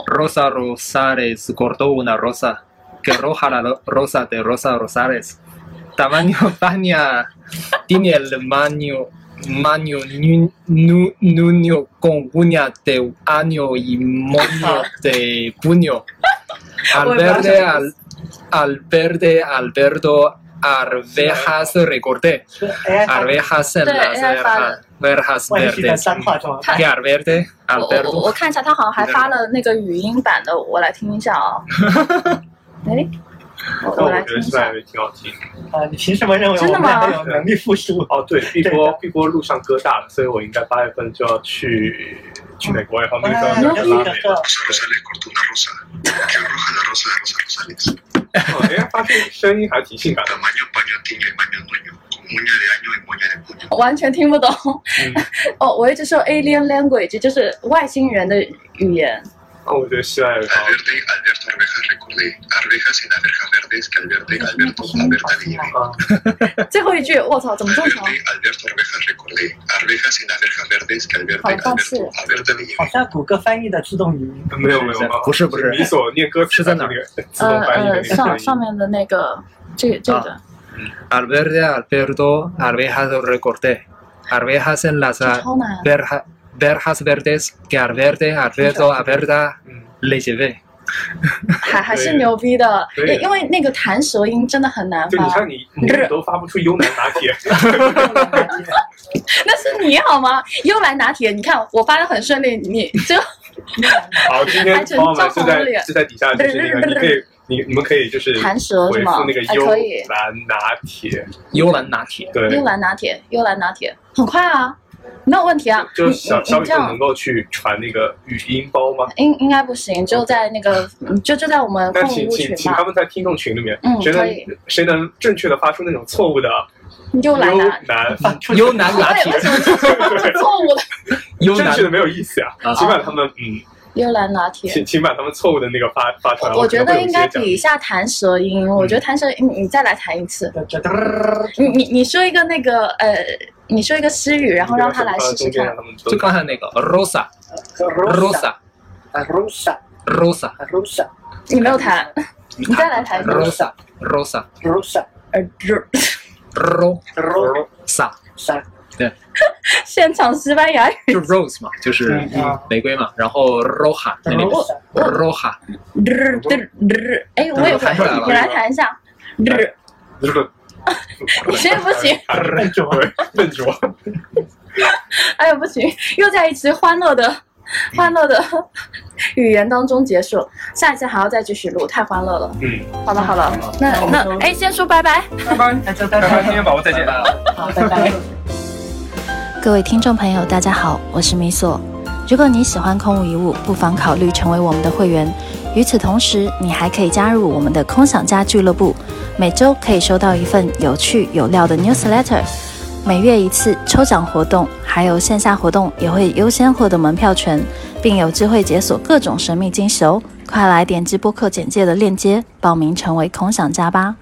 [SPEAKER 2] Rosa Rosales cortó una rosa que roja la ro- rosa de Rosa Rosales. Tamaño Tania tiene el maño, maño nu- nu- nuño con uña de año y moño de puño. Al
[SPEAKER 4] Bueno,
[SPEAKER 2] verde,
[SPEAKER 4] vamos.
[SPEAKER 2] al, al verde, Alberto, arvejas recorté.
[SPEAKER 4] 哎，
[SPEAKER 2] Arvejas en
[SPEAKER 1] Sí,
[SPEAKER 2] las
[SPEAKER 1] era para-
[SPEAKER 2] verjas. Verjas
[SPEAKER 4] 我很喜欢
[SPEAKER 2] Verdes,
[SPEAKER 4] 三化妆。
[SPEAKER 2] Piar Verde,
[SPEAKER 3] 啊
[SPEAKER 1] 我我我
[SPEAKER 2] Alberto。
[SPEAKER 1] 我看一下，他好像还发 了那个语音版的，我来听一下啊、哦。哎，我
[SPEAKER 3] 但
[SPEAKER 1] 我
[SPEAKER 3] 我
[SPEAKER 1] 来
[SPEAKER 3] 觉
[SPEAKER 1] 听
[SPEAKER 3] 得
[SPEAKER 1] 一
[SPEAKER 3] 现在
[SPEAKER 1] 下。
[SPEAKER 3] 挺好听。
[SPEAKER 4] 啊，你凭什么认为我
[SPEAKER 1] 真的
[SPEAKER 4] 们
[SPEAKER 1] 吗
[SPEAKER 4] 还有能力复述？
[SPEAKER 3] 哦，对，碧
[SPEAKER 4] 对
[SPEAKER 3] 波
[SPEAKER 4] 的
[SPEAKER 3] 碧波路上哥大了，所以我应该八月份就要去去美国，然后那个时
[SPEAKER 4] 啊，
[SPEAKER 3] 候要
[SPEAKER 4] 又
[SPEAKER 3] 去拉
[SPEAKER 4] 是一
[SPEAKER 3] 美
[SPEAKER 4] 个
[SPEAKER 3] 了。
[SPEAKER 4] 这
[SPEAKER 5] Rosa Rosales cortó una rosa. Que roja la rosa de Rosa Rosales.
[SPEAKER 3] 哦哎，发现声音还挺性感的。
[SPEAKER 5] Tamaño, paño, tiña y maño, nuño. Con uña de año y moña de puño.
[SPEAKER 1] 完全听不懂
[SPEAKER 3] 嗯，
[SPEAKER 1] 哦，我一直说 alien language 就是外星人的语言，
[SPEAKER 3] 啊，我觉得西班牙人好
[SPEAKER 5] Alberde, Alberto Arvejas, recordé. Arvejas en abejas verdes que Alberde, Alberto, Alberta Guillén.
[SPEAKER 3] 啊，
[SPEAKER 1] 最后一句我操，怎么这么长？
[SPEAKER 5] Alberde, Alberto Arvejas, recordé. Arvejas en abejas verdes que Alberde,
[SPEAKER 1] Ay, ¿cómo
[SPEAKER 5] Alberto, Alberta
[SPEAKER 4] 好
[SPEAKER 5] Guillén.
[SPEAKER 4] 像谷歌翻译的自动语音。
[SPEAKER 3] 没有没有没有，
[SPEAKER 2] 不是不是
[SPEAKER 3] 你所念歌词
[SPEAKER 2] 是在哪儿
[SPEAKER 3] 那个自
[SPEAKER 1] 呃
[SPEAKER 3] 动翻译啊的那
[SPEAKER 1] 呃，
[SPEAKER 3] 个
[SPEAKER 1] 上
[SPEAKER 3] 声音
[SPEAKER 1] 上面的那个这这个、
[SPEAKER 2] Alberde, Alberto, Arvejas Recorte. Arvejas en las
[SPEAKER 3] 啊
[SPEAKER 1] 这超难，
[SPEAKER 2] verja- verjas verdes que Alberde, Alberto, Alberta
[SPEAKER 3] 嗯
[SPEAKER 2] le llevé.
[SPEAKER 1] 还还是牛逼的，
[SPEAKER 3] 对
[SPEAKER 1] 因因为那个弹舌音真的很难
[SPEAKER 3] 就你
[SPEAKER 1] 发
[SPEAKER 3] 看。你母语都发不出优南拿 铁，
[SPEAKER 1] 那是你好吗？又来拿铁，你看我发的很顺 利，你就
[SPEAKER 3] 好，今天朋友们就在就在底下，就是那个你可以，你你们可以就是
[SPEAKER 1] 弹舌
[SPEAKER 3] 回
[SPEAKER 1] 是吗
[SPEAKER 3] 复那个？
[SPEAKER 1] 还
[SPEAKER 3] 幽
[SPEAKER 1] 可以，
[SPEAKER 3] 蓝拿铁，
[SPEAKER 2] 幽兰拿铁。
[SPEAKER 3] 对
[SPEAKER 1] 幽，兰拿铁，幽兰拿铁，很快啊，没有问题啊。
[SPEAKER 3] 就
[SPEAKER 1] 你
[SPEAKER 3] 是小
[SPEAKER 1] 你
[SPEAKER 3] 小
[SPEAKER 1] 你
[SPEAKER 3] 宇
[SPEAKER 1] 这
[SPEAKER 3] 宙
[SPEAKER 1] 样
[SPEAKER 3] 能够去传那个语音包吗？
[SPEAKER 1] 应应该不行，就在那个嗯就就在我们
[SPEAKER 3] 但
[SPEAKER 1] 共
[SPEAKER 3] 请
[SPEAKER 1] 舞群
[SPEAKER 3] 请请他
[SPEAKER 1] 吧。
[SPEAKER 3] 们在听众群里面，
[SPEAKER 1] 嗯
[SPEAKER 3] 谁
[SPEAKER 1] 可
[SPEAKER 3] 能
[SPEAKER 1] 以
[SPEAKER 3] 谁能正确的发出那种错误的
[SPEAKER 1] 幽
[SPEAKER 3] 幽
[SPEAKER 1] 兰拿，
[SPEAKER 3] 南，
[SPEAKER 4] 放出去
[SPEAKER 1] 为为什么这是错误的？
[SPEAKER 2] 幽
[SPEAKER 3] 正
[SPEAKER 2] 南
[SPEAKER 3] 确的没有意思啊
[SPEAKER 2] 啊，
[SPEAKER 3] 请把他们嗯，
[SPEAKER 1] 幽兰拿铁。
[SPEAKER 3] 请请把他们错误的那个发发出来，
[SPEAKER 1] 我觉
[SPEAKER 3] 可能
[SPEAKER 1] 得
[SPEAKER 3] 会有
[SPEAKER 1] 应
[SPEAKER 3] 一
[SPEAKER 1] 该
[SPEAKER 3] 些奖
[SPEAKER 1] 比一下弹舌
[SPEAKER 3] 嗯
[SPEAKER 1] 音，我觉得弹舌音，你你再来弹一次，
[SPEAKER 4] 这这
[SPEAKER 1] 你你你说一个那个呃，你说一个诗语，然后让他来试试
[SPEAKER 3] 中间啊让。
[SPEAKER 1] 看
[SPEAKER 3] 他们都
[SPEAKER 2] 就刚才那个 Rosa Rosa
[SPEAKER 4] Rosa
[SPEAKER 2] Rosa
[SPEAKER 4] Rosa
[SPEAKER 1] 你没 有弹，你再来弹一
[SPEAKER 3] 嗯
[SPEAKER 1] 个。
[SPEAKER 2] Rosa Rosa
[SPEAKER 4] Rosa
[SPEAKER 1] 呃，这
[SPEAKER 2] Rosa
[SPEAKER 4] Rosa
[SPEAKER 1] 现场西班牙语。
[SPEAKER 2] 就是 Rose 嘛，就是
[SPEAKER 4] 嗯
[SPEAKER 2] 玫瑰嘛，然后 Roja 那里面
[SPEAKER 4] Rosa
[SPEAKER 2] Roja
[SPEAKER 1] 嘚嘚嘚，哎，我也会
[SPEAKER 2] 弹出来了
[SPEAKER 1] 你来弹一下。嘚，
[SPEAKER 3] 这个
[SPEAKER 1] 你这不行，
[SPEAKER 4] 笨拙
[SPEAKER 3] 笨拙，
[SPEAKER 1] 哎呀不行，又在一期欢乐的、 欢乐的语言当中结束，下一期还要再继续录，太欢乐了。
[SPEAKER 3] 嗯，
[SPEAKER 1] 好了好了，那
[SPEAKER 4] 那我们
[SPEAKER 1] 那
[SPEAKER 4] 就
[SPEAKER 1] 哎，先说拜拜。
[SPEAKER 3] 拜拜，
[SPEAKER 4] 那就拜
[SPEAKER 3] 拜拜，今
[SPEAKER 4] 拜，
[SPEAKER 3] 天宝宝再见。
[SPEAKER 4] 好，拜拜。
[SPEAKER 1] 各位听众朋友，大家好，我是米索。如果你喜欢空无一物，不妨考虑成为我们的会员。与此同时，你还可以加入我们的空想家俱乐部，每周可以收到一份有趣有料的 newsletter，每月一次抽奖活动，还有线下活动也会优先获得门票权，并有机会解锁各种神秘惊喜哦！快来点击播客简介的链接报名成为空想家吧。